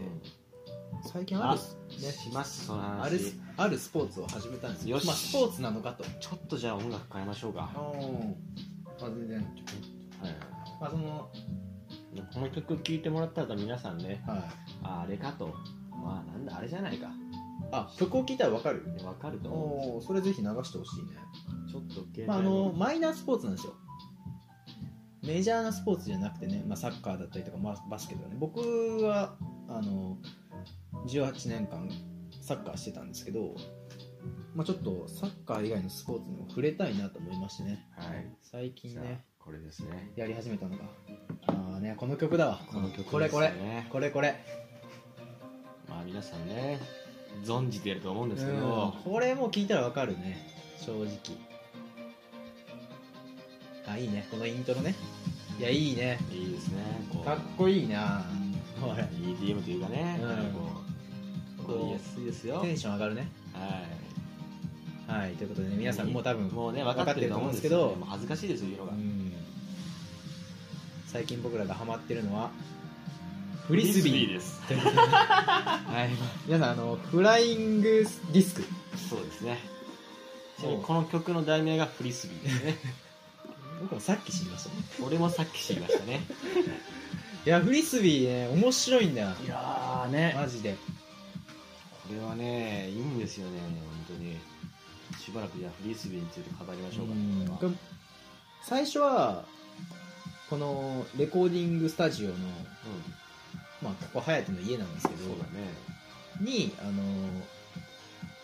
Speaker 4: 最近あ
Speaker 2: あ
Speaker 4: る
Speaker 2: ねしますその話
Speaker 4: あるあるスポーツを始めたんですよ
Speaker 2: よし
Speaker 4: まあスポーツなのかと
Speaker 2: ちょっとじゃあ音楽変えましょうか、
Speaker 4: まあ全然
Speaker 2: はい
Speaker 4: まあその
Speaker 2: でこの曲聴いてもらったら皆さんね
Speaker 4: はい
Speaker 2: ああれかとまあなんだあれじゃないか
Speaker 4: あ曲を聴いたらわかる
Speaker 2: でわかると思うんです
Speaker 4: おおそれぜひ流してほしいね、
Speaker 2: ちょっと携帯
Speaker 4: まあ、あのマイナースポーツなんですよメジャーなスポーツじゃなくてね、まあ、サッカーだったりとか、まあ、バスケとかね僕はあの18年間サッカーしてたんですけど、まあ、ちょっとサッカー以外のスポーツにも触れたいなと思いましてね
Speaker 2: はい
Speaker 4: 最近
Speaker 2: じゃあ
Speaker 4: ね
Speaker 2: これですね
Speaker 4: やり始めたのがああねこの曲だわ
Speaker 2: この曲ですね
Speaker 4: これこれこれこれ
Speaker 2: まあ皆さんね存じてると思うんですけ
Speaker 4: うん
Speaker 2: ど
Speaker 4: これもう聞いたらわかるね正直あいいねこのイントロねいやいいね
Speaker 2: いいですねこう
Speaker 4: かっこいいなこれ
Speaker 2: EDM というかね、
Speaker 4: うん
Speaker 2: なんかこう
Speaker 4: こう
Speaker 2: こう安いですよは
Speaker 4: テ
Speaker 2: い
Speaker 4: ンション上がるねはいということでね皆さんもう多分
Speaker 2: もうね分かってると思うんですけ
Speaker 4: わか
Speaker 2: ど
Speaker 4: ってる
Speaker 2: もう
Speaker 4: と思うんですけど
Speaker 2: 恥ずかしいですよ言うのが
Speaker 4: うん最近僕らがハマってるのはフリスビー
Speaker 2: です
Speaker 4: ということでね
Speaker 2: はいま
Speaker 4: 皆さんあのフライングディスク
Speaker 2: あそうですねちなみにこの曲の題名がフリスビーですね
Speaker 4: 僕もさっき知りましたね
Speaker 2: 俺もさっき知りましたね
Speaker 4: いやフリスビーね面白いんだよ
Speaker 2: いやーね
Speaker 4: マジで
Speaker 2: これはねいいんですよね本当にしばらくじゃあフリスビーについて語りましょうか
Speaker 4: うん
Speaker 2: これは
Speaker 4: 最初はこのレコーディングスタジオの、
Speaker 2: う
Speaker 4: まあ、ここ隼人の家なんですけど
Speaker 2: んそうだね
Speaker 4: にあの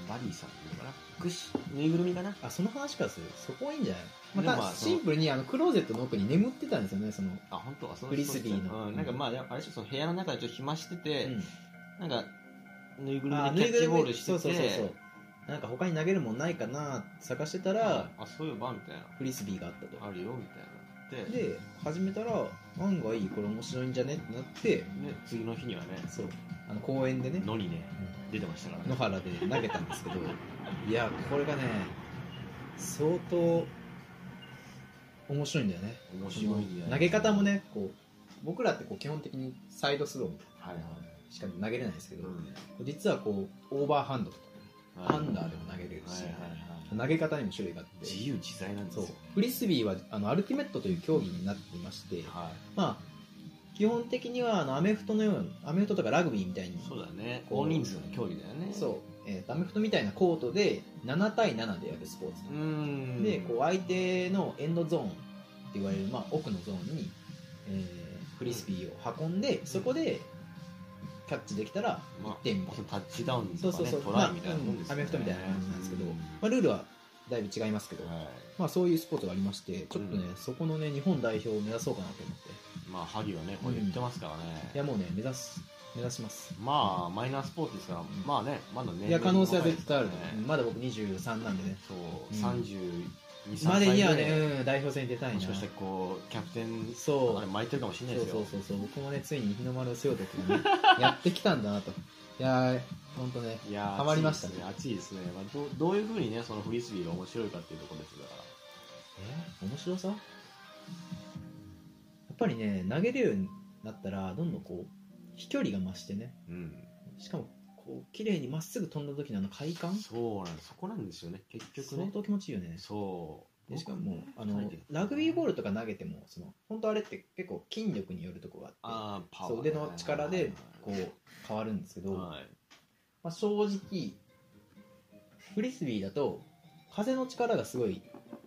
Speaker 2: バリーさんっていうのかなくしぬいぐるみかな
Speaker 4: あその話からするそこはいいんじゃない、ま
Speaker 2: でも
Speaker 4: あ、た
Speaker 2: まあ
Speaker 4: だシンプルにあのクローゼットの奥に眠ってたんですよねその、
Speaker 2: あ本当はその
Speaker 4: フリスビーの
Speaker 2: うんなんかまああれでしょその部屋の中でちょっと暇してて、
Speaker 4: うん
Speaker 2: なんかぬいぐる
Speaker 4: あ
Speaker 2: みでキャッチボールしてて
Speaker 4: そうそうそうそうなんか他に投げるもんないかなって探してたら
Speaker 2: あそういえばみたいな
Speaker 4: フリスビーがあったと
Speaker 2: あるよみたいなで
Speaker 4: で始めたら案外これ面白いんじゃねってなって
Speaker 2: ね次の日にはね
Speaker 4: そうあの公園でね
Speaker 2: 野にね
Speaker 4: うん
Speaker 2: 出てましたから
Speaker 4: 野
Speaker 2: ね
Speaker 4: 原で投げたんで すけどいやこれがね相当面白いんだよね
Speaker 2: 面白いんだよね
Speaker 4: 投げ方もねこう僕らってこう基本的にサイドスロー
Speaker 2: はいはい
Speaker 4: しか投げれないんですけど、
Speaker 2: うん
Speaker 4: 実はこうオーバーハンドとか
Speaker 2: はい
Speaker 4: ハンダーでも投げれる
Speaker 2: はい
Speaker 4: し、
Speaker 2: はいはい
Speaker 4: 投げ方にも種類があって
Speaker 2: 自由自在なんです
Speaker 4: そ
Speaker 2: よ
Speaker 4: うフリスビーはあのアルティメットという競技になっていまして、
Speaker 2: は
Speaker 4: まあ基本的にはあのアメフトのようなアメフトとかラグビーみたいに
Speaker 2: いそうだね
Speaker 4: こう
Speaker 2: 大人数の競技だよね
Speaker 4: そう、えーとアメフトみたいなコートで7対7でやるスポーツ、
Speaker 2: うーん
Speaker 4: でこう相手のエンドゾーンって言われる、まあ、奥のゾーンに、えーフリスビーを運んで、そこでキャッチできたら
Speaker 2: まあ
Speaker 4: 1点みたいな、
Speaker 2: タッチダウンと
Speaker 4: そう
Speaker 2: か
Speaker 4: そう
Speaker 2: ね
Speaker 4: そう、
Speaker 2: ト
Speaker 4: ま
Speaker 2: ラ
Speaker 4: あ
Speaker 2: イみたいなもんです
Speaker 4: うんアメフトみたいな感じなんですけど、
Speaker 2: う
Speaker 4: まあ、ルールはだいぶ違いますけど、
Speaker 2: はい
Speaker 4: まあ、そういうスポーツがありましてちょっとね、
Speaker 2: うん
Speaker 4: そこのね日本代表を目指そうかなと思って
Speaker 2: まあ萩はねこれ言ってますから
Speaker 4: い
Speaker 2: ね
Speaker 4: やもうね目指す目指します
Speaker 2: まあマイナースポーツですからまあねまだね
Speaker 4: いや可能性は絶対あるね
Speaker 2: ね、
Speaker 4: まだ僕23なんでね
Speaker 2: そう、
Speaker 4: うん
Speaker 2: 32、3歳
Speaker 4: までには
Speaker 2: ぐらい
Speaker 4: ね、うん代表戦に出たいな
Speaker 2: もしかしたらこう、キャプテン、
Speaker 4: そう
Speaker 2: あれ巻いてるかもしれない
Speaker 4: そ
Speaker 2: で
Speaker 4: う
Speaker 2: すよ。
Speaker 4: そうそうそう僕もねついに日の丸を背負う時 にねやってきたんだなといやーほんとね
Speaker 2: いやー
Speaker 4: ハマりましたね
Speaker 2: 暑いですね。暑いですねまあ、どうどういうふうにね、そのフリスビーが面白いかっていうところですよだから。
Speaker 4: え面白さやっぱりね投げれるようになったらどんどんこう飛距離が増してね
Speaker 2: うん、
Speaker 4: しかもこう綺麗にまっすぐ飛んだ時のあの快感
Speaker 2: そうなんそこなんですよね、結局
Speaker 4: 相
Speaker 2: ね。
Speaker 4: 当気持ちいいよね
Speaker 2: そう。
Speaker 4: でしかもあ
Speaker 2: 書
Speaker 4: の
Speaker 2: いてる
Speaker 4: ラグビーボールとか投げてもその本当あれって結構筋力によるとこがあって
Speaker 2: あーパワー
Speaker 4: そう腕の力でこう変わるんですけど、
Speaker 2: はい
Speaker 4: まあ、正直フリスビーだと風の力がすごい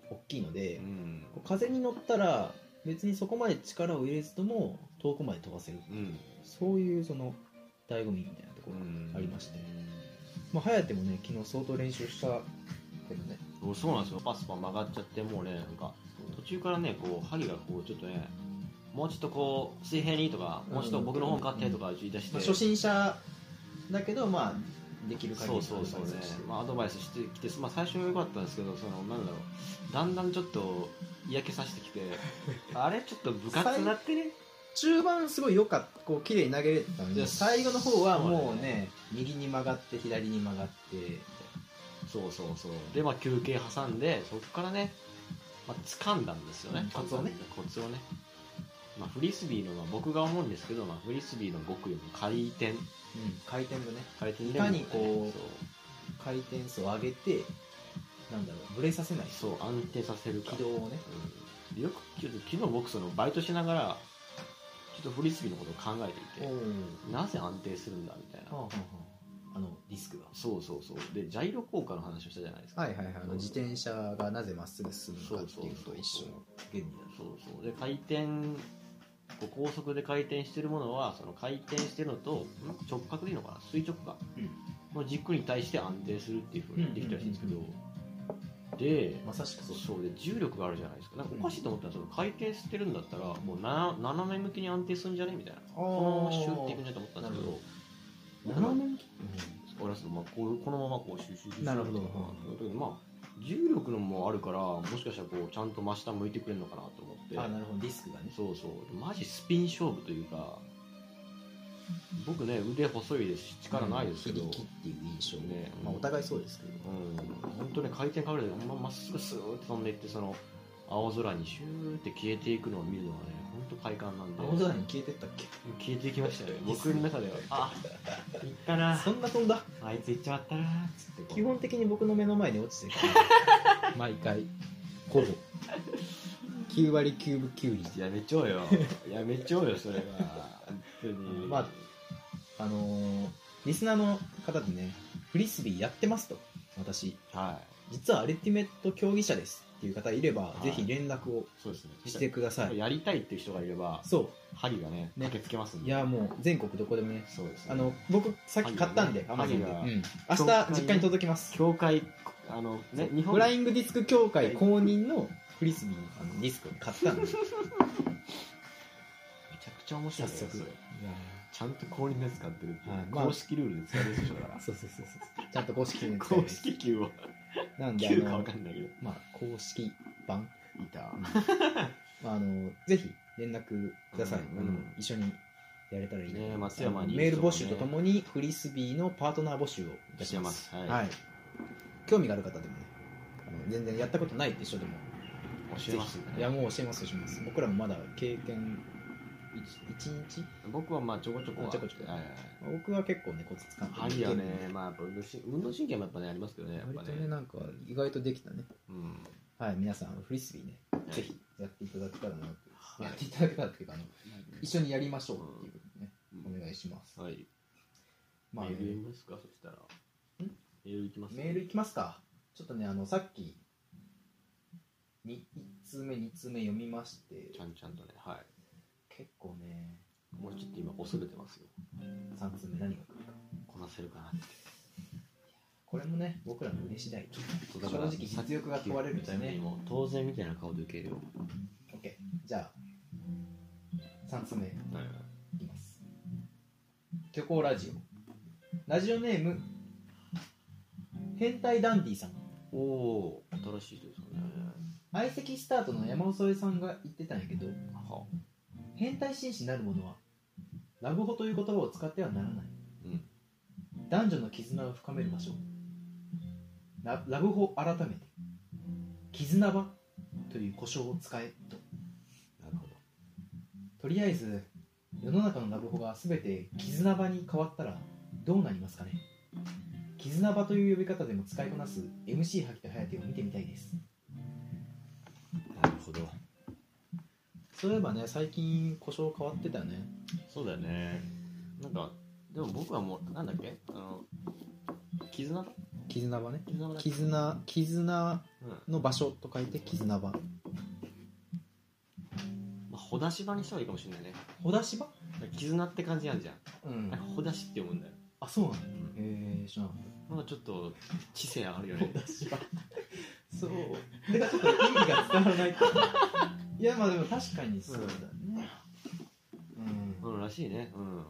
Speaker 4: 大きいので、
Speaker 2: うん。
Speaker 4: こう風に乗ったら別にそこまで力を入れずとも遠くまで飛ばせる
Speaker 2: うん。
Speaker 4: そういうその醍醐味みたいなところ
Speaker 2: うん
Speaker 4: がありまして、まあ、颯もね昨日相当練習したけどね
Speaker 2: うんそうなんですよ、パスパン曲がっちゃって、もうね、なんか、途中からね、こう、針がこう、ちょっとね、もうちょっとこう、水平にとか、もうちょっと僕の方に勝ってとか言い出して、
Speaker 4: まあ、初心者だけどまあできる限り
Speaker 2: そう
Speaker 4: の
Speaker 2: そうそうね
Speaker 4: アドバイスをして、
Speaker 2: まあ、アドバイスしてきて、まあ、最初は良かったんですけどそのなんだろうだんだんちょっと嫌気さして きてあれちょっと部活になってね
Speaker 4: 中盤すごい良かったこう綺麗に投げれてたの
Speaker 2: い
Speaker 4: に
Speaker 2: や
Speaker 4: 最後の方はもう
Speaker 2: そうだ
Speaker 4: ね右に曲がって左に曲がって
Speaker 2: そうそうそうで、まあ、休憩挟んでそこからね、まあ掴んだんですよね
Speaker 4: コツをね
Speaker 2: コツをね、まあ、フリスビーの、まあ、僕が思うんですけど、まあ、フリスビーの極意の回転
Speaker 4: うん回転がね
Speaker 2: 回転
Speaker 4: いかにこう
Speaker 2: そう
Speaker 4: 回転数を上げてなんだろうブレさせない
Speaker 2: そう安定させるか
Speaker 4: 軌道をね
Speaker 2: うん、よくちょっと昨日僕そのバイトしながらちょっとフリスビーのことを考えていてなぜ安定するんだみたいな
Speaker 4: はあはあはああのリスクが
Speaker 2: そうそうそうでジャイロ効果の話をしたじゃないですか、
Speaker 4: はいはいはいあの自転車がなぜまっすぐ進むかっていうの
Speaker 2: そうそうそう
Speaker 4: と一緒の原理だ
Speaker 2: そうそうで回転こう高速で回転してるものはその回転してるのとなんか直角でいいのかな垂直か、の軸に対して安定するっていうふうにできたらしいんですけど、
Speaker 4: うんうん
Speaker 2: で、
Speaker 4: まさしくそう
Speaker 2: そうで重力があるじゃないですかなんかおかしいと思ったらその回転してるんだったらもうな斜め向きに安定するんじゃねみたいなこのままシュッていくんじゃないと思ったんですけ
Speaker 4: なる
Speaker 2: ど
Speaker 4: ほど
Speaker 2: 斜め向き俺はそのまあこうこのままこうシュッシュッシュッシュッ
Speaker 4: なるほど
Speaker 2: っていう時にまあ重力のもあるからもしかしたらこうちゃんと真下向いてくれるのかなと思って
Speaker 4: あなるほどリスクがね
Speaker 2: そうそうマジスピン勝負というか僕ね腕細いですし力ないですけど、
Speaker 4: うん響きっていう印象
Speaker 2: ね
Speaker 4: まあお互いそうですけど
Speaker 2: うん、本当ね回転かぶれてほんままっすぐスーって飛んでいってその青空にシューって消えていくのを見るのがね本当快感なんで
Speaker 4: 青空に消えてったっけ
Speaker 2: 消えていきましたよね僕の中ではあいったな
Speaker 4: そんな飛んだ
Speaker 2: あいつ行っちまったなつってこう
Speaker 4: 基本的に僕の目の前に落ちてる 毎回ほぼ9割9分9厘
Speaker 2: やめちゃおう よやめちゃおうよそれは本当に
Speaker 4: まああのーリスナーの方でねフリスビーやってますと私
Speaker 2: は
Speaker 4: 実はアルティメット競技者ですっていう方いれば、
Speaker 2: はい
Speaker 4: ぜひ連絡を
Speaker 2: いそうですね
Speaker 4: してください
Speaker 2: やりたいっていう人がいれば
Speaker 4: そ
Speaker 2: 針がね
Speaker 4: ね
Speaker 2: 駆けつけますん
Speaker 4: う
Speaker 2: で
Speaker 4: いやもう全国どこでもね
Speaker 2: そうですね
Speaker 4: あの僕さっき買ったんでア
Speaker 2: 萩が
Speaker 4: マゾン
Speaker 2: 萩
Speaker 4: で、う
Speaker 2: が
Speaker 4: ん、明日実家に届きます
Speaker 2: 教会あのね日本
Speaker 4: フライングディスク協会公認のフリスビーのあのディスクを買ったんで
Speaker 2: めちゃくちゃ面白い
Speaker 4: 早
Speaker 2: ね
Speaker 4: 速
Speaker 2: それ
Speaker 4: いや
Speaker 2: ちゃんと氷のやつ買ってるっていう、
Speaker 4: はいまあ
Speaker 2: 公式ルールで使えるでしょだか
Speaker 4: ーそうそうそう そうちゃんと公式に
Speaker 2: ら公式球を
Speaker 4: なんであ
Speaker 2: 球かわ
Speaker 4: の
Speaker 2: かんないけど
Speaker 4: まあ公式版
Speaker 2: いた
Speaker 4: まあ、あのぜひ連絡ください、
Speaker 2: うん
Speaker 4: あの
Speaker 2: うん
Speaker 4: 一緒にやれたらいいな
Speaker 2: ね松山にいる
Speaker 4: メー
Speaker 2: 人
Speaker 4: ル
Speaker 2: もね
Speaker 4: 募集とともにフリスビーのパートナー募集をい
Speaker 2: し
Speaker 4: た
Speaker 2: て
Speaker 4: しま
Speaker 2: ますすはい、
Speaker 4: はい興味がある方でもねあの全然やったことないって人でも
Speaker 2: 教えますん
Speaker 4: ぜ
Speaker 2: で
Speaker 4: ひい
Speaker 2: ね
Speaker 4: やもう教えます教えます僕らもまだ経験1日
Speaker 2: 僕はまあちょこちょこは
Speaker 4: ちょこちょこ
Speaker 2: はいはい
Speaker 4: まあ僕は結構ねコツつかん
Speaker 2: はい針
Speaker 4: る
Speaker 2: はね、まあ、やっぱ運動し運動神経もやっぱねありますけどねやっぱ
Speaker 4: 割と
Speaker 2: ね
Speaker 4: ねなんか意外とできたね
Speaker 2: うん
Speaker 4: はい皆さんフリスビーね
Speaker 2: い
Speaker 4: ぜひやっていただけたらなと
Speaker 2: はい
Speaker 4: やっていただけたらっていうかあの一緒にやりましょうっていうことでね
Speaker 2: う
Speaker 4: お
Speaker 2: ん
Speaker 4: 願いします
Speaker 2: はい、
Speaker 4: まあ
Speaker 2: メ
Speaker 4: ね
Speaker 2: ール読みますかそしたらメールいきます
Speaker 4: メールいきますかちょっとねあのさっき1通目2通目読みまして
Speaker 2: ちゃんちゃんとねは
Speaker 4: 結構ね
Speaker 2: いもうちょっと今恐れてますよ
Speaker 4: 3通目何が来るか
Speaker 2: こなせるかなって
Speaker 4: これもね僕らの腕次第
Speaker 2: 正
Speaker 4: 正直実力が問われるんですね
Speaker 2: もう当然みたいな顔で受けるよ
Speaker 4: OK じゃあ3通目いきます虚構ラジオラジオネーム変態ダンディさん
Speaker 2: おおー新しいですよね
Speaker 4: 相席スタートの山添さんが言ってたんやけど
Speaker 2: は
Speaker 4: 変態紳士なるものはラブホという言葉を使ってはならない
Speaker 2: うん
Speaker 4: 男女の絆を深める場所ララブホ改めて絆場という呼称を使えと
Speaker 2: なるほど
Speaker 4: とりあえず世の中のラブホが全て絆場に変わったらどうなりますかね絆場という呼び方でも使いこなす MC 萩田颯を見てみたいです
Speaker 2: なるほど
Speaker 4: そういえばね最近故障変わってたよね
Speaker 2: そうだよねなんかでも僕はもうなんだっけあの絆だ
Speaker 4: 絆場ね
Speaker 2: 絆だっけ
Speaker 4: 絆絆
Speaker 2: うんま
Speaker 4: の場所と書いて絆場
Speaker 2: あほだし場にした方がいいかもしれないね
Speaker 4: ほだし場
Speaker 2: なんか絆って感じあるじゃん、
Speaker 4: うん
Speaker 2: なんかほだしって読むんだよ、
Speaker 4: あそうなんだ
Speaker 2: うん、
Speaker 4: へえ知らなかっ
Speaker 2: なんかちょっと知性上がるよね
Speaker 4: たそうだからちょっと意味が伝わらないっていうかいやまあでも確かにそうだねうん、
Speaker 2: うんらしいねうん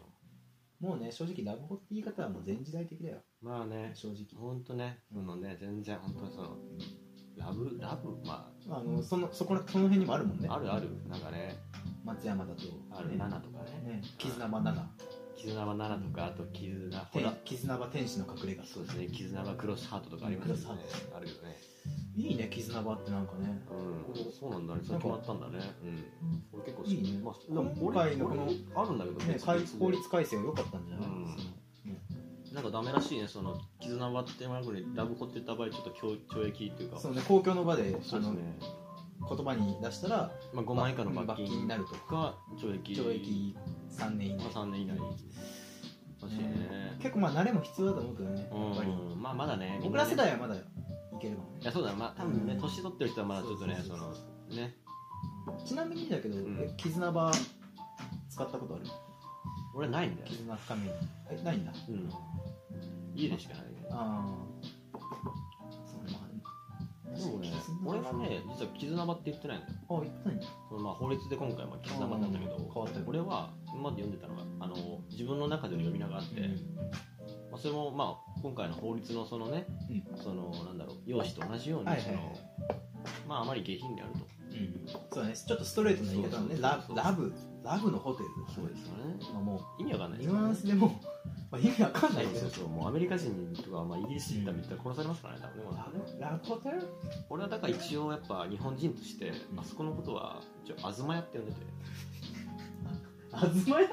Speaker 4: もうね正直ラブホって言い方はもう全時代的だよ
Speaker 2: まあね
Speaker 4: 正直
Speaker 2: ほんとねそのね全然本当にそのラブラブま
Speaker 4: あのそのそこらその辺にもあるもんね
Speaker 2: ああるあるなんかね
Speaker 4: 松山だと
Speaker 2: ある
Speaker 4: ね
Speaker 2: 7とかね
Speaker 4: ね絆は7
Speaker 2: 絆は7とかあと絆ほら
Speaker 4: 天絆は天使の隠れ家
Speaker 2: そうですね絆はクロスハートとかありますよね
Speaker 4: クロス
Speaker 2: あるよね
Speaker 4: いいね絆はってなんかね
Speaker 2: うんそうなんだねそれ決まったんだねうん俺結構好き
Speaker 4: いいね
Speaker 2: まあでも
Speaker 4: 今回の
Speaker 2: 俺
Speaker 4: この
Speaker 2: 俺あるんだけど
Speaker 4: ね
Speaker 2: 別々
Speaker 4: かい
Speaker 2: で
Speaker 4: 法律改正は良かったんじゃない、
Speaker 2: うん
Speaker 4: その
Speaker 2: なんかダメらしいね、その絆割ってもらうにラブホって言った場合、ちょっと懲懲役っていうか、
Speaker 4: そのね公共の場で
Speaker 2: そ
Speaker 4: あ
Speaker 2: うです
Speaker 4: の
Speaker 2: ね、
Speaker 4: 言葉に出したら
Speaker 2: まあ、5万以下の
Speaker 4: 罰
Speaker 2: 罰
Speaker 4: 金に
Speaker 2: 金
Speaker 4: なると
Speaker 2: か、懲役
Speaker 4: 懲役3年以内
Speaker 2: まあ、3年以内らしいね、
Speaker 4: 結構まあ慣れも必要だと思うけどね
Speaker 2: うん
Speaker 4: やっぱり、
Speaker 2: まあ、まだね、
Speaker 4: 僕ら世代
Speaker 2: い
Speaker 4: はまだいけるかもね
Speaker 2: や、そうだ、まあ、多分ね、
Speaker 4: うん
Speaker 2: 年取ってる人はまだちょっとね、そう
Speaker 4: そそうそう
Speaker 2: の
Speaker 4: そ
Speaker 2: ね、
Speaker 4: ちなみにだけど、
Speaker 2: ん
Speaker 4: え絆場使ったことある
Speaker 2: 俺はないんだよね、
Speaker 4: 絆深めにえないんだ
Speaker 2: うん、家でしかない
Speaker 4: ああそうねまあ
Speaker 2: でもね俺
Speaker 4: 絆、場
Speaker 2: はね、実は絆場って言ってないんだよ。
Speaker 4: あ言ってないんだ
Speaker 2: そのまあ、法律で今回、まあ、絆場だったけ
Speaker 4: うん変わ
Speaker 2: ど
Speaker 4: ったよ、
Speaker 2: 俺は今まで読んでたのが、あの自分の中での呼び名があって、まあ、それもまあ今回の法律のそのね、
Speaker 4: う
Speaker 2: そのなんだろう容姿と同じように、
Speaker 4: はいはい
Speaker 2: そのまああまり下品であると
Speaker 4: うんそうだねちょっとストレートな言い方だねラ
Speaker 2: そうそうそう
Speaker 4: ラブラブのホテル
Speaker 2: すよね
Speaker 4: まあも
Speaker 2: 意味わかん
Speaker 4: う
Speaker 2: ない
Speaker 4: ニ
Speaker 2: です
Speaker 4: ュ
Speaker 2: よ
Speaker 4: ア
Speaker 2: ね
Speaker 4: ンスでもう、まあ、意味わかんないけ
Speaker 2: そ
Speaker 4: ど
Speaker 2: うそうもうアメリカ人とか、まあ、イギリス人だったら殺されますからね多分ねもう
Speaker 4: ラブラブホテル
Speaker 2: 俺はだから一応やっぱ日本人として
Speaker 4: うん
Speaker 2: あそこのことは一応東屋って呼んでて
Speaker 4: あずまや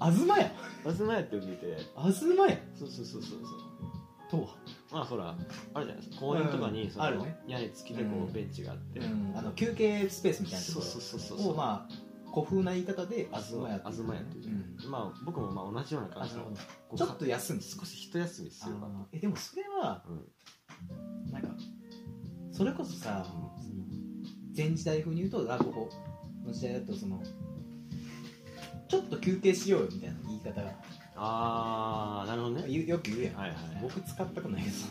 Speaker 4: あずまや
Speaker 2: 東屋って呼んでて
Speaker 4: あずまや
Speaker 2: そうそうそうそうそう
Speaker 4: とは
Speaker 2: まあそらあるじゃないですか公園とか
Speaker 4: うん
Speaker 2: にその
Speaker 4: あるね
Speaker 2: 屋根付きでこ
Speaker 4: うん
Speaker 2: うベンチがあって、
Speaker 4: うん、あの休憩スペースみたいなと
Speaker 2: そう
Speaker 4: こ
Speaker 2: そうそうそう
Speaker 4: ろをまあ古風な言い方で「あずまや」
Speaker 2: 東屋っていうね、まあ僕もまあ同じような
Speaker 4: あ
Speaker 2: 感じの
Speaker 4: の
Speaker 2: こう
Speaker 4: ちょっと休む
Speaker 2: 少し一休みす
Speaker 4: あ
Speaker 2: れば
Speaker 4: のえでもそれは、なんかそれこそさ、その前時代風に言うとラブホの時代だとそのちょっと休憩しようよみたいな言い方が
Speaker 2: ああなるほどね
Speaker 4: よよく言うやん、
Speaker 2: はいはい
Speaker 4: 僕使ったことないけどさ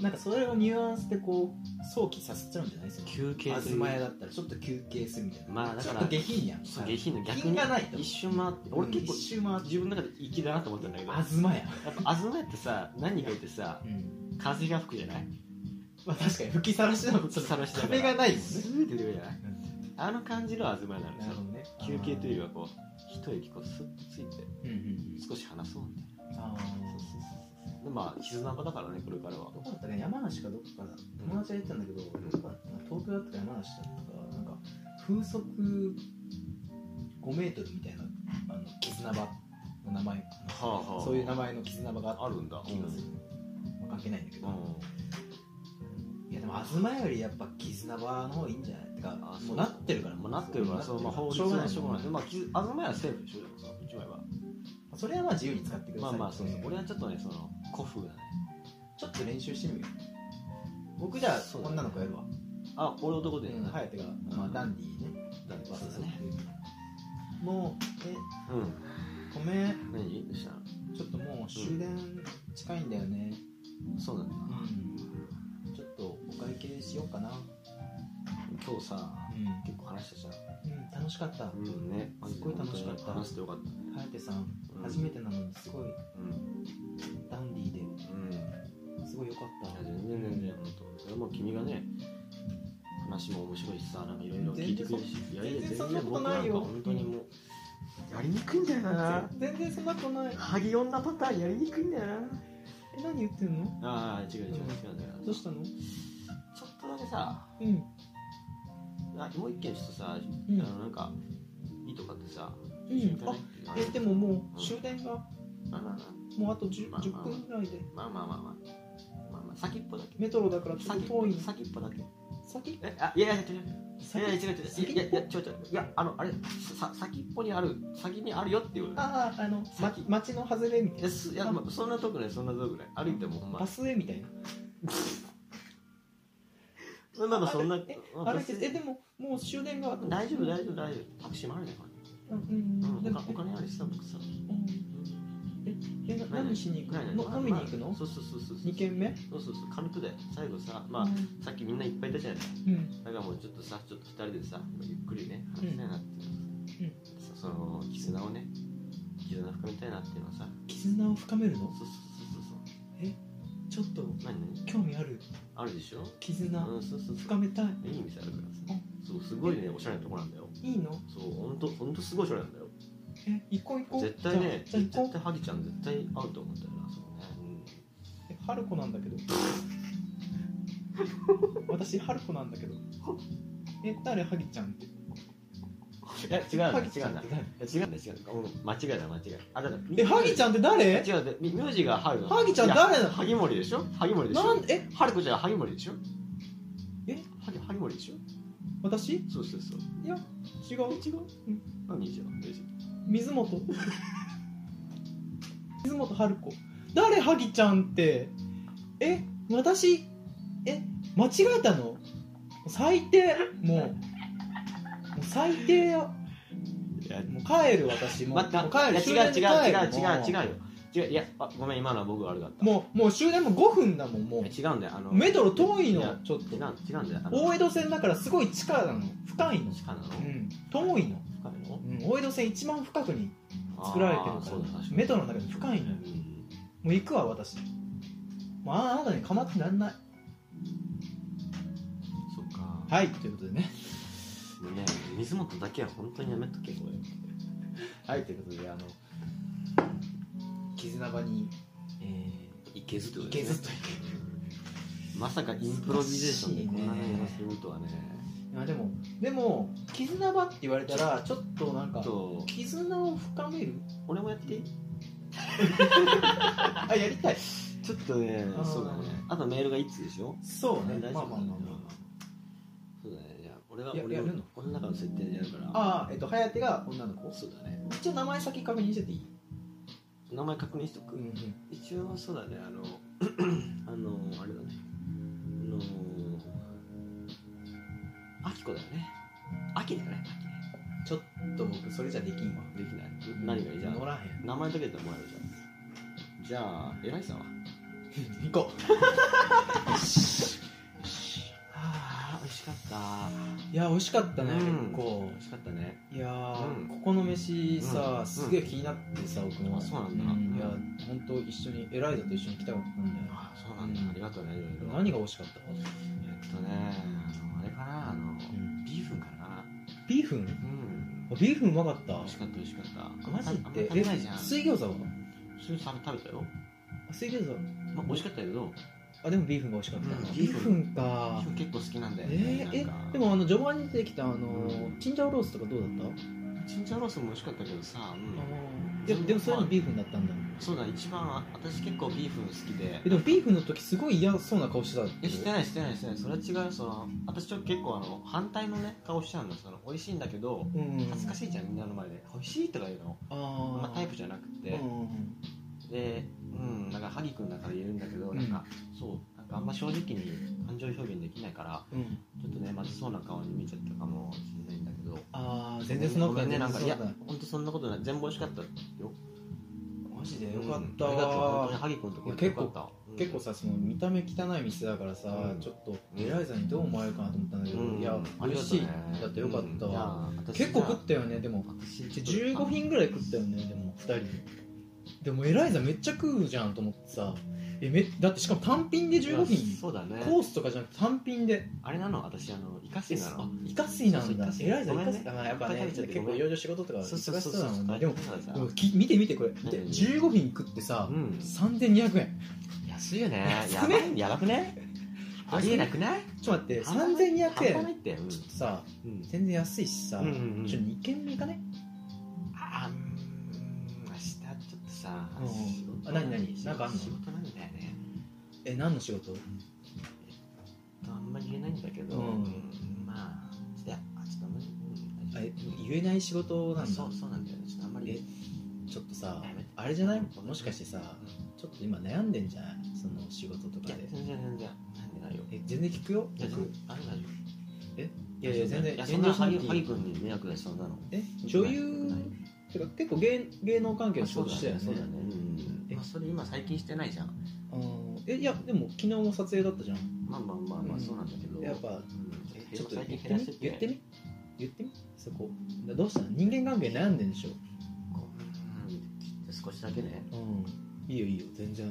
Speaker 4: なんかそれをニュアンスでこう想起させちゃうんじゃないですか
Speaker 2: 休憩とい
Speaker 4: 東
Speaker 2: う
Speaker 4: 屋だったらちょっと休憩するみたいな、
Speaker 2: まあだ
Speaker 4: ち
Speaker 2: か
Speaker 4: ょっ
Speaker 2: ら
Speaker 4: と下品やん
Speaker 2: そう下品の逆
Speaker 4: 品
Speaker 2: に
Speaker 4: がないと
Speaker 2: 一瞬回って俺結構
Speaker 4: 一周回って
Speaker 2: 自分の中で粋だなと思ったんだけどやっ
Speaker 4: 東屋
Speaker 2: ぱ東屋ってさ何が言ってさ
Speaker 4: うん
Speaker 2: 風が吹くじゃない
Speaker 4: まあ確かに吹きさらしだもん
Speaker 2: 吹きさらしだから
Speaker 4: 壁がないもんね
Speaker 2: スーって出るじゃないあの感じの東屋なの
Speaker 4: なる
Speaker 2: よ
Speaker 4: ほどね
Speaker 2: 休憩という
Speaker 4: う
Speaker 2: よりはこう一息こうスッとついて
Speaker 4: うんうんうん
Speaker 2: 少し話そうみたいな
Speaker 4: あ
Speaker 2: そうそ
Speaker 4: あ
Speaker 2: うそうでまあ絆場だからねこれからは
Speaker 4: どこだったか山梨かどっか友達が言ってたんだけど、どこだったかな東京だったか山梨だったかなんか風速5メートルみたいなあの絆場の名前
Speaker 2: はあはあ
Speaker 4: そういう名前の絆場があった
Speaker 2: あるんだ
Speaker 4: 気がする、まあ、関係ないんだけど、
Speaker 2: うん
Speaker 4: いやでも東よりやっぱ絆場の方がいいんじゃないってか
Speaker 2: あ
Speaker 4: もうなってるから
Speaker 2: もうなってるから、そう、まあ、法律
Speaker 4: しょうがな
Speaker 2: はいしょうがない。
Speaker 4: ま
Speaker 2: まあ、きず東屋はセーフでしょ、でもさ、一枚は。
Speaker 4: あそれはまあ自由に使ってくだ
Speaker 2: ま
Speaker 4: さ
Speaker 2: あ
Speaker 4: い
Speaker 2: まあ、そうそう。俺
Speaker 4: は
Speaker 2: はちょっとね、その、古風だね。
Speaker 4: ちょっと練習してみるよ僕じゃあ
Speaker 2: そうだね
Speaker 4: 女の子やるわ
Speaker 2: あ、俺男で。
Speaker 4: うん
Speaker 2: い。
Speaker 4: 颯が、まあ、ダンディーね
Speaker 2: だって
Speaker 4: バ
Speaker 2: そ
Speaker 4: ス
Speaker 2: うだね。
Speaker 4: もうえ
Speaker 2: うん。
Speaker 4: ごめん
Speaker 2: 何どうした
Speaker 4: ちょっともう終電近いんだよね、
Speaker 2: そうなんだ。
Speaker 4: ちょっとお会計しようかな
Speaker 2: 今日さ、
Speaker 4: うん、
Speaker 2: 結構話したじゃ
Speaker 4: うん、楽しかった
Speaker 2: ん。うんね。
Speaker 4: すごい楽しかった
Speaker 2: 本当に話してよかったね。
Speaker 4: 颯さん
Speaker 2: うん
Speaker 4: 初めてなのにすごい
Speaker 2: うん。
Speaker 4: ダンディー
Speaker 2: うん。いや
Speaker 4: ですごい良かった
Speaker 2: 全然全然、本当。それはもう君がね、話も面白いしさ、なんかいろいろ聞いてくれるし。いやいや、
Speaker 4: 全然そ
Speaker 2: 全
Speaker 4: ん
Speaker 2: 然
Speaker 4: なこと
Speaker 2: 僕
Speaker 4: な
Speaker 2: ないん
Speaker 4: よ
Speaker 2: か本当にもう、やりにくいんだよな。
Speaker 4: 全然そんなことない
Speaker 2: ハギ女パターンやりにくいんだよな。
Speaker 4: え何言ってんの
Speaker 2: ああ違う違う違う違う
Speaker 4: どうしたの
Speaker 2: ちょっとだけさ
Speaker 4: うん
Speaker 2: あもう一件ちょっとさ、
Speaker 4: うん
Speaker 2: あのなんかいいとかってさ、
Speaker 4: うん
Speaker 2: 一緒に行かない
Speaker 4: え
Speaker 2: って
Speaker 4: で
Speaker 2: いう
Speaker 4: ももう終電が
Speaker 2: のあらら
Speaker 4: もうあと 10,
Speaker 2: まあまあ
Speaker 4: 10分ぐらいで
Speaker 2: まあまあまあまあまあまあ先っぽだけ
Speaker 4: メトロだからちょっ
Speaker 2: 先
Speaker 4: と
Speaker 2: っぽ
Speaker 4: 遠いの
Speaker 2: 先っぽだけ
Speaker 4: 先
Speaker 2: えあいやいや違う違ういやいや違
Speaker 4: 先
Speaker 2: う違ういやいや違う違ういやあのあれさ先っぽにある先にあるよっていう
Speaker 4: あああのま
Speaker 2: 先
Speaker 4: 街の外れみた
Speaker 2: い
Speaker 4: いな
Speaker 2: やすいや、まあ、そんな遠くないそんな遠くない歩いてもほんま
Speaker 4: バスへみたいな
Speaker 2: そんなのそんな
Speaker 4: あえ歩いてえでももう終電があと
Speaker 2: 大丈夫大丈夫大丈夫タクシーもあるじゃんこ
Speaker 4: うん
Speaker 2: れ、
Speaker 4: うん
Speaker 2: う
Speaker 4: で
Speaker 2: ん、お
Speaker 4: も
Speaker 2: 金お金あるしさ僕さ
Speaker 4: ええな何しに行く
Speaker 2: ないない
Speaker 4: のの飲みに行く
Speaker 2: まあ
Speaker 4: の
Speaker 2: そうそうそうそう
Speaker 4: 二軒目
Speaker 2: そうそうそう軽くで最後さまあ、
Speaker 4: うん
Speaker 2: さっきみんないっぱいいたじゃない
Speaker 4: うん
Speaker 2: だからもうちょっとさちょっと二人でさゆっくりね話したいなっていう、
Speaker 4: うん
Speaker 2: さその絆をね絆深めたいなっていうのはさ
Speaker 4: 絆を深める
Speaker 2: そう
Speaker 4: の
Speaker 2: そうそうそうそう
Speaker 4: ちょっと
Speaker 2: 何何
Speaker 4: 興味ある
Speaker 2: あるでしょ
Speaker 4: 絆
Speaker 2: うんそうそうそう
Speaker 4: 深めたい
Speaker 2: いい店あるから
Speaker 4: あ
Speaker 2: さそうすごいねおしゃれなとこなんだよ
Speaker 4: いいの
Speaker 2: そうほんとほんとすごいおしゃれなんだよ
Speaker 4: え行こう行こう
Speaker 2: 絶対ね
Speaker 4: じゃあじゃあ
Speaker 2: 絶
Speaker 4: 行こ
Speaker 2: 対ハギちゃん絶対合うと思うんだよなそのね
Speaker 4: うえ春子なんだけど私春子なんだけどえ誰ハギちゃんって
Speaker 2: いや違うんだ
Speaker 4: ハ
Speaker 2: 違
Speaker 4: ギちゃ
Speaker 2: うんん
Speaker 4: っ
Speaker 2: だ
Speaker 4: て
Speaker 2: い
Speaker 4: 誰
Speaker 2: や違うんだ違うんだうん間違いだ間違いだあだから
Speaker 4: えハギちゃんって誰
Speaker 2: 違うんだみ名字がハルなの
Speaker 4: ハギちゃん
Speaker 2: いや
Speaker 4: 誰なの
Speaker 2: ハギモリでしょハギモリでし
Speaker 4: な
Speaker 2: ょ
Speaker 4: んえ
Speaker 2: ハルコちゃんハギモリでしょ
Speaker 4: え
Speaker 2: ハギハギモリでしょ
Speaker 4: 私
Speaker 2: そうそうそう
Speaker 4: いや違う違う、うん、
Speaker 2: 何じゃん別に
Speaker 4: 水本水本春子誰ハギちゃんってえ私え間違えたの最低もうもう最低よ
Speaker 2: いや
Speaker 4: もう帰る私もう
Speaker 2: 待って
Speaker 4: もう帰る
Speaker 2: いや違う違
Speaker 4: 終電で
Speaker 2: う
Speaker 4: 帰
Speaker 2: 違
Speaker 4: る
Speaker 2: う違う違うよ違ういやあごめん今のは僕が悪かった
Speaker 4: もうもう終電も5分だもん
Speaker 2: い
Speaker 4: も
Speaker 2: や違うんだよあの
Speaker 4: うメトロ遠い
Speaker 2: いや
Speaker 4: のちょっ
Speaker 2: 違う
Speaker 4: と
Speaker 2: 違うんだよあの
Speaker 4: 大江戸線だからすごい地下なの深いの
Speaker 2: 地下なの
Speaker 4: うん遠いの、
Speaker 2: 深いの
Speaker 4: うん、大江戸線一番深くに作られてる
Speaker 2: あ
Speaker 4: か
Speaker 2: ー
Speaker 4: ら
Speaker 2: そうだ確かに
Speaker 4: メトロの中で深いの
Speaker 2: うん
Speaker 4: よもう行くわ私もうああなたに構ってらんない
Speaker 2: そっか
Speaker 4: はいということでね
Speaker 2: もうね水本だけは本当にやめとけこれ
Speaker 4: はいということであの絆場に、え
Speaker 2: いけずって
Speaker 4: ー、
Speaker 2: こ
Speaker 4: 行
Speaker 2: と
Speaker 4: け
Speaker 2: ですね
Speaker 4: ずという
Speaker 2: まさかインプロビゼーションでこんなのやらせるとはね
Speaker 4: いやでもでも絆場って言われたらちょっとなん
Speaker 2: あ
Speaker 4: か
Speaker 2: と
Speaker 4: 絆を深める
Speaker 2: 俺もやっていい
Speaker 4: あやりたい
Speaker 2: ちょっとね
Speaker 4: あー
Speaker 2: そうだねあとメールが1通でしょ
Speaker 4: そうね
Speaker 2: 大丈
Speaker 4: まあ
Speaker 2: 夫
Speaker 4: まあ
Speaker 2: だね
Speaker 4: まあま
Speaker 2: そうだねじゃあ俺
Speaker 4: いや
Speaker 2: は俺
Speaker 4: やるの
Speaker 2: 俺の中の設定でやるから
Speaker 4: あああえっと颯が女の子
Speaker 2: そうだね
Speaker 4: 一応名前先確認してていい
Speaker 2: 名前確認しとく、
Speaker 4: うん
Speaker 2: 一応そうだねあの あのあれだねあのあきこだよね秋だよね
Speaker 4: ちょっと僕それじゃできんわ
Speaker 2: 秋ねできない何がいいじゃ
Speaker 4: 乗
Speaker 2: あ
Speaker 4: らへん
Speaker 2: 名前だけでもらえるじゃんじゃあ偉いさんは
Speaker 4: 行こ
Speaker 2: あー美味しかった
Speaker 4: ういや美味しかったね、
Speaker 2: うん
Speaker 4: 結構
Speaker 2: 美味しかったね
Speaker 4: いやー、
Speaker 2: うん
Speaker 4: ここの飯さ、
Speaker 2: うん
Speaker 4: すげえ気になってさ、僕も
Speaker 2: あそうなんだ
Speaker 4: いや本当一緒にエライザと一緒に来たかったんだよ
Speaker 2: あそうなんだありがとうねいろいろ
Speaker 4: 何が美味しかった、
Speaker 2: えっとねあのあれかなあのビーフンかな
Speaker 4: ビーフン
Speaker 2: うん
Speaker 4: あビーフンうまかった
Speaker 2: 美味しかった美味しかった
Speaker 4: マジ
Speaker 2: あんま
Speaker 4: で
Speaker 2: 食べないじゃん
Speaker 4: 水餃子は
Speaker 2: それ食べ食べたよ
Speaker 4: あ水餃子
Speaker 2: まあ美味しかったけど
Speaker 4: あでもビーフンが美味しかった、
Speaker 2: うん
Speaker 4: ビーフンか
Speaker 2: 私も結構好きなんだよ
Speaker 4: え
Speaker 2: ね
Speaker 4: ー、
Speaker 2: なんか
Speaker 4: えでもあの序盤に出てきたあの
Speaker 2: うん
Speaker 4: チンジャオロースとかどうだった、
Speaker 2: チンジャオロースも美味しかったけどさ、うん
Speaker 4: あーでもでもそれもビーフンだったんだ
Speaker 2: そうだ一番私結構ビーフン好きで
Speaker 4: えでもビーフンの時すごい嫌そうな顔してた
Speaker 2: えしてないしてないしてないそれは違うよその私ちょっと結構あの反対のね顔しちゃうんだその美味しいんだけど
Speaker 4: うん
Speaker 2: 恥ずか
Speaker 4: い
Speaker 2: しいじゃんみんなの前で美味しいとか言うの
Speaker 4: あ
Speaker 2: あんま
Speaker 4: ー
Speaker 2: タイプじゃなくて、
Speaker 4: うんうんうん
Speaker 2: でうんなんか萩君だから言うんだけど、
Speaker 4: うん
Speaker 2: なんかそうなんかあんま正直に感情表現できないから
Speaker 4: うん
Speaker 2: ちょっとねまずそうな顔に見ちゃったかもしれないんだけど
Speaker 4: ああ全然そんなことない
Speaker 2: ごめんねなんかいや
Speaker 4: 全然そんなこ
Speaker 2: 本当そんなことない全部美味しかったよ
Speaker 4: とないマジでよかった
Speaker 2: うんありがとう
Speaker 4: わ
Speaker 2: 本当に萩君とこ行ってよかった
Speaker 4: 結構
Speaker 2: さ
Speaker 4: さその見た目汚い店だからさ、
Speaker 2: うん
Speaker 4: ちょっとエライザにどう思われるかなと思ったんだけど、いや美味しいだってよかったわ、結構食ったよねでもうち15品ぐらい食ったよねでも2人ででもエライザめっちゃ食うじゃんと思ってさえめだってしかも単品で15品
Speaker 2: そうだね
Speaker 4: コースとかじゃなくて単品で
Speaker 2: あれなの私あのイカ水な
Speaker 4: あ
Speaker 2: の
Speaker 4: イカ水なんだ
Speaker 2: そうそう
Speaker 4: エライザイ
Speaker 2: ごめん
Speaker 4: カ
Speaker 2: ね
Speaker 4: 水あまあやっぱ
Speaker 2: いっ
Speaker 4: ね
Speaker 2: ぱい食べちゃって
Speaker 4: 結
Speaker 2: ご
Speaker 4: 構
Speaker 2: めん
Speaker 4: いろいろ仕事とか忙
Speaker 2: そう
Speaker 4: し
Speaker 2: そ
Speaker 4: そうう
Speaker 2: そう
Speaker 4: だもんねでもでも
Speaker 2: う
Speaker 4: き見て見てこれ見て
Speaker 2: 何
Speaker 4: 15品食ってさ
Speaker 2: ん
Speaker 4: 3200円
Speaker 2: 安いよねや
Speaker 4: 安くね
Speaker 2: ばいやばくねありえなくない
Speaker 4: ちょっと待って3200
Speaker 2: 半端ない
Speaker 4: 円
Speaker 2: ってうん
Speaker 4: ちょっとさ
Speaker 2: うん
Speaker 4: 全然安いしさ、
Speaker 2: うんうんうん
Speaker 4: ちょっと2軒目行かね
Speaker 2: あうん明日ちょっとさ
Speaker 4: うん
Speaker 2: 仕事
Speaker 4: あ何何
Speaker 2: 仕事
Speaker 4: なんかあんの
Speaker 2: 仕事なんだよね
Speaker 4: え何の仕事
Speaker 2: あんまり言えないんだけど
Speaker 4: う
Speaker 2: う
Speaker 4: ん
Speaker 2: んまあちょっとやあちょっとあんまりうん
Speaker 4: あえ言えない仕事なんだ
Speaker 2: そうそうなんだよねちょっとあんまり
Speaker 4: ちょっとさ
Speaker 2: やめて
Speaker 4: あれじゃないもしかしてさちょっと今悩んでんじゃないその仕事と
Speaker 2: い
Speaker 4: か
Speaker 2: や
Speaker 4: で
Speaker 2: 全然全然なんでないよ
Speaker 4: え全然聞くよ
Speaker 2: いや全
Speaker 4: 僕
Speaker 2: 然あれ大丈夫
Speaker 4: いやいや全然
Speaker 2: いやそ
Speaker 4: 遠
Speaker 2: ん
Speaker 4: 慮
Speaker 2: な
Speaker 4: しな
Speaker 2: ハ
Speaker 4: くて
Speaker 2: リ
Speaker 4: いい
Speaker 2: ハリ君に迷惑出しそうなの
Speaker 4: え女
Speaker 2: 良
Speaker 4: 優
Speaker 2: くない
Speaker 4: てか結構芸芸能関係の仕事してたよ
Speaker 2: そうだ
Speaker 4: ね
Speaker 2: ねうん
Speaker 4: え
Speaker 2: まあそれ今最近してないじゃん
Speaker 4: あーえいやでも昨日も撮影だったじゃん
Speaker 2: まあまあまあまあ
Speaker 4: うん
Speaker 2: そうなんだけど
Speaker 4: やっぱ
Speaker 2: う
Speaker 4: え
Speaker 2: ん
Speaker 4: ちょっと
Speaker 2: 最
Speaker 4: 言
Speaker 2: 近減ら
Speaker 4: ってみ
Speaker 2: して
Speaker 4: 言ってみ言ってみそこどうしたの人間関係悩んでんでしょ
Speaker 2: うん少しだけね
Speaker 4: うんいいよいいよ全然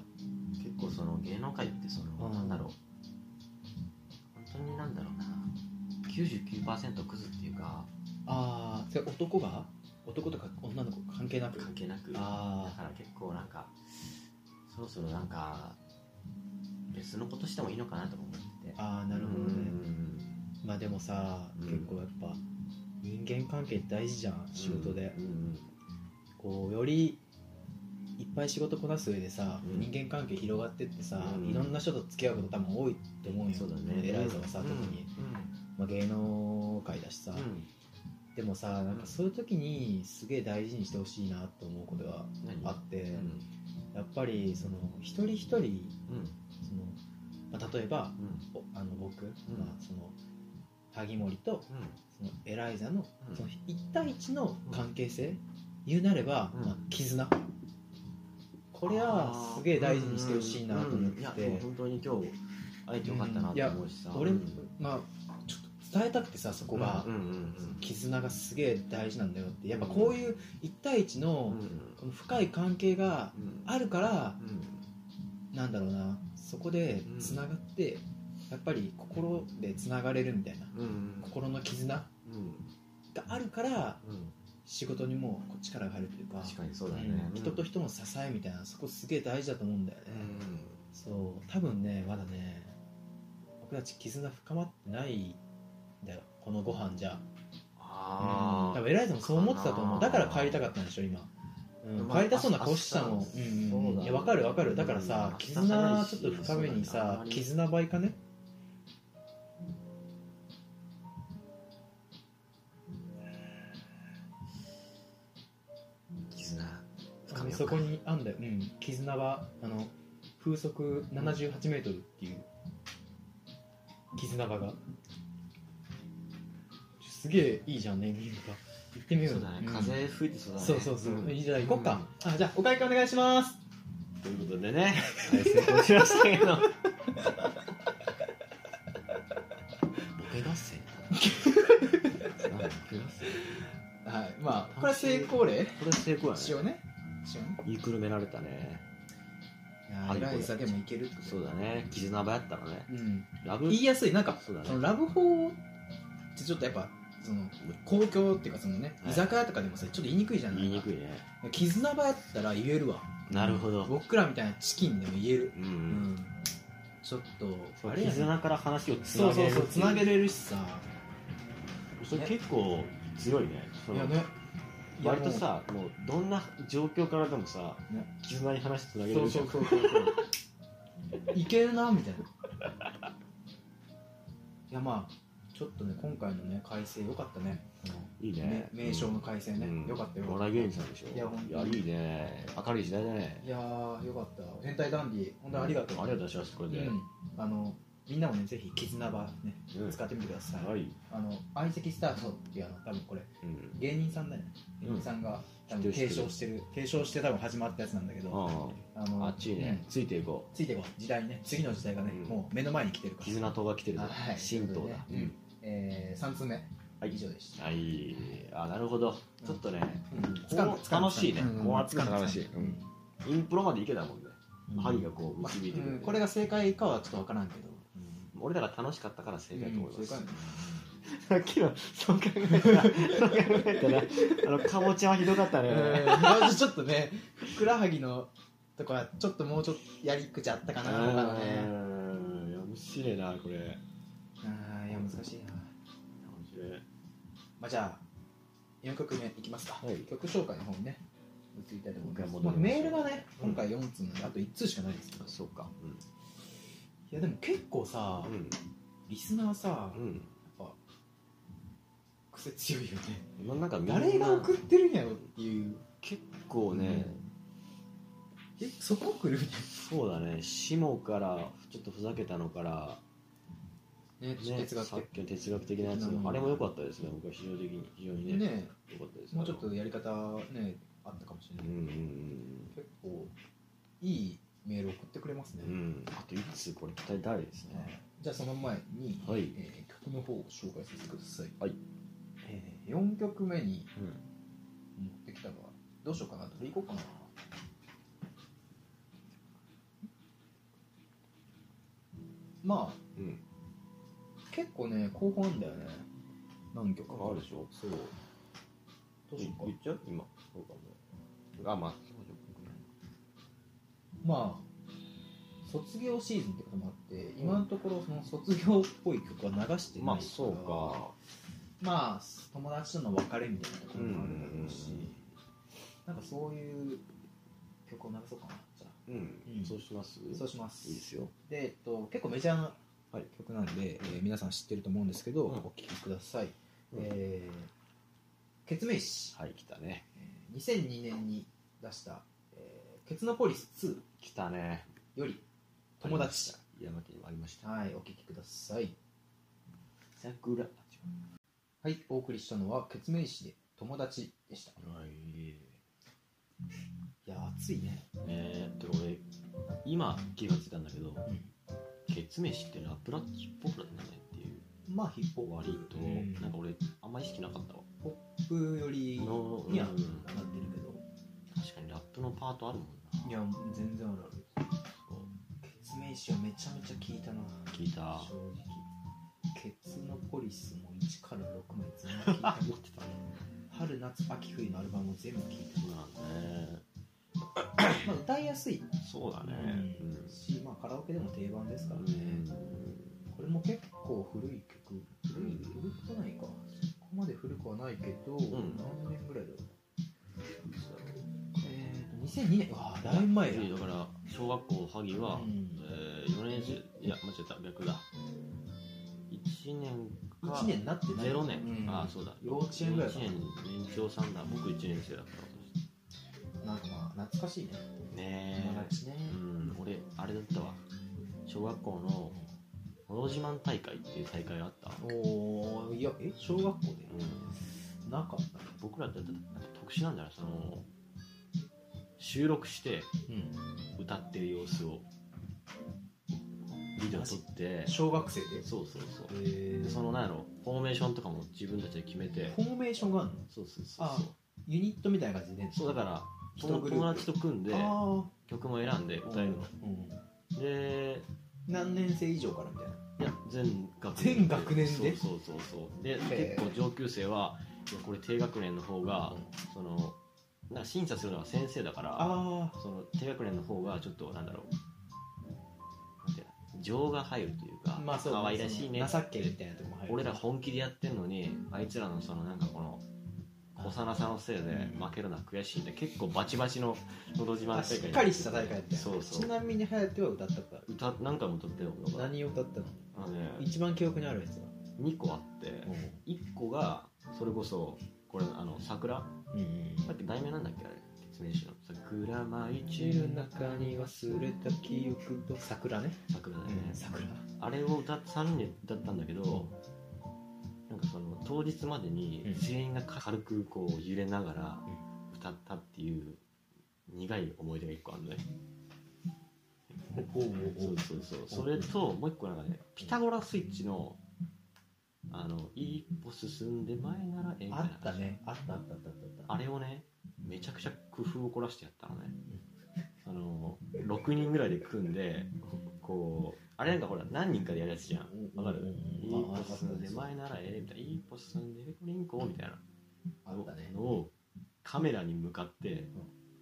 Speaker 2: 結構その芸能界ってその、
Speaker 4: うん
Speaker 2: なんだろう本当になんだろうな99%クズっていうか
Speaker 4: ああそれ男が男とか女の子関係なく
Speaker 2: 関係なくだか
Speaker 4: あ
Speaker 2: ら結構なんかそろそろなんか別のことしてもいいのかなとか思ってて
Speaker 4: ーあーなるほど
Speaker 2: う
Speaker 4: ね
Speaker 2: ん
Speaker 4: まあでもさ、
Speaker 2: うん
Speaker 4: 結構やっぱ人間関係大事じゃん仕事で、
Speaker 2: うんうん
Speaker 4: こうよりいっぱい仕事こなす上でさ、
Speaker 2: うん
Speaker 4: 人間関係広がってってさ、
Speaker 2: うん
Speaker 4: いろんな人と付き合うこと多分多いと思うよ
Speaker 2: そうだね
Speaker 4: 偉い人はさ、
Speaker 2: うん
Speaker 4: 特に、まあ、芸能界だしさ、
Speaker 2: うんうん
Speaker 4: でもさなんかそういう時にすげえ大事にしてほしいなと思うことが
Speaker 2: 何
Speaker 4: あって、
Speaker 2: うん
Speaker 4: やっぱりその一人一人
Speaker 2: うん
Speaker 4: その、まあ、例えば
Speaker 2: うん
Speaker 4: おあの僕、まあ、その萩森と
Speaker 2: うん
Speaker 4: そのエライザの
Speaker 2: うん
Speaker 4: その一対一の関係性、言うなれば、
Speaker 2: うん
Speaker 4: まあ、絆これはすげえ大事にしてほしいなと思って
Speaker 2: うんうんうんいや
Speaker 4: て、
Speaker 2: でも本当に今日会えてよかったなと思うしさ、
Speaker 4: 俺、
Speaker 2: うん
Speaker 4: まあちょっと伝えたくてさそこが、
Speaker 2: うんうん
Speaker 4: その絆がすげえ大事なんだよってやっぱこういう一対一
Speaker 2: うん
Speaker 4: の
Speaker 2: うん
Speaker 4: この深い関係が
Speaker 2: うん
Speaker 4: あるから
Speaker 2: うん
Speaker 4: なんだろうなそこでつながって、やっぱり心でつながれるみたいな
Speaker 2: うんうん
Speaker 4: 心の絆が
Speaker 2: うん
Speaker 4: あるから
Speaker 2: うん
Speaker 4: 仕事にもこう力が入るというか
Speaker 2: 確かにそうだね、
Speaker 4: うん人と人の支えみたいなそこすげえ大事だと思うんだよね、
Speaker 2: う
Speaker 4: そう多分ねまだね僕たち絆深まってないんだよこのご飯じゃ
Speaker 2: あ
Speaker 4: うん多
Speaker 2: あ
Speaker 4: 分偉い人もそう思ってたと思う
Speaker 2: か
Speaker 4: だ
Speaker 2: な
Speaker 4: から帰りたかったんでしょ今、うん
Speaker 2: まあ
Speaker 4: 帰りたそうな顔してたもん、
Speaker 2: あ
Speaker 4: うんうんうん
Speaker 2: そうだね
Speaker 4: いや分かる分かるだからさ、
Speaker 2: うん
Speaker 4: 絆ちょっと深めに
Speaker 2: そうだねあん
Speaker 4: さ
Speaker 2: まり
Speaker 4: 絆倍かね
Speaker 2: 絆深めようか
Speaker 4: そこにあんだよ、うん、絆はあの風速78メートルっていう絆場がすげえいいじゃんネーミングが行ってみよう
Speaker 2: そう
Speaker 4: よ
Speaker 2: だね、
Speaker 4: ん
Speaker 2: 風吹いてそうだね
Speaker 4: そうそうそう、
Speaker 2: ん
Speaker 4: いいじゃん行こっか、あじゃあお会計お願いします
Speaker 2: ということでねはい成功しましたけ どボケ合戦 なんだボケ合戦
Speaker 4: はいま
Speaker 2: あこれは成功
Speaker 4: 例
Speaker 2: これは成功やね
Speaker 4: うねしようね
Speaker 2: 言いくるめられたね
Speaker 4: いやー偉いさでもいけるってこと
Speaker 2: そうだね絆場やったのね
Speaker 4: うん
Speaker 2: ラブ
Speaker 4: 言いやすいなんか
Speaker 2: そうだね
Speaker 4: そのラブホってちょっとやっぱその公共っていうかそのね、
Speaker 2: はい
Speaker 4: 居酒屋とかでもさちょっと言いにくいじゃん
Speaker 2: 言いにくいね
Speaker 4: 絆場やったら言えるわ
Speaker 2: なるほど
Speaker 4: 僕らみたいなチキンでも言える、
Speaker 2: うん、う、
Speaker 4: うんん、ちょっとあれやね
Speaker 2: 絆から話をつ
Speaker 4: そ
Speaker 2: な
Speaker 4: うそ
Speaker 2: げ
Speaker 4: う
Speaker 2: る
Speaker 4: そうつなげれるしさ
Speaker 2: それ結構強いねその
Speaker 4: いや
Speaker 2: 割とさもうどんな状況からでもさ、
Speaker 4: ね
Speaker 2: 絆に話つなげれ
Speaker 4: そ
Speaker 2: るじゃ
Speaker 4: うそうんそうそうそういけるなみたい ないやまあちょっとね今回のね改正よかったね
Speaker 2: いい
Speaker 4: この
Speaker 2: ね
Speaker 4: ね名称の改正ね、よかったよ
Speaker 2: お
Speaker 4: かっ
Speaker 2: 笑
Speaker 4: た
Speaker 2: い芸人さんでしょ
Speaker 4: いやほんと
Speaker 2: いいね明るい時代だね
Speaker 4: いやーよかった変態ダンディ本当にありがとう、
Speaker 2: ありがとうございますこれで、
Speaker 4: うん、あのみんなもねぜひ絆場ね
Speaker 2: うん
Speaker 4: 使ってみてください、
Speaker 2: はい、
Speaker 4: あの相席スタートっていうあの多分これ
Speaker 2: うん、
Speaker 4: 芸人さんだよね
Speaker 2: うん
Speaker 4: 芸人さんが多
Speaker 2: 知っ
Speaker 4: 分
Speaker 2: てる
Speaker 4: 提唱してる提唱して多分始まったやつなんだけど
Speaker 2: あ
Speaker 4: あ
Speaker 2: あ
Speaker 4: の
Speaker 2: あっちいね、
Speaker 4: うん
Speaker 2: ついていこ
Speaker 4: ついてこう時代ね次の時代がね、
Speaker 2: うん
Speaker 4: もう目の前に来てる
Speaker 2: う
Speaker 4: から、
Speaker 2: 絆党が来てるぞ、
Speaker 4: はい
Speaker 2: 神道だ、
Speaker 4: うんえー、3通目、以上でした
Speaker 2: はいあなるほどちょっとね、
Speaker 4: つかんだ
Speaker 2: こう
Speaker 4: つかんだ
Speaker 2: 楽しいね
Speaker 4: うん
Speaker 2: こう扱うの
Speaker 4: つかんだ
Speaker 2: 楽しい
Speaker 4: つかんだ
Speaker 2: インプロまでいけたもんね、
Speaker 4: うん
Speaker 2: 針がこう
Speaker 4: まあ
Speaker 2: 導いてくれ
Speaker 4: う
Speaker 2: て、
Speaker 4: んこれが正解かはちょっとわからんけど、
Speaker 2: 俺らが楽しかったから正解と思います、
Speaker 4: うん正解
Speaker 2: さっきのそう考えたらそう考えたらあ のかぼちゃはひどかったね、
Speaker 4: えーちょっとねふくらはぎのとかちょっともうちょっとやり口あったかなとかね
Speaker 2: うんいや面白いなこれ面
Speaker 4: あーいや難しいな、
Speaker 2: 白い
Speaker 4: まあ、じゃあ4曲目いきますか、
Speaker 2: はい
Speaker 4: 曲紹介の方にね移りたいと思います、
Speaker 2: もう一
Speaker 4: ま
Speaker 2: 回戻りまし
Speaker 4: あ、
Speaker 2: ょう
Speaker 4: メールがね今回4通なんであと1通しかないですけど
Speaker 2: あそうか
Speaker 4: いやでも結構さ
Speaker 2: うん
Speaker 4: リスナーさ
Speaker 2: うん、うん
Speaker 4: 癖強いよね
Speaker 2: まあ、なんかみんな
Speaker 4: 誰が送ってるんやろっていう
Speaker 2: 結構ね、
Speaker 4: えそこ来るみた
Speaker 2: そうだね下からちょっとふざけたのから、
Speaker 4: いなね
Speaker 2: ね、
Speaker 4: 哲学
Speaker 2: さっきの哲学的なやつ
Speaker 4: うん
Speaker 2: あれも良かったですね僕は非常的に非常に
Speaker 4: 的
Speaker 2: ね
Speaker 4: ね
Speaker 2: 良かったです
Speaker 4: もうちょっとやり方ねあったかもしれ
Speaker 2: う
Speaker 4: なんい、
Speaker 2: うん
Speaker 4: 結構いいメール送ってくれますね、
Speaker 2: うんうんあといつこれ期待大ですね
Speaker 4: じゃあその前に、
Speaker 2: はい
Speaker 4: えー曲の方を紹介させてください、
Speaker 2: はい
Speaker 4: え4曲目に
Speaker 2: うん
Speaker 4: 持ってきたのはどうしようかなどれいこうかなま
Speaker 2: うん
Speaker 4: あ結構ね候補あんだよね何曲
Speaker 2: あるでしょ
Speaker 4: そうどうし
Speaker 2: 言
Speaker 4: ようか
Speaker 2: っちゃう今そうかもあまあ
Speaker 4: まあ卒業シーズンってこともあって今のところその卒業っぽい曲は流してないから
Speaker 2: まあそうか
Speaker 4: まあ友達との別れみたいなところもあるだろうし、
Speaker 2: うんうんうん
Speaker 4: なんかそういう曲を流そうかなじゃあ
Speaker 2: うん、
Speaker 4: うん
Speaker 2: そうします
Speaker 4: そうします
Speaker 2: いいですよ
Speaker 4: で、えっと、結構メジャーな
Speaker 2: はい
Speaker 4: 曲なんで、えー皆さん知ってると思うんですけど、
Speaker 2: うん
Speaker 4: お聴きください、
Speaker 2: うん
Speaker 4: えー、ケツメイシ、
Speaker 2: はい来たね
Speaker 4: えー2002年に出した、えーケツノポリス2
Speaker 2: 来たね
Speaker 4: より友達
Speaker 2: 山手にもありました
Speaker 4: はいお聴きください
Speaker 2: 桜
Speaker 4: はいお送りしたのはケツメイシで友達でしたい
Speaker 2: はい
Speaker 4: や暑いね
Speaker 2: えー、って俺今気がついたんだけど
Speaker 4: ん
Speaker 2: ケツメイシってラップラッチっぽくなんじゃないっていう
Speaker 4: まあヒップホップ
Speaker 2: 割と
Speaker 4: うん
Speaker 2: なんか俺あんま意識なかったわ
Speaker 4: ポップよりには
Speaker 2: の
Speaker 4: な
Speaker 2: う
Speaker 4: っ
Speaker 2: ん
Speaker 4: てるけど
Speaker 2: 確かにラップのパートあるもんない
Speaker 4: や全然あるある
Speaker 2: そう
Speaker 4: ケツメイシはめちゃめちゃ聞いたな
Speaker 2: 聞いた
Speaker 4: 正直ケツのポリスも1から6まで全部聞いた
Speaker 2: 持ってたね
Speaker 4: 春夏秋冬のアルバムも全部聞い
Speaker 2: そうなんね
Speaker 4: た、まあ、歌いやすい、
Speaker 2: そうだね
Speaker 4: うんし、まあ、カラオケでも定番ですからね、これも結構古い曲古い古くないかそこまで古くはないけど、
Speaker 2: ん
Speaker 4: 何年ぐらいだろうえー、と2002年うわあだいぶ前だ、
Speaker 2: でだから小学校萩は、
Speaker 4: うん
Speaker 2: えー、4年生いや間違えた逆だ1年か
Speaker 4: 1年になってない
Speaker 2: 0年、
Speaker 4: うん
Speaker 2: ああそうだ
Speaker 4: 幼稚園ぐらいか
Speaker 2: 1
Speaker 4: な
Speaker 2: 年年長さんだ僕1年生だったわ
Speaker 4: なんかまあ懐かしいね
Speaker 2: ね
Speaker 4: 友達ね
Speaker 2: え、うん俺あれだったわ小学校の「のど自慢大会」っていう大会があった、
Speaker 4: おおいやえ小学校で
Speaker 2: うん、
Speaker 4: なかったね
Speaker 2: 僕らってなんか特殊なんじゃないその収録して
Speaker 4: うん
Speaker 2: 歌ってる様子をビデオ撮って
Speaker 4: 小学生で
Speaker 2: そうそうそう
Speaker 4: え
Speaker 2: で
Speaker 4: ー
Speaker 2: そのなんやろフォーメーションとかも自分たちで決めて
Speaker 4: フォーメーションがあるの
Speaker 2: そうそうそう
Speaker 4: あ
Speaker 2: そう
Speaker 4: ユニットみたいな感じで
Speaker 2: そうだから
Speaker 4: 一
Speaker 2: 友
Speaker 4: グループ
Speaker 2: 友達と組んで
Speaker 4: あ
Speaker 2: 曲も選んで
Speaker 4: あ
Speaker 2: 歌えるの、
Speaker 4: うん
Speaker 2: で
Speaker 4: 何年生以上からみたいない
Speaker 2: や全学
Speaker 4: 全学年で
Speaker 2: そうそうそうそうで
Speaker 4: へ
Speaker 2: 結
Speaker 4: ー
Speaker 2: 構上級生はいやこれ低学年の方が、そのなんか審査するのは先生だから
Speaker 4: ああ
Speaker 2: その低学年の方がちょっとなんだろうなんていうの情が入るというか、
Speaker 4: まあそうだ
Speaker 2: 可愛らしいね
Speaker 4: 情けみたいなとこも入る
Speaker 2: 俺ら本気でやってんのにあいつらのそのなんかこの幼さのせいで負けるのは悔しいんで結構バチバチの「のど自慢大
Speaker 4: あ
Speaker 2: 会」
Speaker 4: しっかりした大会みたいな
Speaker 2: そうそう
Speaker 4: ちなみに颯は歌ったことある
Speaker 2: 歌何回も歌ってるのが
Speaker 4: 何を歌ったの
Speaker 2: あのね
Speaker 4: 一番記憶にあるやつは
Speaker 2: 2個あって1個がそれこそこれあの桜
Speaker 4: うんうん
Speaker 2: だって題名なんだっけあれ説明しの桜舞い散
Speaker 4: 散る
Speaker 2: るな
Speaker 4: 中に忘れた記憶と桜ね
Speaker 2: 桜だよね、
Speaker 4: 桜
Speaker 2: あれを歌っ3人で歌ったんだけどなんかその当日まで
Speaker 4: う
Speaker 2: に
Speaker 4: ん
Speaker 2: 全員が軽くこう揺れながら
Speaker 4: うん
Speaker 2: 歌ったっていう苦い思い出が1個あるね、
Speaker 4: おうおうお
Speaker 2: そう
Speaker 4: う
Speaker 2: そうそうそれともう1個なんかねピタゴラスイッチのあの一歩進んで前ならええみたい
Speaker 4: あ
Speaker 2: な
Speaker 4: ったねあったあったあったあった
Speaker 2: あれをねめちゃくちゃ工夫を凝らしてやったのねあの6人ぐらいで組んでこうあれなんかほら何人かでやるやつじゃんわかる、
Speaker 4: うんうん
Speaker 2: いい
Speaker 4: うん
Speaker 2: 歩進んで前ならええみたいないい歩進んでペコリンコみたいな
Speaker 4: あったね
Speaker 2: のをカメラに向かって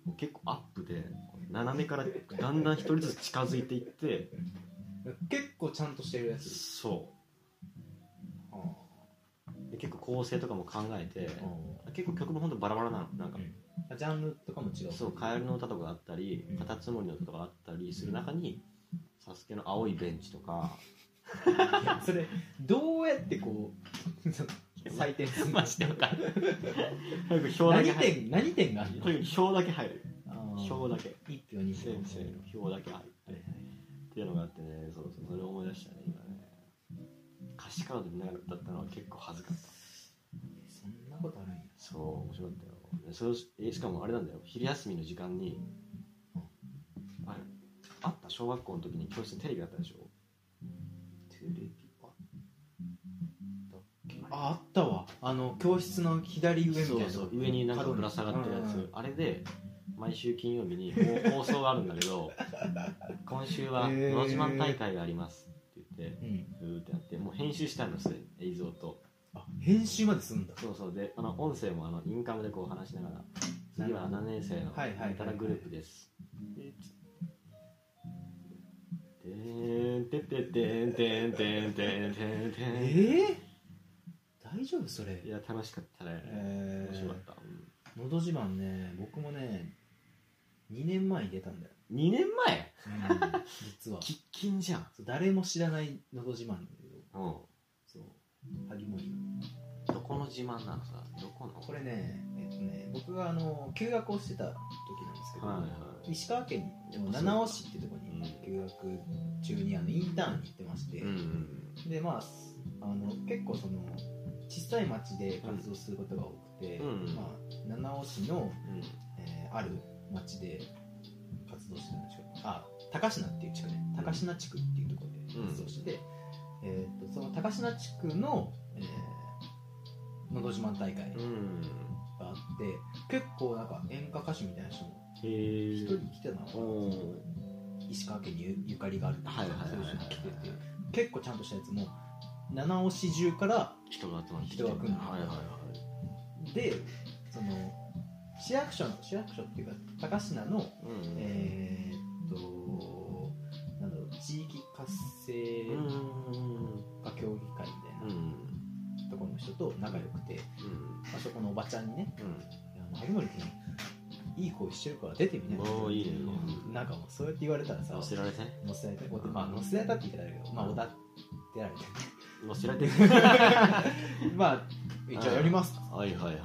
Speaker 2: もう結構アップで斜めからだんだん一人ずつ近づいていって
Speaker 4: 結構ちゃんとしてるやつ
Speaker 2: そ
Speaker 4: あ
Speaker 2: うで結構構成とかも考えて結構曲もほんとバラバラなのなんか
Speaker 4: あジャンルとかも違う
Speaker 2: そう「カエルの歌」とかあったり
Speaker 4: う
Speaker 2: 「
Speaker 4: ん
Speaker 2: カタツムリの歌」とかあったりする中に「サスケの青いベンチとか
Speaker 4: いやそれどうやってこう採点するの
Speaker 2: マジでわかるとにかく表だけ入
Speaker 4: 何
Speaker 2: る
Speaker 4: 点何点があるの
Speaker 2: とにかく表だけ入る
Speaker 4: あー
Speaker 2: 表だけ
Speaker 4: 一票二票
Speaker 2: 先生の表だけ入る
Speaker 4: はいはい
Speaker 2: っていうのがあってねそうそうそれを思い出したね今ね歌詞カード見ながらだったのは結構恥ずかった
Speaker 4: そんなことあるんや
Speaker 2: そう面白かったよでそれをしえしかもあれなんだよ昼休みの時間にあれあった小学校の時に教室にテレビあったでしょ
Speaker 4: テレビあったっけああったわあの教室の左上みたいな
Speaker 2: そうそう上になんかぶら下がってるや
Speaker 4: うんうんう
Speaker 2: つ
Speaker 4: ん
Speaker 2: あれで毎週金曜日 に放送があるんだけど今週は「
Speaker 4: へー
Speaker 2: のど自慢大会があります」ってって
Speaker 4: うん、
Speaker 2: うーってなってもう編集したんですでに映像と
Speaker 4: あ編集までするんだ
Speaker 2: そうそうであの音声もあのインカムでこう話しながら次は7年生の
Speaker 4: はいはいはいはい
Speaker 2: たらグループですでつてーんてってってんてんてんてんてんて
Speaker 4: え
Speaker 2: ん
Speaker 4: ー、大丈夫それ
Speaker 2: いや楽しかったね
Speaker 4: え
Speaker 2: 面白かっ
Speaker 4: ー
Speaker 2: た、う
Speaker 4: のど自慢ね僕もね2年前に出たんだ よ、
Speaker 2: ん、2年前
Speaker 4: うん、実は
Speaker 2: 喫緊じゃん
Speaker 4: そう誰も知らないのど自慢を
Speaker 2: うん
Speaker 4: そう萩森
Speaker 2: どこの自慢なのさどこの
Speaker 4: これねえっとね僕があの休学をしてた時なんですけど、
Speaker 2: はいはい
Speaker 4: 石川県の七尾市ってとこに休学中にあのインターンに行ってまして、
Speaker 2: うんうん
Speaker 4: でまああの結構その小さい町で活動することが多くて、
Speaker 2: うん
Speaker 4: まあ、七尾市の、
Speaker 2: うん
Speaker 4: えーある町で活動してたんですけどあ高階っていう地区ね高階地区っていうところで活動してて、えーっとその高階地区の、えーのど自慢大会
Speaker 2: うんうん
Speaker 4: があって結構なんか演歌歌手みたいな人も
Speaker 2: へ
Speaker 4: 一
Speaker 2: え
Speaker 4: 人来てたの
Speaker 2: おお
Speaker 4: 石川県にゆゆかりがあるって
Speaker 2: はいはいはい
Speaker 4: そう
Speaker 2: はい
Speaker 4: いう人も来てて結構ちゃんとしたやつも七尾市中から
Speaker 2: 人が集まってきて
Speaker 4: 人が来るの
Speaker 2: はいはいはい
Speaker 4: でその市役所の市役所っていうか高階の
Speaker 2: うんうん
Speaker 4: えーっとなんだろう地域活性
Speaker 2: うん
Speaker 4: 化協議会
Speaker 2: う
Speaker 4: みたい
Speaker 2: ん
Speaker 4: なところの人と仲良くて、あそこのおばちゃんにね
Speaker 2: う
Speaker 4: 「いやもう有森君いい声してるから出てみ
Speaker 2: ん
Speaker 4: なよ
Speaker 2: もういいね
Speaker 4: なんかもうそうやって言われたらさ
Speaker 2: 乗せられて
Speaker 4: 乗せられて、まあ乗せられたって言ってたけど、まあおだってられて、
Speaker 2: 乗せられて
Speaker 4: まあ、じゃあやります。
Speaker 2: はいはいはいはい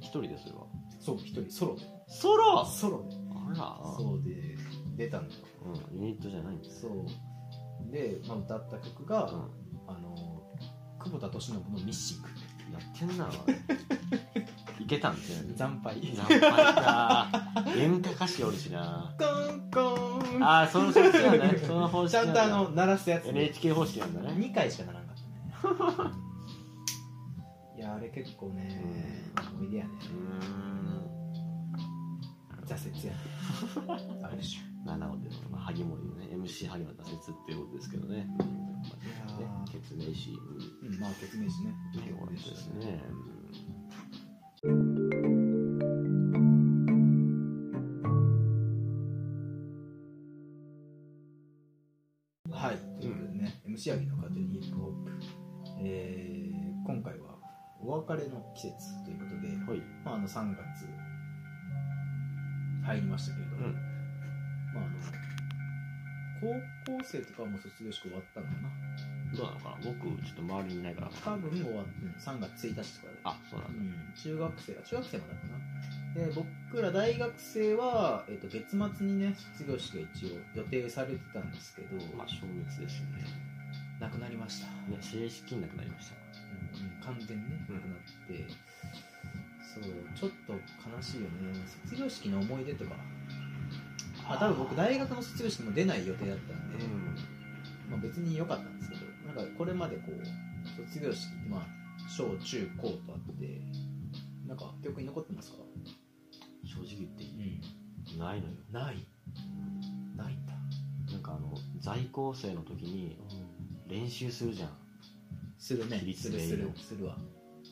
Speaker 2: 一人ですよ
Speaker 4: そう、一人、ソロで。
Speaker 2: ソロあ
Speaker 4: ソロで。
Speaker 2: ら
Speaker 4: そうで、出たんだよ。
Speaker 2: うんユニットじゃないんです
Speaker 4: そう。で、まあ歌った曲が、
Speaker 2: うん
Speaker 4: あの、久保田利信のミッシング。
Speaker 2: やってんなおいいけたんですよ
Speaker 4: 惨敗。
Speaker 2: 惨敗だ演歌歌手おるしな
Speaker 4: コンコン。
Speaker 2: ああその方式なん だねその方式
Speaker 4: ちゃ
Speaker 2: なん
Speaker 4: ん
Speaker 2: だ
Speaker 4: とあの、鳴らすやつ、ね。
Speaker 2: NHK 方式なんだね
Speaker 4: 2回しかならんかったね。いや、あれ結構ね、思い出やね。
Speaker 2: うーん
Speaker 4: 挫折やね。 あるでしょ。
Speaker 2: 七尾での、まあ、萩森のね MC 萩森の挫折っていうことですけどね、うん
Speaker 4: いや
Speaker 2: まあ、ね
Speaker 4: ー
Speaker 2: 決明し、うん
Speaker 4: うん、まあ、決明しね。
Speaker 2: ね、よかったですね、
Speaker 4: はい、ということでね、MC アギの勝手にヒップホップ、えー今回はお別れの季節ということで、
Speaker 2: うん、はい
Speaker 4: まあ、あの3月入りましたけれども、
Speaker 2: うん
Speaker 4: まあ、あの高校生とかはもう卒業式終わったのかな
Speaker 2: どうなのかな僕ちょっと周りにいないから
Speaker 4: 多分終わって3月1日とかで、
Speaker 2: あそうな
Speaker 4: うん
Speaker 2: だ
Speaker 4: ん、中学生が中学生までかなで僕ら大学生は、えっと月末にね卒業式が一応予定されてたんですけど、
Speaker 2: まあ消滅ですね
Speaker 4: なくなりました
Speaker 2: ね正式になくなりました
Speaker 4: うん完全にね
Speaker 2: う
Speaker 4: なんくなって、そうちょっと悲しいよね卒業式の思い出とかあ多分僕大学の卒業式も出ない予定だったんで、まあ、別に良かったんですけどなんかこれまでこう卒業式ってまあ小中高とあってなんか記憶に残ってますか、
Speaker 2: 正直言ってい
Speaker 4: うん、
Speaker 2: いないのよ
Speaker 4: ないないんだ、
Speaker 2: なんかあの在校生の時に練習するじゃん
Speaker 4: するね
Speaker 2: 規
Speaker 4: す
Speaker 2: 律
Speaker 4: る
Speaker 2: でいい
Speaker 4: する
Speaker 2: の
Speaker 4: するわ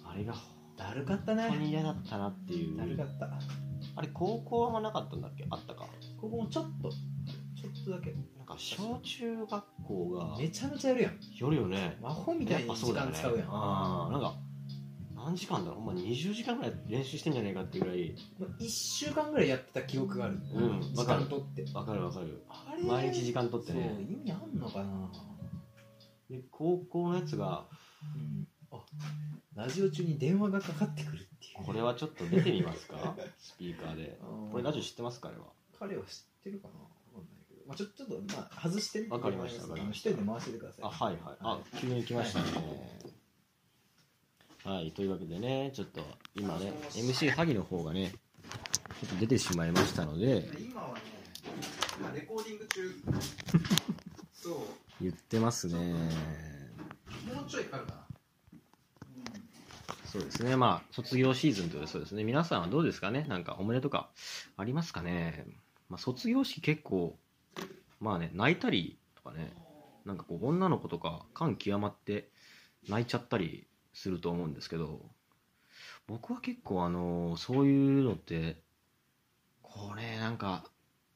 Speaker 2: あれが
Speaker 4: だるかった
Speaker 2: 本当
Speaker 4: ね
Speaker 2: に嫌だったなっていう
Speaker 4: だるかった
Speaker 2: あれ高校はなかったんだっけあったか
Speaker 4: ここもちょっとちょっとだけ
Speaker 2: なんか小中学校が
Speaker 4: めちゃめちゃやるやん
Speaker 2: 夜よね
Speaker 4: 魔法みた
Speaker 2: やっ
Speaker 4: いに
Speaker 2: ぱ
Speaker 4: 時
Speaker 2: そうだよ
Speaker 4: 間
Speaker 2: ね
Speaker 4: 使うやん
Speaker 2: あーなんか何時間だろうほんま20時間ぐらい練習してんじゃねえかってぐらい
Speaker 4: まあ、1週間ぐらいやってた記憶がある、
Speaker 2: うん
Speaker 4: 時間取って
Speaker 2: わかるわかる
Speaker 4: あれ
Speaker 2: 毎日時間取って
Speaker 4: そう
Speaker 2: ね
Speaker 4: 意味あんのかな、
Speaker 2: で高校のやつが
Speaker 4: うん、あラジオ中に電話がかかってくるっていう
Speaker 2: これはちょっと出てみます かスピーカーでこれラジオ知ってますかあれは
Speaker 4: 彼は知ってるかなわかんないけど、まあ、ちょちょっと、まあ、外してね
Speaker 2: わかりましたわかりました
Speaker 4: 一人で回しててください
Speaker 2: あはいはいあ急に来ましたねはいというわけでねちょっと今ね MC 萩の方がねちょっと出てしまいましたので
Speaker 4: 今はね今レコーディン グ中そう
Speaker 2: 言ってますね
Speaker 4: もうちょいかかるかな
Speaker 2: そうですねまあ卒業シーズンということでそうですね皆さんはどうですかねなんか思い出とかありますかね、まあ、卒業式結構まあね泣いたりとかねなんかこう女の子とか感極まって泣いちゃったりすると思うんですけど僕は結構あのそういうのってこれなんか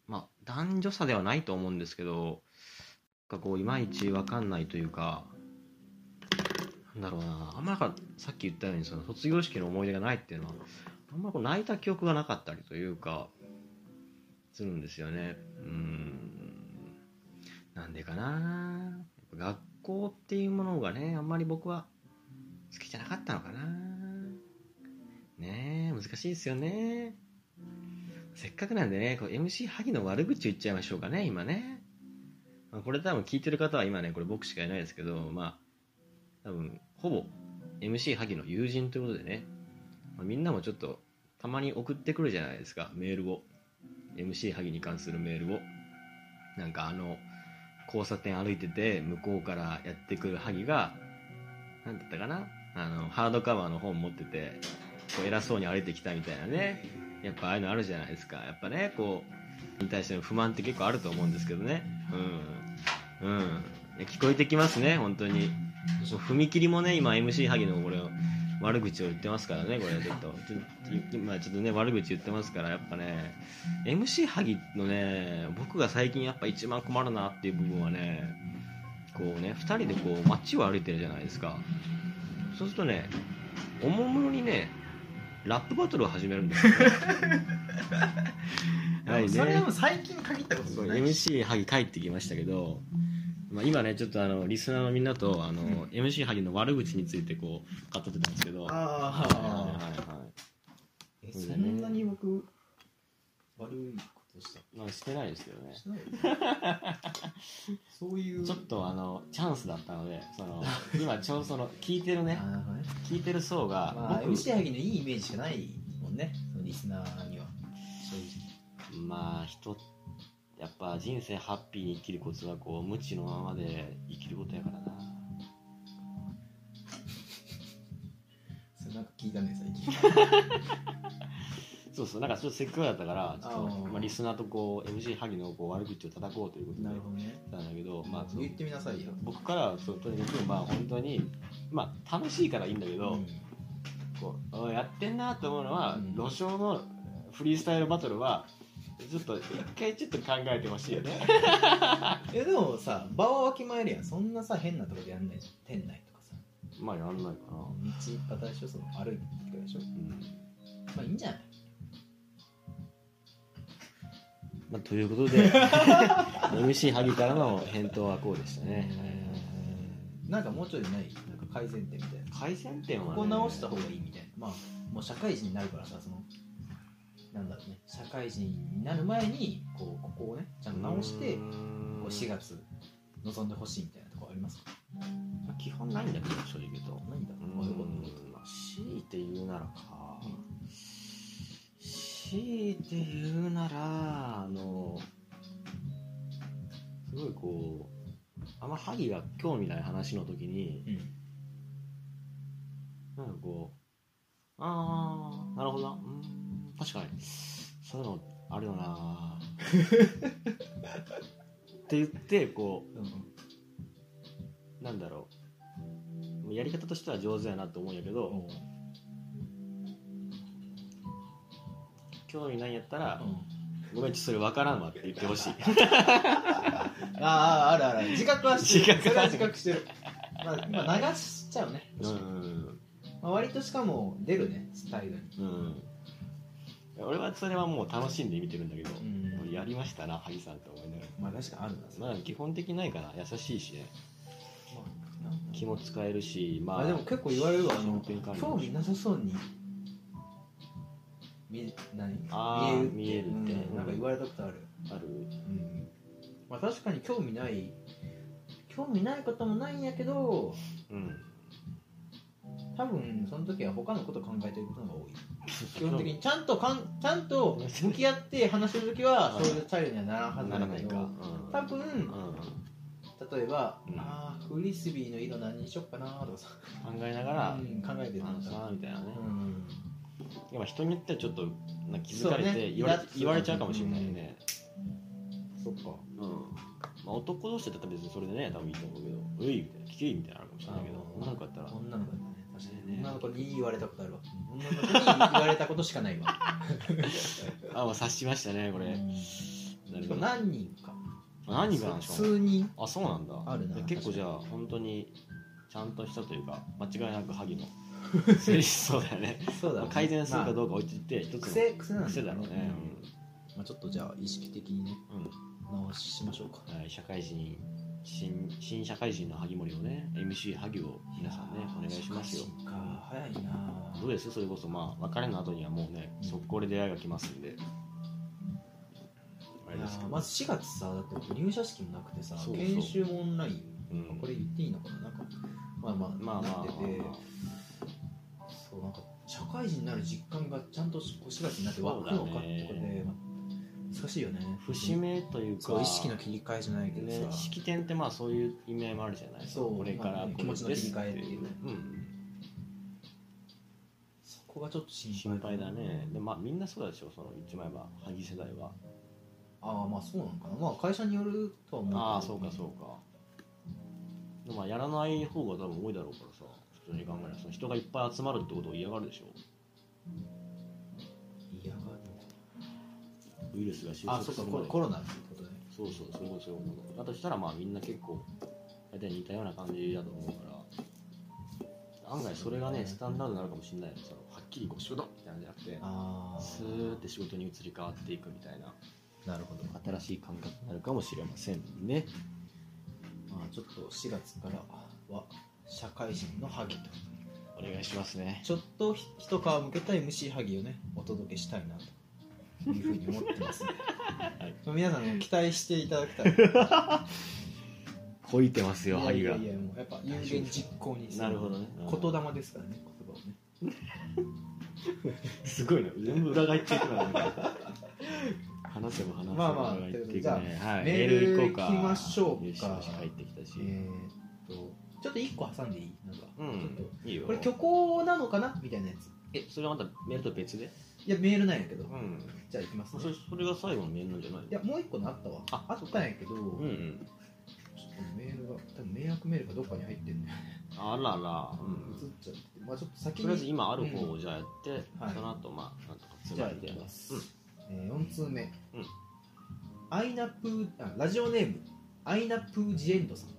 Speaker 2: まあ男女差ではないと思うんですけどなんかこういまいちわかんないというかなんだろうなあんまなんかさっき言ったようにその卒業式の思い出がないっていうのはあんまこう泣いた記憶がなかったりというかするんですよねうんなんでかなやっぱ学校っていうものがねあんまり僕は好きじゃなかったのかなねえ難しいですよねせっかくなんでねこう MC 萩の悪口を言っちゃいましょうかね今ねまあこれ多分聞いてる方は今ねこれ僕しかいないですけどまあ多分ほぼ MC 萩の友人ということでね、まあみんなもちょっとたまに送ってくるじゃないですかメールを MC 萩に関するメールをなんかあの交差点歩いてて向こうからやってくる萩が何だったかなあのハードカバーの本持っててこう偉そうに歩いてきたみたいなねやっぱああいうのあるじゃないですかやっぱねこうに対しての不満って結構あると思うんですけどねうんうんいや聞こえてきますね本当にそう踏切もね今 MC 萩のこれを悪口を言ってますからねこれちょっとちょちょ今ちょっとね悪口言ってますからやっぱね MC 萩のね僕が最近やっぱ一番困るなっていう部分はねこうね2人でこう街を歩いてるじゃないですかそうするとねおもむろにねラップバトルを始めるんですよ、ね はいね
Speaker 5: それはもう最近限ったことじゃない
Speaker 2: MC 萩帰ってきましたけど、まあ、今ねちょっとあのリスナーのみんなとあの、MC 萩の悪口についてこう語ってたんですけど
Speaker 5: あ
Speaker 2: はいはい
Speaker 5: あ
Speaker 2: はいはい
Speaker 4: えそんなに僕悪いことした
Speaker 2: まあ、してないですけどね
Speaker 4: してないよそういう
Speaker 2: ちょっとあのチャンスだったのでその今ちょうどその聞いてるね
Speaker 4: あーなるほどね
Speaker 2: 聞いてる層が、
Speaker 4: まあ
Speaker 2: 僕
Speaker 4: MC 萩のいいイメージしかないもんねそのリスナーには正直
Speaker 2: まあ人やっぱ人生ハッピーに生きるコツはこう無知のままで生きることやからな
Speaker 4: それなんか聞いたね最近
Speaker 2: そうそうなんかちょっとせっかくだったからちょっと
Speaker 4: あー
Speaker 2: まあ、リスナーとこう MC 萩のこう悪口を叩こうということで
Speaker 4: なるほどね。
Speaker 2: なんだけど、ま
Speaker 4: ま
Speaker 2: あ
Speaker 4: あ、、
Speaker 2: そう
Speaker 4: 言ってみなさいよ。
Speaker 2: 僕からはそうとにかくまあ本当にまあ楽しいからいいんだけど、
Speaker 4: うん
Speaker 2: こうあやってんなと思うのは、
Speaker 4: うん
Speaker 2: 路上のフリースタイルバトルはちょっと一回ちょっと考えてほしいよね
Speaker 4: え、でもさ、場はわきまえるやん。そんなさ、変なとこでやんないじゃん。店内とかさ。
Speaker 2: まあやんないかな、
Speaker 4: 道一端でしょ、その歩いてくるでしょ。まあ、いいんじゃない
Speaker 2: まあ、という ことで MC 萩からの返答はこうでしたね
Speaker 4: なんかもうちょいない、なんか改善点みたいな。
Speaker 2: 改善点は、ね、
Speaker 4: ここ直した方がいいみたいな。まあ、もう社会人になるからさ、その、なんだろうね、社会人になる前に、こう、ここをね、ちゃんと直して、
Speaker 2: う
Speaker 4: こ
Speaker 2: ーん
Speaker 4: う4月、望んでほしいみたいなとこありますか
Speaker 2: まあ基本ないんだけど正直言うと
Speaker 4: ないんだろう
Speaker 2: う
Speaker 4: そういうこ
Speaker 2: んまあ強いて言うならか、強いて言うならあのすごいこうあんま萩が興味ない話の時に
Speaker 4: と。
Speaker 2: な
Speaker 4: うん。
Speaker 2: んかこうああなるほどなうん確かにそういうのあるよなって言ってこ
Speaker 4: うんうん
Speaker 2: うなんだろうもうやり方としては上手やなと思うんやけど、
Speaker 4: おう
Speaker 2: 興味ないんやったら、
Speaker 4: うん
Speaker 2: ごめんちょっとそれ分からんわって言ってほしい
Speaker 4: あああるある自覚はしてる
Speaker 2: 自覚
Speaker 4: それは自覚してる、まあ、今流しちゃうね、
Speaker 2: うん
Speaker 4: まあ、割としかも出るね態度に
Speaker 2: うん俺はそれはもう楽しんで見てるんだけど、
Speaker 4: ん
Speaker 2: もうやりましたな萩さんと思いながら
Speaker 4: まあ確かにあるなそれ
Speaker 2: まあ基本的にないかな優しいしね
Speaker 4: まあなんだ
Speaker 2: 気も使えるしまあ
Speaker 4: あでも結構言われるわあ
Speaker 2: 身
Speaker 4: の
Speaker 2: の手に関連
Speaker 4: 興味なさそうに見何
Speaker 2: あー
Speaker 4: 見えるって
Speaker 2: 見えるって
Speaker 4: うんなんか言われたことある、
Speaker 2: ある
Speaker 4: うんまあ、確かに興味ない興味ないこともないんやけど
Speaker 2: うん
Speaker 4: 多分その時は他のこと考えてることが多い基本的にちゃんとかんちゃんと向き合って話してる時 は
Speaker 2: うん
Speaker 4: そういうスタイルにはならんはず
Speaker 2: なら
Speaker 4: なん
Speaker 2: な
Speaker 4: だけ
Speaker 2: い
Speaker 4: ど
Speaker 2: か
Speaker 4: 多分
Speaker 2: うん、うん、考
Speaker 4: 例えば、
Speaker 2: うん
Speaker 4: あーフリスビーの色何にしよっかなとかさ、
Speaker 2: えなが
Speaker 4: う
Speaker 2: ら、
Speaker 4: ん、考えてる
Speaker 2: あ
Speaker 4: な
Speaker 2: の
Speaker 4: んか、
Speaker 2: さみたいなね、
Speaker 4: うん、
Speaker 2: 今人によってはちょっとなんか気づかれ
Speaker 4: そうね
Speaker 2: て言われ,、
Speaker 4: イラッとする
Speaker 2: 言われちゃうかもしれないよね、
Speaker 4: そっか
Speaker 2: うんままあ、男同士だったら別にそれでね多分いいと思うけど「うい」みたいな「ききい」みたいなのあるかもしれないけど
Speaker 4: あー
Speaker 2: 女の子だったら
Speaker 4: 女の子だったね確かに、
Speaker 2: ね
Speaker 4: 女の子に言われたことあるわ女の子に言われたことしかない わ
Speaker 2: 「あもう察しましたねこれ」なる
Speaker 4: し
Speaker 2: ほ
Speaker 4: か
Speaker 2: ど
Speaker 4: も何人か
Speaker 2: 何人かなんでしょう
Speaker 4: 数人
Speaker 2: あそうなんだ
Speaker 4: あるな
Speaker 2: 結構じゃあ本当にちゃんとしたというか間違いなく萩の 成立しそうだよね
Speaker 4: そうだ、
Speaker 2: まあ改善するか
Speaker 4: う
Speaker 2: どうか置いといて一つの
Speaker 4: 癖癖なんだ
Speaker 2: 癖だろうね、
Speaker 4: まあ、ちょっとじゃあ意識的にね
Speaker 2: うんうん
Speaker 4: 直しましょうか
Speaker 2: はい社会人新新社会人の萩森をね MC 萩を皆さんねお願いしますよ
Speaker 4: 社会人か早いな
Speaker 2: どうですそれこそまあ別れの後にはもうね速攻で出会いが来ますんであれ
Speaker 4: いや
Speaker 2: ですけ
Speaker 4: ー
Speaker 2: ど
Speaker 4: まず4月さだって入社式もなくてさ
Speaker 2: そうそう
Speaker 4: 研修もオンライン
Speaker 2: うん
Speaker 4: これ言っていいのかななんかまあまあ
Speaker 2: まあまあまあ
Speaker 4: なってて
Speaker 2: まあ
Speaker 4: そうなんか社会人になる実感がちゃんと4月になって湧くのかってこ
Speaker 2: そう
Speaker 4: れ
Speaker 2: だ
Speaker 4: で、まあ難しいよね
Speaker 2: 節目という
Speaker 4: そ
Speaker 2: か
Speaker 4: う意識の切り替えじゃないけどさ、
Speaker 2: ね、式典ってまあそういう意味合いもあるじゃない
Speaker 4: そう
Speaker 2: これからこ
Speaker 4: 気持
Speaker 2: れ
Speaker 4: ちの切り替え
Speaker 2: で
Speaker 4: っ
Speaker 2: す
Speaker 4: ていうね
Speaker 2: うん、
Speaker 4: そこがちょっと心配
Speaker 2: 心配だねでまあみんなそうだでしょその言っちまえば萩世代は
Speaker 4: ああまあそうなのかなまあ会社によるとは思うけど
Speaker 2: ああそうかそうかでもまあやらない方が多分多いだろうからさ普通に考えたらその人がいっぱい集まるってことを嫌がるでしょ
Speaker 4: 嫌がる
Speaker 2: ウイルスが収
Speaker 4: あ
Speaker 2: 束
Speaker 4: そう
Speaker 2: す
Speaker 4: か
Speaker 2: る
Speaker 4: コ
Speaker 2: ま
Speaker 4: ロ
Speaker 2: で
Speaker 4: コロナってことね
Speaker 2: そうそうそういうことそういうことだとしたらまあみんな結構大体似たような感じだと思うから案外それがねスタンダードになるかもしれないよそのはっきりこう仕事みたいなのじゃなくて
Speaker 4: ああ
Speaker 2: スーって仕事に移り変わっていくみたいな
Speaker 4: なるほど
Speaker 2: 新しい感覚になるかもしれませんね
Speaker 4: まあちょっと4月からは社会人のハゲと
Speaker 2: お願いしますね
Speaker 4: ちょっとひ一皮向けた MC ハギをねお届けしたいなというふうに思ってますね、皆さんも期待していただきたい
Speaker 2: こいてますよ
Speaker 4: い
Speaker 2: 萩
Speaker 4: や
Speaker 2: が
Speaker 4: いやいやもうやっぱ有言実行に
Speaker 2: なるほどね
Speaker 4: 言霊ですからね言葉をね
Speaker 2: すごいね全部裏返っていくななんか話せば話せば
Speaker 4: まあまあ
Speaker 2: 裏返っていくね
Speaker 4: じゃあ
Speaker 2: はい、
Speaker 4: メ
Speaker 2: メ
Speaker 4: ー
Speaker 2: ール
Speaker 4: ル
Speaker 2: 行こうか
Speaker 4: 行きましょうか
Speaker 2: よしよし帰ってきたし、
Speaker 4: えー、っとちょっと1個挟んでいいなんか、ちょっ
Speaker 2: いい
Speaker 4: と
Speaker 2: よ
Speaker 4: これ虚構なのかなみたいなやつ
Speaker 2: えそれはまたメールと別で
Speaker 4: いやメールなんやけど、
Speaker 2: ん
Speaker 4: じゃあいきます
Speaker 2: そ
Speaker 4: ね
Speaker 2: れそれが最後のメールなんじゃないの
Speaker 4: いやもう1個のあったわ
Speaker 2: あ
Speaker 4: あったんやけど、
Speaker 2: うんうん
Speaker 4: ちょっとメールが多分迷惑メールがどっかに入ってるね
Speaker 2: あらら、う
Speaker 4: 映っ
Speaker 2: ん、
Speaker 4: ちゃっててまあちょっと
Speaker 2: と
Speaker 4: 先に
Speaker 2: りあえず今ある方をじゃあやって、
Speaker 4: はい
Speaker 2: その後まあなんとかつ
Speaker 4: じゃ
Speaker 2: な
Speaker 4: あ
Speaker 2: い
Speaker 4: い
Speaker 2: で
Speaker 4: きます、
Speaker 2: うん
Speaker 4: えー、4通目、アイナプーあラジオネームアイナプージエンドさん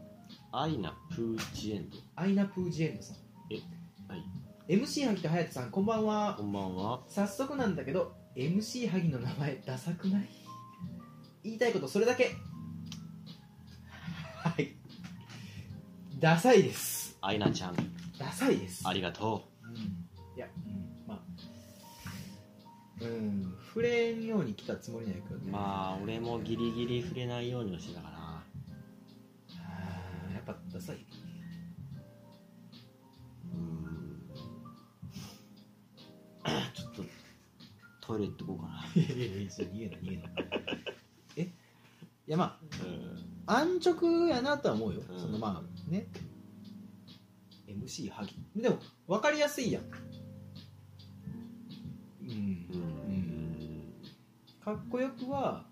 Speaker 2: アイナプーチエンド
Speaker 4: アイナプージエンドさん
Speaker 2: はい
Speaker 4: MC 萩と隼人さんこんばんは
Speaker 2: こんばんは
Speaker 4: 早速なんだけど MC 萩の名前ダサくない言いたいことそれだけはいダサいです
Speaker 2: アイナちゃん
Speaker 4: ダサいです
Speaker 2: ありがと
Speaker 4: うんいや、うん、まあうん触れんように来たつもりなんやけど
Speaker 2: う
Speaker 4: ね
Speaker 2: まあ俺もギリギリ触れないようにはしてたかな
Speaker 4: あーやっぱダサい
Speaker 2: うんちょっとトイレ行ってこうかな、
Speaker 4: いやいやいやちょっと逃げな逃げなえいやまあ安直やなとは思うよ、
Speaker 2: うん
Speaker 4: そのまあね MC 萩でも分かりやすいやんうん
Speaker 2: うん
Speaker 4: かっこよくは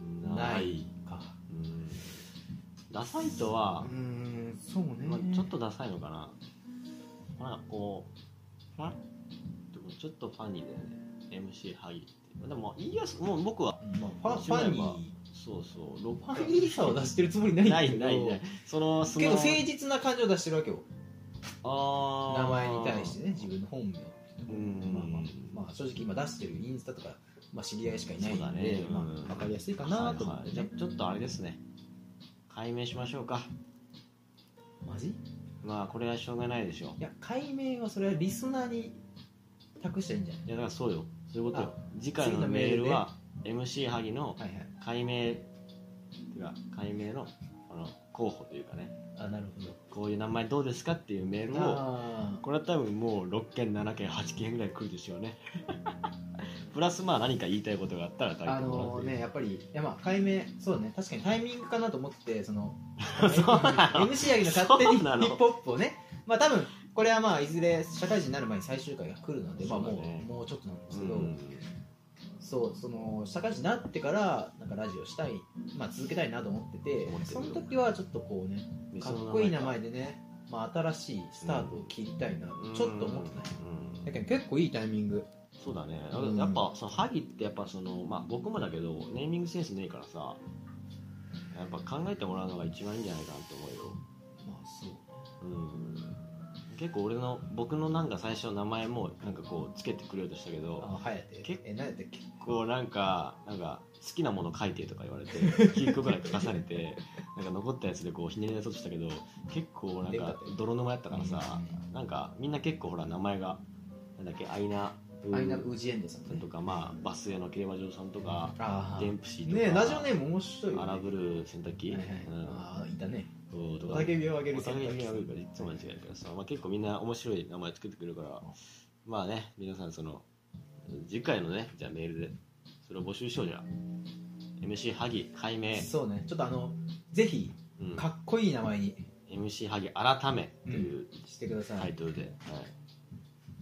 Speaker 2: うんない
Speaker 4: か
Speaker 2: うんダサいとは
Speaker 4: う、んそうね、
Speaker 2: まあ、ちょっとダサいのかななんかこうファちょっとファニーだよね MC ハギってでも言いやすもう僕は
Speaker 4: うんまあ、ファファニー
Speaker 2: そうそうロ
Speaker 4: ファニーさを出してるつもりないんだ
Speaker 2: な
Speaker 4: け
Speaker 2: い
Speaker 4: ど
Speaker 2: ないないそのその
Speaker 4: けど誠実な感じを出してるわけよ
Speaker 2: あー
Speaker 4: 名前に対してね自分の本
Speaker 2: う
Speaker 4: 名
Speaker 2: ん
Speaker 4: まあまあ、まあ、正直今出してるインスタとか、まあ、知り合いしかいないん
Speaker 2: そうだ
Speaker 4: で、
Speaker 2: ね
Speaker 4: ま
Speaker 2: うん
Speaker 4: あ、分かりやすいかなと思
Speaker 2: は
Speaker 4: っ
Speaker 2: いは
Speaker 4: て、
Speaker 2: いじゃ
Speaker 4: ね
Speaker 2: あちょっとあれですね解明しましょうか
Speaker 4: マジい
Speaker 2: まあこれはしょうがないでしょ
Speaker 4: や解明はそれはリスナーに託したらいいんじゃ
Speaker 2: いやだからそうよそういうことよ
Speaker 4: あ
Speaker 2: 次回のメールは MC 萩の
Speaker 4: ないはいはい
Speaker 2: 解明てか解明のあの候補というかね
Speaker 4: あなるほど
Speaker 2: こういう名前どうですかっていうメールを
Speaker 4: あ
Speaker 2: これは多分もう6件7件8件ぐらい来るでしょうね プラスまあ何か言いたいことがあったら
Speaker 4: ーあのねやっぱりいやまあ解明そうだね確かにタイミングかなと思っててその MC やぎの勝手にヒ
Speaker 2: そうなの
Speaker 4: ップホップをねまあ多分これはまあいずれ社会人になる前に最終回が来るので、まあも
Speaker 2: そうだね
Speaker 4: うもうちょっとなんです
Speaker 2: う
Speaker 4: けど、
Speaker 2: ん
Speaker 4: そうその社会人になってからなんかラジオしたい、まあ、続けたいなと思ってて
Speaker 2: 思ってる
Speaker 4: その時はちょっとこうねかっこいい名前でね、まあ、新しいスタートを切りたいなとちょっと思ってた、
Speaker 2: うん
Speaker 4: だけど結構いいタイミング
Speaker 2: そうだね
Speaker 4: うん
Speaker 2: やっぱそのハギってやっぱその、まあ、僕もだけどネーミングセンスねえからさやっぱ考えてもらうのが一番いいんじゃないかなと思うよ
Speaker 4: まあそう
Speaker 2: うん結構俺の僕のなんか最初の名前もなんかこうつけてくれようとしたけど
Speaker 4: あ颯
Speaker 2: 結
Speaker 4: え何やったっけ
Speaker 2: こうなんかなんか好きなもの書いてとか言 われて9個ぐらい書かされてなんか残ったやつでこうひねり出そうとしたけど結構なん
Speaker 4: でかか
Speaker 2: か
Speaker 4: ったよ
Speaker 2: 泥沼やったからさ
Speaker 4: う
Speaker 2: なんかみんな結構ほら名前がなんだっけアイナブ
Speaker 4: んアイナ・ウジエンドさん
Speaker 2: さんと
Speaker 4: ね
Speaker 2: かまあバスへの競馬場さんとか
Speaker 4: ああ
Speaker 2: デンプシーとか
Speaker 4: ねラジオネーム面白いよ、ね、
Speaker 2: アラブル洗濯機
Speaker 4: はいはい
Speaker 2: うん
Speaker 4: ああいたね
Speaker 2: そうと
Speaker 4: お
Speaker 2: か
Speaker 4: たけびをあげ
Speaker 2: お
Speaker 4: る
Speaker 2: 互い
Speaker 4: 選択
Speaker 2: に
Speaker 4: 肢
Speaker 2: 合うからいつも間違えるからさ、まあ、結構みんな面白い名前作ってくるからまあね皆さんその次回のねじゃあメールでそれを募集しようじゃあ MC ハギ改名、
Speaker 4: そうねちょっとあのぜひ
Speaker 2: うん
Speaker 4: かっこいい名前に
Speaker 2: MC ハギ改めという
Speaker 4: してください、
Speaker 2: タイトルで、はい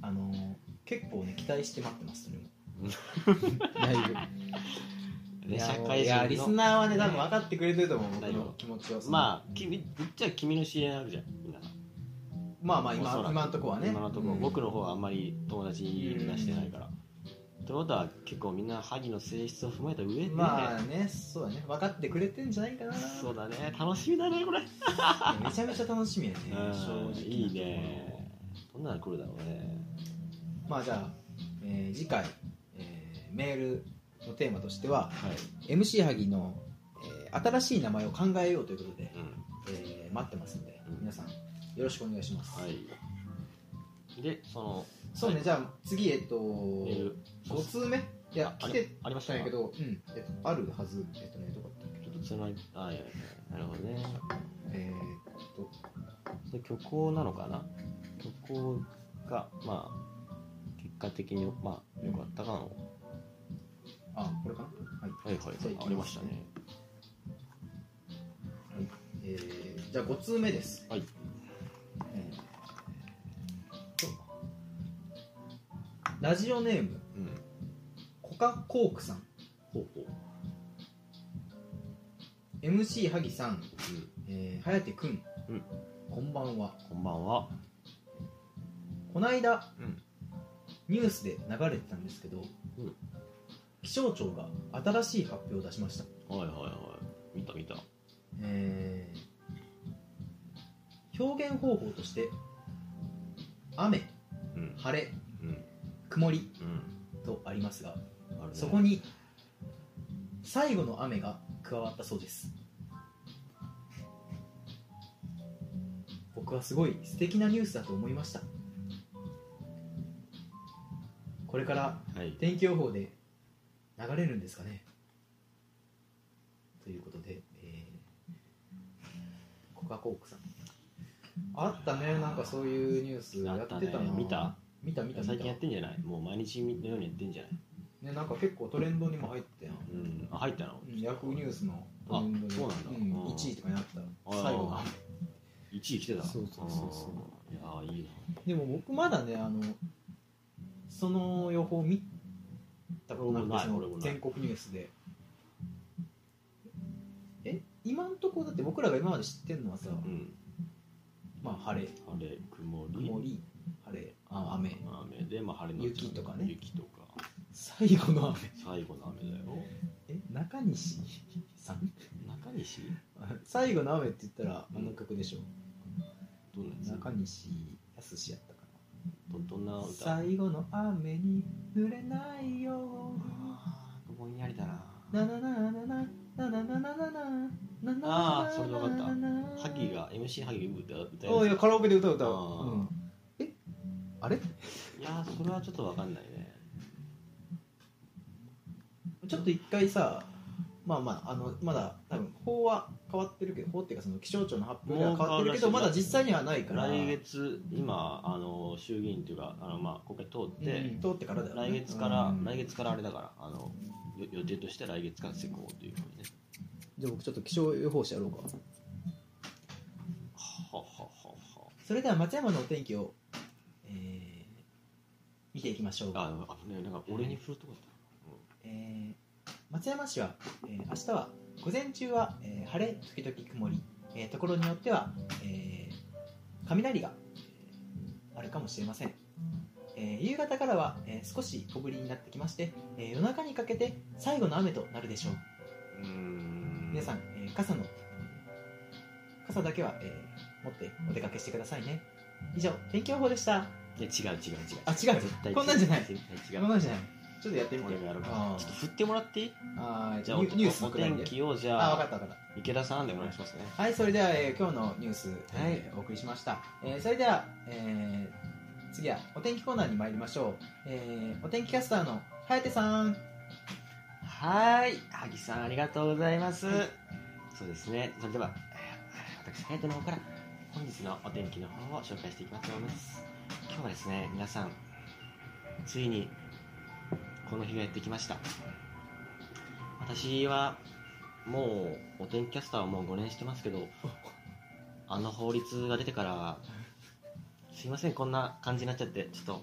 Speaker 4: あのー結構ね期待して待ってます それもだいぶ
Speaker 2: ね
Speaker 4: いや
Speaker 2: 社
Speaker 4: もう
Speaker 2: 会
Speaker 4: いやリ
Speaker 2: 人
Speaker 4: ス
Speaker 2: の
Speaker 4: ナーはね多分分かってくれてると思う
Speaker 2: 大
Speaker 4: 僕
Speaker 2: 丈夫
Speaker 4: の気持ちを
Speaker 2: まあ君言っちゃ君の知り合いなわけじゃんみんな
Speaker 4: あまあまあ
Speaker 2: おそらく
Speaker 4: 今今のとこはね
Speaker 2: 今のところ、
Speaker 4: うん
Speaker 2: 僕の方はあんまり友達にみんなしてないから、ってことは結構みんなハギの性質を踏まえた上で、
Speaker 4: まあねそうだね分かってくれてんじゃないかな
Speaker 2: そうだね楽しみだねこれ
Speaker 4: いやめちゃめちゃ楽しみやね正直
Speaker 2: いいねどんなの来るだろうね
Speaker 4: まあじゃあ、えー次回、えーメールのテーマとしては
Speaker 2: はい、
Speaker 4: MC 萩の、えー新しい名前を考えようということで、
Speaker 2: うん
Speaker 4: えー待ってますんで
Speaker 2: うん
Speaker 4: 皆さんよろしくお願いします、
Speaker 2: はい、でその
Speaker 4: そうね、
Speaker 2: はい
Speaker 4: じゃあ次えっと
Speaker 2: メー
Speaker 4: 5
Speaker 2: ル
Speaker 4: 通目いや
Speaker 2: ああ
Speaker 4: 来
Speaker 2: れ
Speaker 4: て
Speaker 2: ありました
Speaker 4: たんやけど、うんえっと、あるはずえっとねどこだったっけ
Speaker 2: ちょっとつないあいやいやなるほどね
Speaker 4: えーっと
Speaker 2: それ虚構なのかな虚構がまあ結果的にまあよかったかの、
Speaker 4: あこれかなはい
Speaker 2: はいはい
Speaker 4: じゃあ
Speaker 2: あ
Speaker 4: 行きますね
Speaker 2: りましたね
Speaker 4: はいえーじゃあ5通目です。
Speaker 2: はい
Speaker 4: えーそうラジオネーム、
Speaker 2: うん
Speaker 4: コカ・コークさん、
Speaker 2: ほうほう
Speaker 4: MC 萩さん、
Speaker 2: うん
Speaker 4: えー、颯くん、
Speaker 2: うん
Speaker 4: こんばんは。
Speaker 2: こんばんは
Speaker 4: こないだ、
Speaker 2: うん
Speaker 4: ニュースで流れてたんですけど、
Speaker 2: うん
Speaker 4: 気象庁が新しい発表を出しました。
Speaker 2: はいはいはい見た見た
Speaker 4: えー表現方法として、雨、
Speaker 2: うん
Speaker 4: 晴れ、
Speaker 2: うん
Speaker 4: 曇り
Speaker 2: うん
Speaker 4: とありますが、
Speaker 2: あるね
Speaker 4: そこに最後の雨が加わったそうです僕はすごい素敵なニュースだと思いましたこれから
Speaker 2: はい
Speaker 4: 天気予報で流れるんですかねということで、えーコカ・コークさんあったねなんかそういうニュースやってたな
Speaker 2: あったね見た
Speaker 4: 見た見た見た
Speaker 2: 最近やってんじゃないもう毎日のようにやってんじゃない
Speaker 4: ね、なんか結構トレンドにも入ってたやん
Speaker 2: うんあ入ったの
Speaker 4: ヤフーニュースのトレンドで
Speaker 2: あそうなんだうん
Speaker 4: 1位とかになった
Speaker 2: ー
Speaker 4: 最後の
Speaker 2: 1位来てた
Speaker 4: そうそうそうそう
Speaker 2: うんいやーいいな
Speaker 4: でも僕まだねあのその予報見たことな
Speaker 2: 俺
Speaker 4: くて
Speaker 2: もない
Speaker 4: その
Speaker 2: 俺もない
Speaker 4: 全国ニュースでえ今んとこだって僕らが今まで知ってるのはさ、
Speaker 2: うん
Speaker 4: まあ晴れ
Speaker 2: 晴れ曇り
Speaker 4: 曇り晴れあ雨
Speaker 2: 雨で、まあ、晴れのち
Speaker 4: 雪とかね
Speaker 2: 雪とか
Speaker 4: 最後の雨
Speaker 2: 最後の雨だよ
Speaker 4: え中西さん
Speaker 2: 中西
Speaker 4: 最後の雨って言ったら
Speaker 2: うん
Speaker 4: あの曲でしょ、
Speaker 2: どんなやつ
Speaker 4: 中西康やったかな
Speaker 2: どどんな歌
Speaker 4: 最後の雨に濡れないよ
Speaker 2: あーぼんやりだな
Speaker 4: なななななななななななな
Speaker 2: あーそれ分かったハギが MC ハギが歌
Speaker 4: お
Speaker 2: う
Speaker 4: い
Speaker 2: や
Speaker 4: やカラオケで歌う歌う、
Speaker 2: あー
Speaker 4: うん、えあれ
Speaker 2: ついやーそれはちょっとわかんないね
Speaker 4: ちょっと一回さまあまああのまだ多分法は変わってるけど法っていうかその気象庁の発表では変わってるけど
Speaker 2: もう変わ
Speaker 4: ま
Speaker 2: るらしい
Speaker 4: だ実際にはないから
Speaker 2: 来月今あの衆議院というかあの、まあ、国会通って、
Speaker 4: うん通ってからだよ、ね、
Speaker 2: 来月から、
Speaker 4: うん
Speaker 2: 来月からあれだからあのよ予定として来月から施行というふうにね
Speaker 4: じゃあ僕ちょっと気象予報士やろうか
Speaker 2: はははは
Speaker 4: それでは松山のお天気を、えー見ていきましょう
Speaker 2: ああのねなんか俺に振るとこだった、
Speaker 4: えー松山市は、えー明日は午前中は、えー晴れ時々曇り、えーところによっては、えー雷がえーあるかもしれません、えー夕方からは、えー少し小降りになってきまして、えー夜中にかけて最後の雨となるでしょう
Speaker 2: うーん
Speaker 4: 皆さん、えー傘の傘だけは、えー持ってお出かけしてくださいね以上天気予報でした
Speaker 2: いや違う違う違う
Speaker 4: あ違う
Speaker 2: 絶対違う
Speaker 4: こんなんじゃない
Speaker 2: 絶対違
Speaker 4: こ
Speaker 2: うん
Speaker 4: なんじゃないちょっとやってみ
Speaker 2: こ
Speaker 4: て
Speaker 2: れがやろう
Speaker 4: あ
Speaker 2: か
Speaker 4: ー
Speaker 2: ちょっと振ってもらっていい
Speaker 4: あー
Speaker 2: じゃあお
Speaker 4: ニュニュース
Speaker 2: お
Speaker 4: のくだり
Speaker 2: 天
Speaker 4: で
Speaker 2: 気をじ
Speaker 4: あー分
Speaker 2: ゃ
Speaker 4: か
Speaker 2: あ
Speaker 4: った分かった
Speaker 2: 池田さんでお願いしますね
Speaker 4: はいそれでは、えー今日のニュース、
Speaker 2: は
Speaker 4: え
Speaker 2: い
Speaker 4: ーお送りしました、えーそれでは、えー次はお天気コーナーに参りましょう、えーお天気キャスターの颯さん
Speaker 2: はーい萩さんありがとうございます、そうですねそれではえー私颯の方から本日のお天気の方を紹介していきたいと思います今日はですね皆さんついにこの日がやってきました私はもうお天気キャスターをもう5年してますけどあの法律が出てからすいませんこんな感じになっちゃってちょっと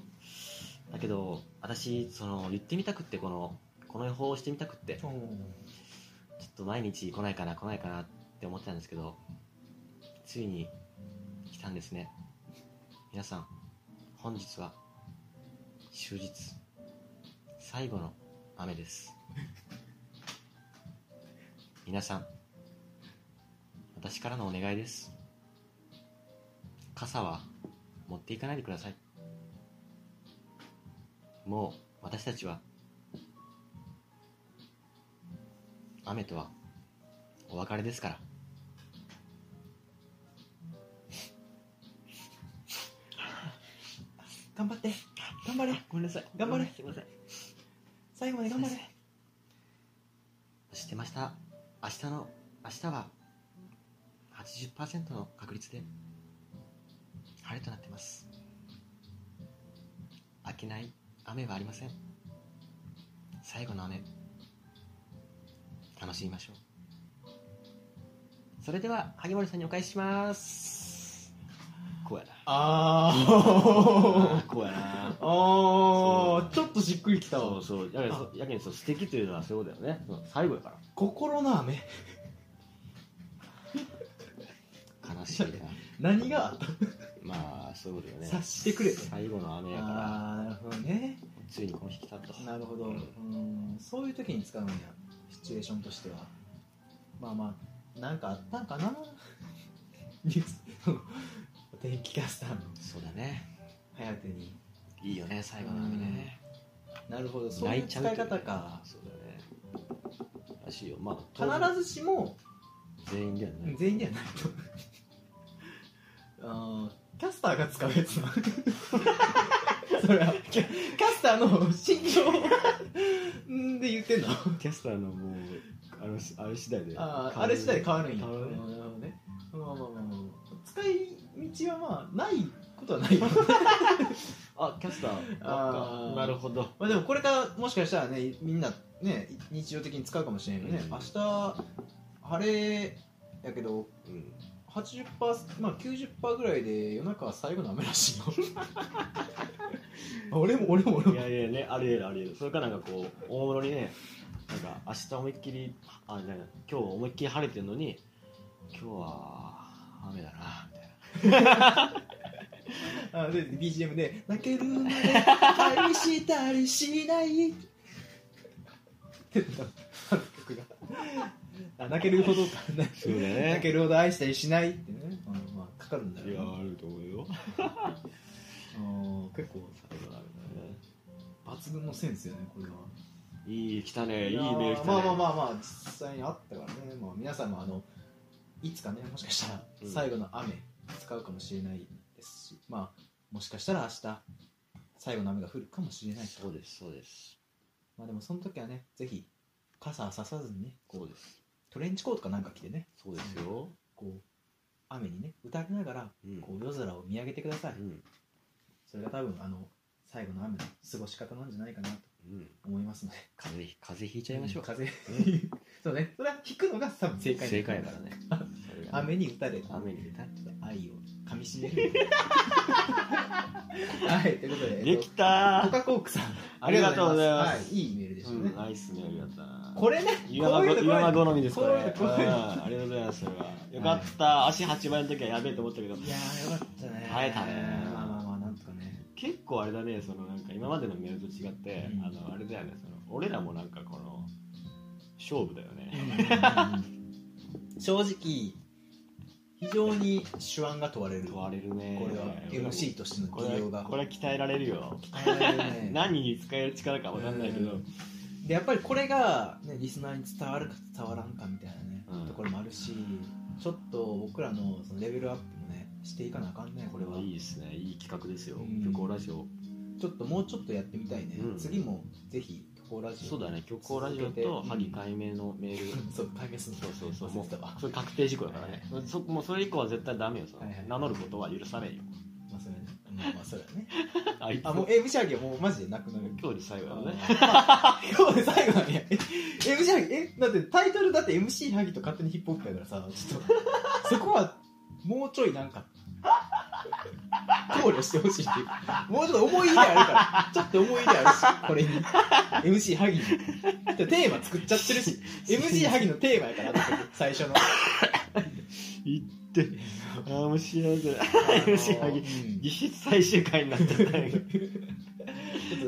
Speaker 2: だけど私その言ってみたくってこのこの予報をしてみたくってちょっと毎日来ないかな来ないかなって思ってたんですけどついに来たんですね皆さん本日は終日最後の雨です皆さん私からのお願いです傘は持っていかないでくださいもう私たちは雨とはお別れですから
Speaker 4: 頑張って頑張れ
Speaker 2: ごめんなさい
Speaker 4: 頑張れ
Speaker 2: すいません
Speaker 4: 最後まで頑張れ
Speaker 2: 知ってました明日の明日は80%の確率で晴れとなってます明けない雨はありません最後の雨楽しみましょうそれでは萩森さんにお返ししますこう やな
Speaker 4: あ
Speaker 2: こうやな
Speaker 4: ーあ
Speaker 2: そ
Speaker 4: ー
Speaker 2: う
Speaker 4: ちょっとしっくりきた
Speaker 2: そ
Speaker 4: わ
Speaker 2: うそうやけどそやけどそう素敵というのはそういうことだよねそう最後やから
Speaker 4: 心の雨
Speaker 2: 悲しいな
Speaker 4: 何があった
Speaker 2: まあそういうことよね
Speaker 4: 察してくれと
Speaker 2: 最後の雨やから
Speaker 4: ああなるほどね
Speaker 2: ついにこの日来たと
Speaker 4: なるほど、
Speaker 2: う
Speaker 4: うんん、そういう時に使うんやシチュエーションとしてはまあまあなんかあったんかな ニュースお天気キャスターの
Speaker 2: そうだね
Speaker 4: 颯に
Speaker 2: いいよね最後の雨ね
Speaker 4: なるほどそういう使い
Speaker 2: と
Speaker 4: 方
Speaker 2: う
Speaker 4: か
Speaker 2: そうだねらしいよまあ
Speaker 4: 必ずしも
Speaker 2: 当然全員ではない
Speaker 4: 全員ではないとあーキャスターが使うやつなそれはキャキャスターの心情んで言ってんの
Speaker 2: キャスターのもうあれあれ次第で
Speaker 4: あああれ次第で変わるんや
Speaker 2: 変わるね
Speaker 4: なるほどねまあまあまあまあまあ使い道はまあないことはない よ
Speaker 2: あキャスター
Speaker 4: あー
Speaker 2: なるほど
Speaker 4: まあでもこれからもしかしたらねみんなねい日常的に使うかもしれないよね、
Speaker 2: うん
Speaker 4: 明日晴れやけど
Speaker 2: うん
Speaker 4: 80%まあ90%ぐらいで夜中は最後の雨らしいよ 俺も俺も俺
Speaker 2: い
Speaker 4: も
Speaker 2: やいやねありえるありえるそれかなんかこう大物にねなんか明日思いっきりあなんか今日思いっきり晴れてるのに今日は雨だなみたいな
Speaker 4: あで BGM で「泣けるまで愛したりしない」 って言ってたあの曲があ泣けるほどかな
Speaker 2: そうだね
Speaker 4: 泣けるほど愛したりしないってね、まあ、まあかかるんだろう
Speaker 2: いや
Speaker 4: な
Speaker 2: あると思うよ
Speaker 4: あー結構
Speaker 2: 最後の雨だね
Speaker 4: 抜群のセンスよねこれはい
Speaker 2: い来たねいい
Speaker 4: や
Speaker 2: メール来
Speaker 4: ー
Speaker 2: たね
Speaker 4: まあまあまあまあ実際にあったからね、まあ、皆さんもあのいつかねもしかしたら
Speaker 2: うん
Speaker 4: 最後の雨使うかもしれないですし、まあもしかしたら明日最後の雨が降るかもしれないと
Speaker 2: そうですそうです
Speaker 4: まあでもその時はね、ぜひ傘はささずにね、
Speaker 2: そうです
Speaker 4: トレンチコートかなんか着てね、
Speaker 2: そうですよ
Speaker 4: こう、雨にね、打たれながら、
Speaker 2: うん
Speaker 4: こう夜空を見上げてください。
Speaker 2: うん
Speaker 4: それが多分、あの、最後の雨の過ごし方なんじゃないかなと
Speaker 2: うん
Speaker 4: 思いますので。
Speaker 2: 風邪ひ風邪ひいちゃいましょう
Speaker 4: 風邪 そうね、それは引くのが多分正解
Speaker 2: 正解だからねそれが
Speaker 4: 雨に打たれて、
Speaker 2: 雨に歌って
Speaker 4: 愛を噛みし める。はい、ということで、
Speaker 2: で
Speaker 4: えっ
Speaker 2: き
Speaker 4: と
Speaker 2: た
Speaker 4: コカ・コークさん、
Speaker 2: ありがとうございます
Speaker 4: ありがとうございますはい、いいメールでで
Speaker 2: う
Speaker 4: しょうね、
Speaker 2: ん、アイスのやるやつだな
Speaker 4: これね
Speaker 2: 岩間
Speaker 4: こうい
Speaker 2: ご
Speaker 4: うの
Speaker 2: 岩間
Speaker 4: こういうの
Speaker 2: 好みですこれ
Speaker 4: こういうのこういうの
Speaker 2: あありがとうございますそれはよかった足8倍の時はやべえと思ったけど
Speaker 4: いやーよかったね
Speaker 2: 耐えたね
Speaker 4: まあまあまあなんとかね
Speaker 2: 結構あれだねそのなんか今までのメールと違って、
Speaker 4: うん
Speaker 2: あのあれだよねその俺らもなんかこの勝負だよね、
Speaker 4: 正直非常に手腕が問われる
Speaker 2: 問われるね
Speaker 4: これは MC としての
Speaker 2: これ
Speaker 4: 技量が
Speaker 2: はこれは鍛えられるよ
Speaker 4: 鍛えられるね
Speaker 2: 何に使える力かわかんないけど、
Speaker 4: うんでやっぱりこれが、ね、リスナーに伝わるか伝わらんかみたいなね、
Speaker 2: うん
Speaker 4: ところもあるしちょっと僕らのそのレベルアップもねしていかなあかんね
Speaker 2: こ
Speaker 4: こ
Speaker 2: れ
Speaker 4: れ
Speaker 2: は
Speaker 4: はい
Speaker 2: いですねいい企画ですよ、
Speaker 4: うん
Speaker 2: 虚構ラジオ
Speaker 4: ちょっともうちょっとやってみたいね、
Speaker 2: うん
Speaker 4: 次もぜひコラジオ
Speaker 2: そうだね虚構ラジオ
Speaker 4: 続けて
Speaker 2: と萩解明のメール、
Speaker 4: そう解明する
Speaker 2: そうそうそう、
Speaker 4: も
Speaker 2: も
Speaker 4: う
Speaker 2: う
Speaker 4: 忘れてたわ
Speaker 2: それ確定事項だからね、そもうそれ以降は絶対ダメよ、その
Speaker 4: はいはい
Speaker 2: 名乗ることは許されんよ、
Speaker 4: まあそれはねまあまあそれはね
Speaker 2: あいつ、
Speaker 4: あもう MC 揚げはもうマジでなくなる
Speaker 2: 今日で最後だね、
Speaker 4: あー 今日で最後なんや MC ハギえだってタイトルだって MC ハギと勝手にヒップホップやからさちょっとそこはもうちょいなんか考慮してほしいっていうもうちょっと思い入れあるからちょっと思い入れあるしこれに MC ハギにテーマ作っちゃってるし MC ハギのテーマやからだって最初の
Speaker 2: 言っ て、あーもう幸せだ、MC ハギ
Speaker 4: うん
Speaker 2: 実質最終回になっちゃったんや けど
Speaker 4: ちょっ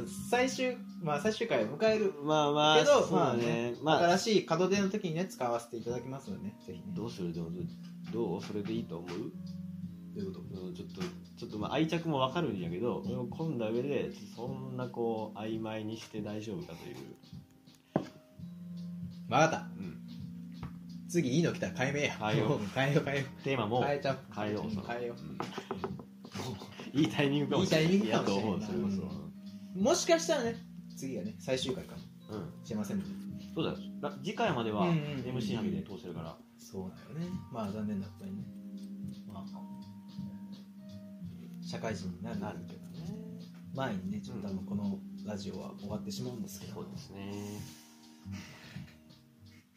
Speaker 4: と最終まあ最終回を迎える
Speaker 2: まあまあ、
Speaker 4: けど
Speaker 2: そうだね、まあ、
Speaker 4: 新しい門出の時にね使わせていただきますのでねぜひね
Speaker 2: どうするどうどうそれでいいと思う
Speaker 4: どういうこと
Speaker 2: うんちょっとちょっとまあ愛着もわかるんやけど、それを込んだ上でそんなこう曖昧にして大丈夫かという、
Speaker 4: わかった次いいの来たら変えめえや
Speaker 2: 変えよう
Speaker 4: 変えよう変えよ
Speaker 2: テーマ
Speaker 4: う
Speaker 2: も
Speaker 4: 変えちゃう
Speaker 2: 変えようその
Speaker 4: 変えよう
Speaker 2: いいタイミングかもしれない
Speaker 4: いいタイミングかもしれない
Speaker 2: やと思うそれこ
Speaker 4: もしかしたらね次がね最終回かも
Speaker 2: そうん、
Speaker 4: しれませんので
Speaker 2: そうだよら次回までは
Speaker 4: うんうんうん
Speaker 2: MC ハミで通せるから、
Speaker 4: そうだよねまあ残念なことにねまあ社会人になる
Speaker 2: なる
Speaker 4: けどね前にねちょっとあのこのラジオは終わってしまうんですけど、
Speaker 2: そうですね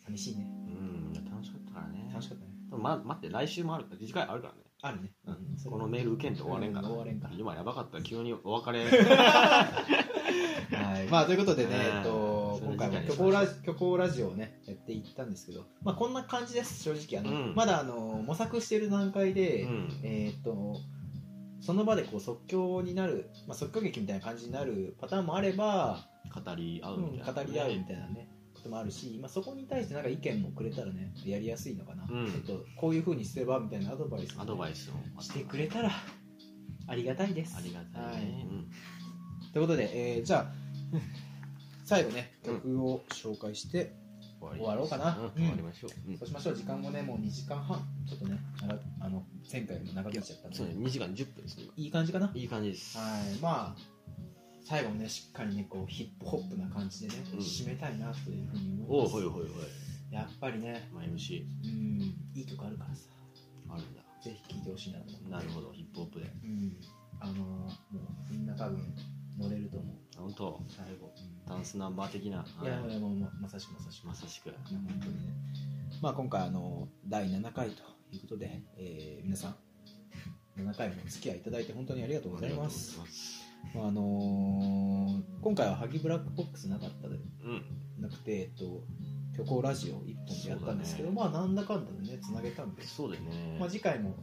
Speaker 4: 寂しいね
Speaker 2: うん楽しかったからね
Speaker 4: 楽しかったね
Speaker 2: でもま待って来週もあるから次回あるからね
Speaker 4: あるね、うんそれ
Speaker 2: このメール受けんと終われんから、
Speaker 4: うん終われんから
Speaker 2: 今やばかった急にお別れ
Speaker 4: はい、まあということでね、
Speaker 2: うん
Speaker 4: えっと、
Speaker 2: それ
Speaker 4: 今回も
Speaker 2: 次回に
Speaker 4: 虚構
Speaker 2: しま
Speaker 4: ラジ虚構ラジオをねやっていったんですけど、まあ、こんな感じです正直あの、
Speaker 2: うん
Speaker 4: まだあの模索している段階
Speaker 2: う
Speaker 4: で、
Speaker 2: ん
Speaker 4: えっとその場でこう即興になる、まあ、即興劇みたいな感じになるパターンもあれば、
Speaker 2: 語り合
Speaker 4: う
Speaker 2: うみ
Speaker 4: ん、
Speaker 2: たいな、
Speaker 4: 語り合うみたいなねこともあるし、まあ、そこに対してなんか意見もくれたらねやりやすいのかな、
Speaker 2: うん
Speaker 4: ちょっとこういうふうにすればみたいなアドバイス
Speaker 2: アド
Speaker 4: をね、
Speaker 2: バイスを
Speaker 4: してくれたらありがたいです
Speaker 2: ありがたい
Speaker 4: は
Speaker 2: ね、うん
Speaker 4: ということで、えーじゃあ 最後ね
Speaker 2: うん
Speaker 4: 曲を紹介して、
Speaker 2: 終
Speaker 4: 終わろうかな
Speaker 2: うん、終わりましょう、うん
Speaker 4: そうしましょう時間もねもう2時間半ちょっとね長あの前回も長くなっちゃったんで
Speaker 2: そうね2時間10分ですね
Speaker 4: いい感じかなは
Speaker 2: 今いい感じです
Speaker 4: いまあ最後もねしっかりねこうヒップホップな感じでね、
Speaker 2: うん
Speaker 4: 締めたいなというふうに
Speaker 2: お
Speaker 4: 思
Speaker 2: おほ
Speaker 4: い
Speaker 2: い
Speaker 4: ま
Speaker 2: ほいほい
Speaker 4: すやっぱりね
Speaker 2: まあ MC
Speaker 4: うんいい曲あるからさ
Speaker 2: あるんだ
Speaker 4: ぜひ聴いてほしいなと思って
Speaker 2: なるほどヒップホップで
Speaker 4: うんあのーもうみんな多分乗れると思う
Speaker 2: 本当
Speaker 4: 最後、
Speaker 2: ダンスナンバー的な、
Speaker 4: いやい
Speaker 2: は
Speaker 4: や
Speaker 2: い
Speaker 4: いやもうままさしくまさしく
Speaker 2: まさしく
Speaker 4: いや本当にねまあ、今回あの第7回ということで、えー皆さん7回もお付き合いいただいて本当にありがとうございます
Speaker 2: ありがとうございます
Speaker 4: まああのー今回はハギブラックボックスなかったで
Speaker 2: うん
Speaker 4: なくて、えっと、虚構ラジオ1本でやったんですけど、
Speaker 2: そう
Speaker 4: まあなんだかんだでねつなげたんです、
Speaker 2: そうだよね、
Speaker 4: まあ、次回も、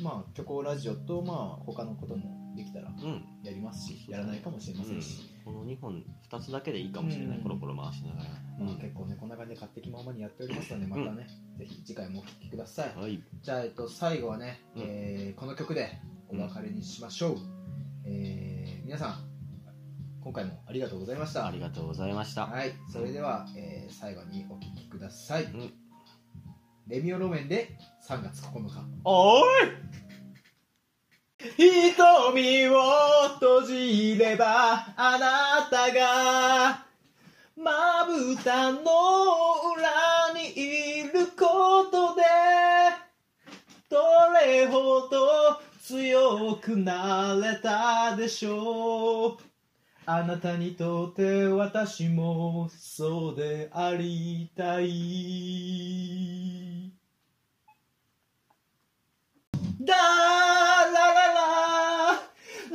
Speaker 4: まあ、虚構ラジオと、まあ、他のこともできたら
Speaker 2: うん
Speaker 4: やりますしやらないかもしれませんし、
Speaker 2: この2本2つだけでいいかもしれない、
Speaker 4: うん
Speaker 2: コロコロ回しながら、
Speaker 4: まあ、結構ねこんな感じで勝手気ままにやっておりますのでまたね、ぜひ次回もお聴きください、
Speaker 2: はい
Speaker 4: じゃあ、えっと、最後はね、
Speaker 2: うん
Speaker 4: えーこの曲でお別れにしましょう、えー皆さん今回もありがとうございました
Speaker 2: ありがとうございました、
Speaker 4: はいそれでは、えー最後にお聴きください、
Speaker 2: ん
Speaker 4: レミオロメンで3月9日
Speaker 2: おーい
Speaker 4: 瞳を閉じればあなたがまぶたの裏にいることでどれほど強くなれたでしょうあなたにとって私もそうでありたいダーララララ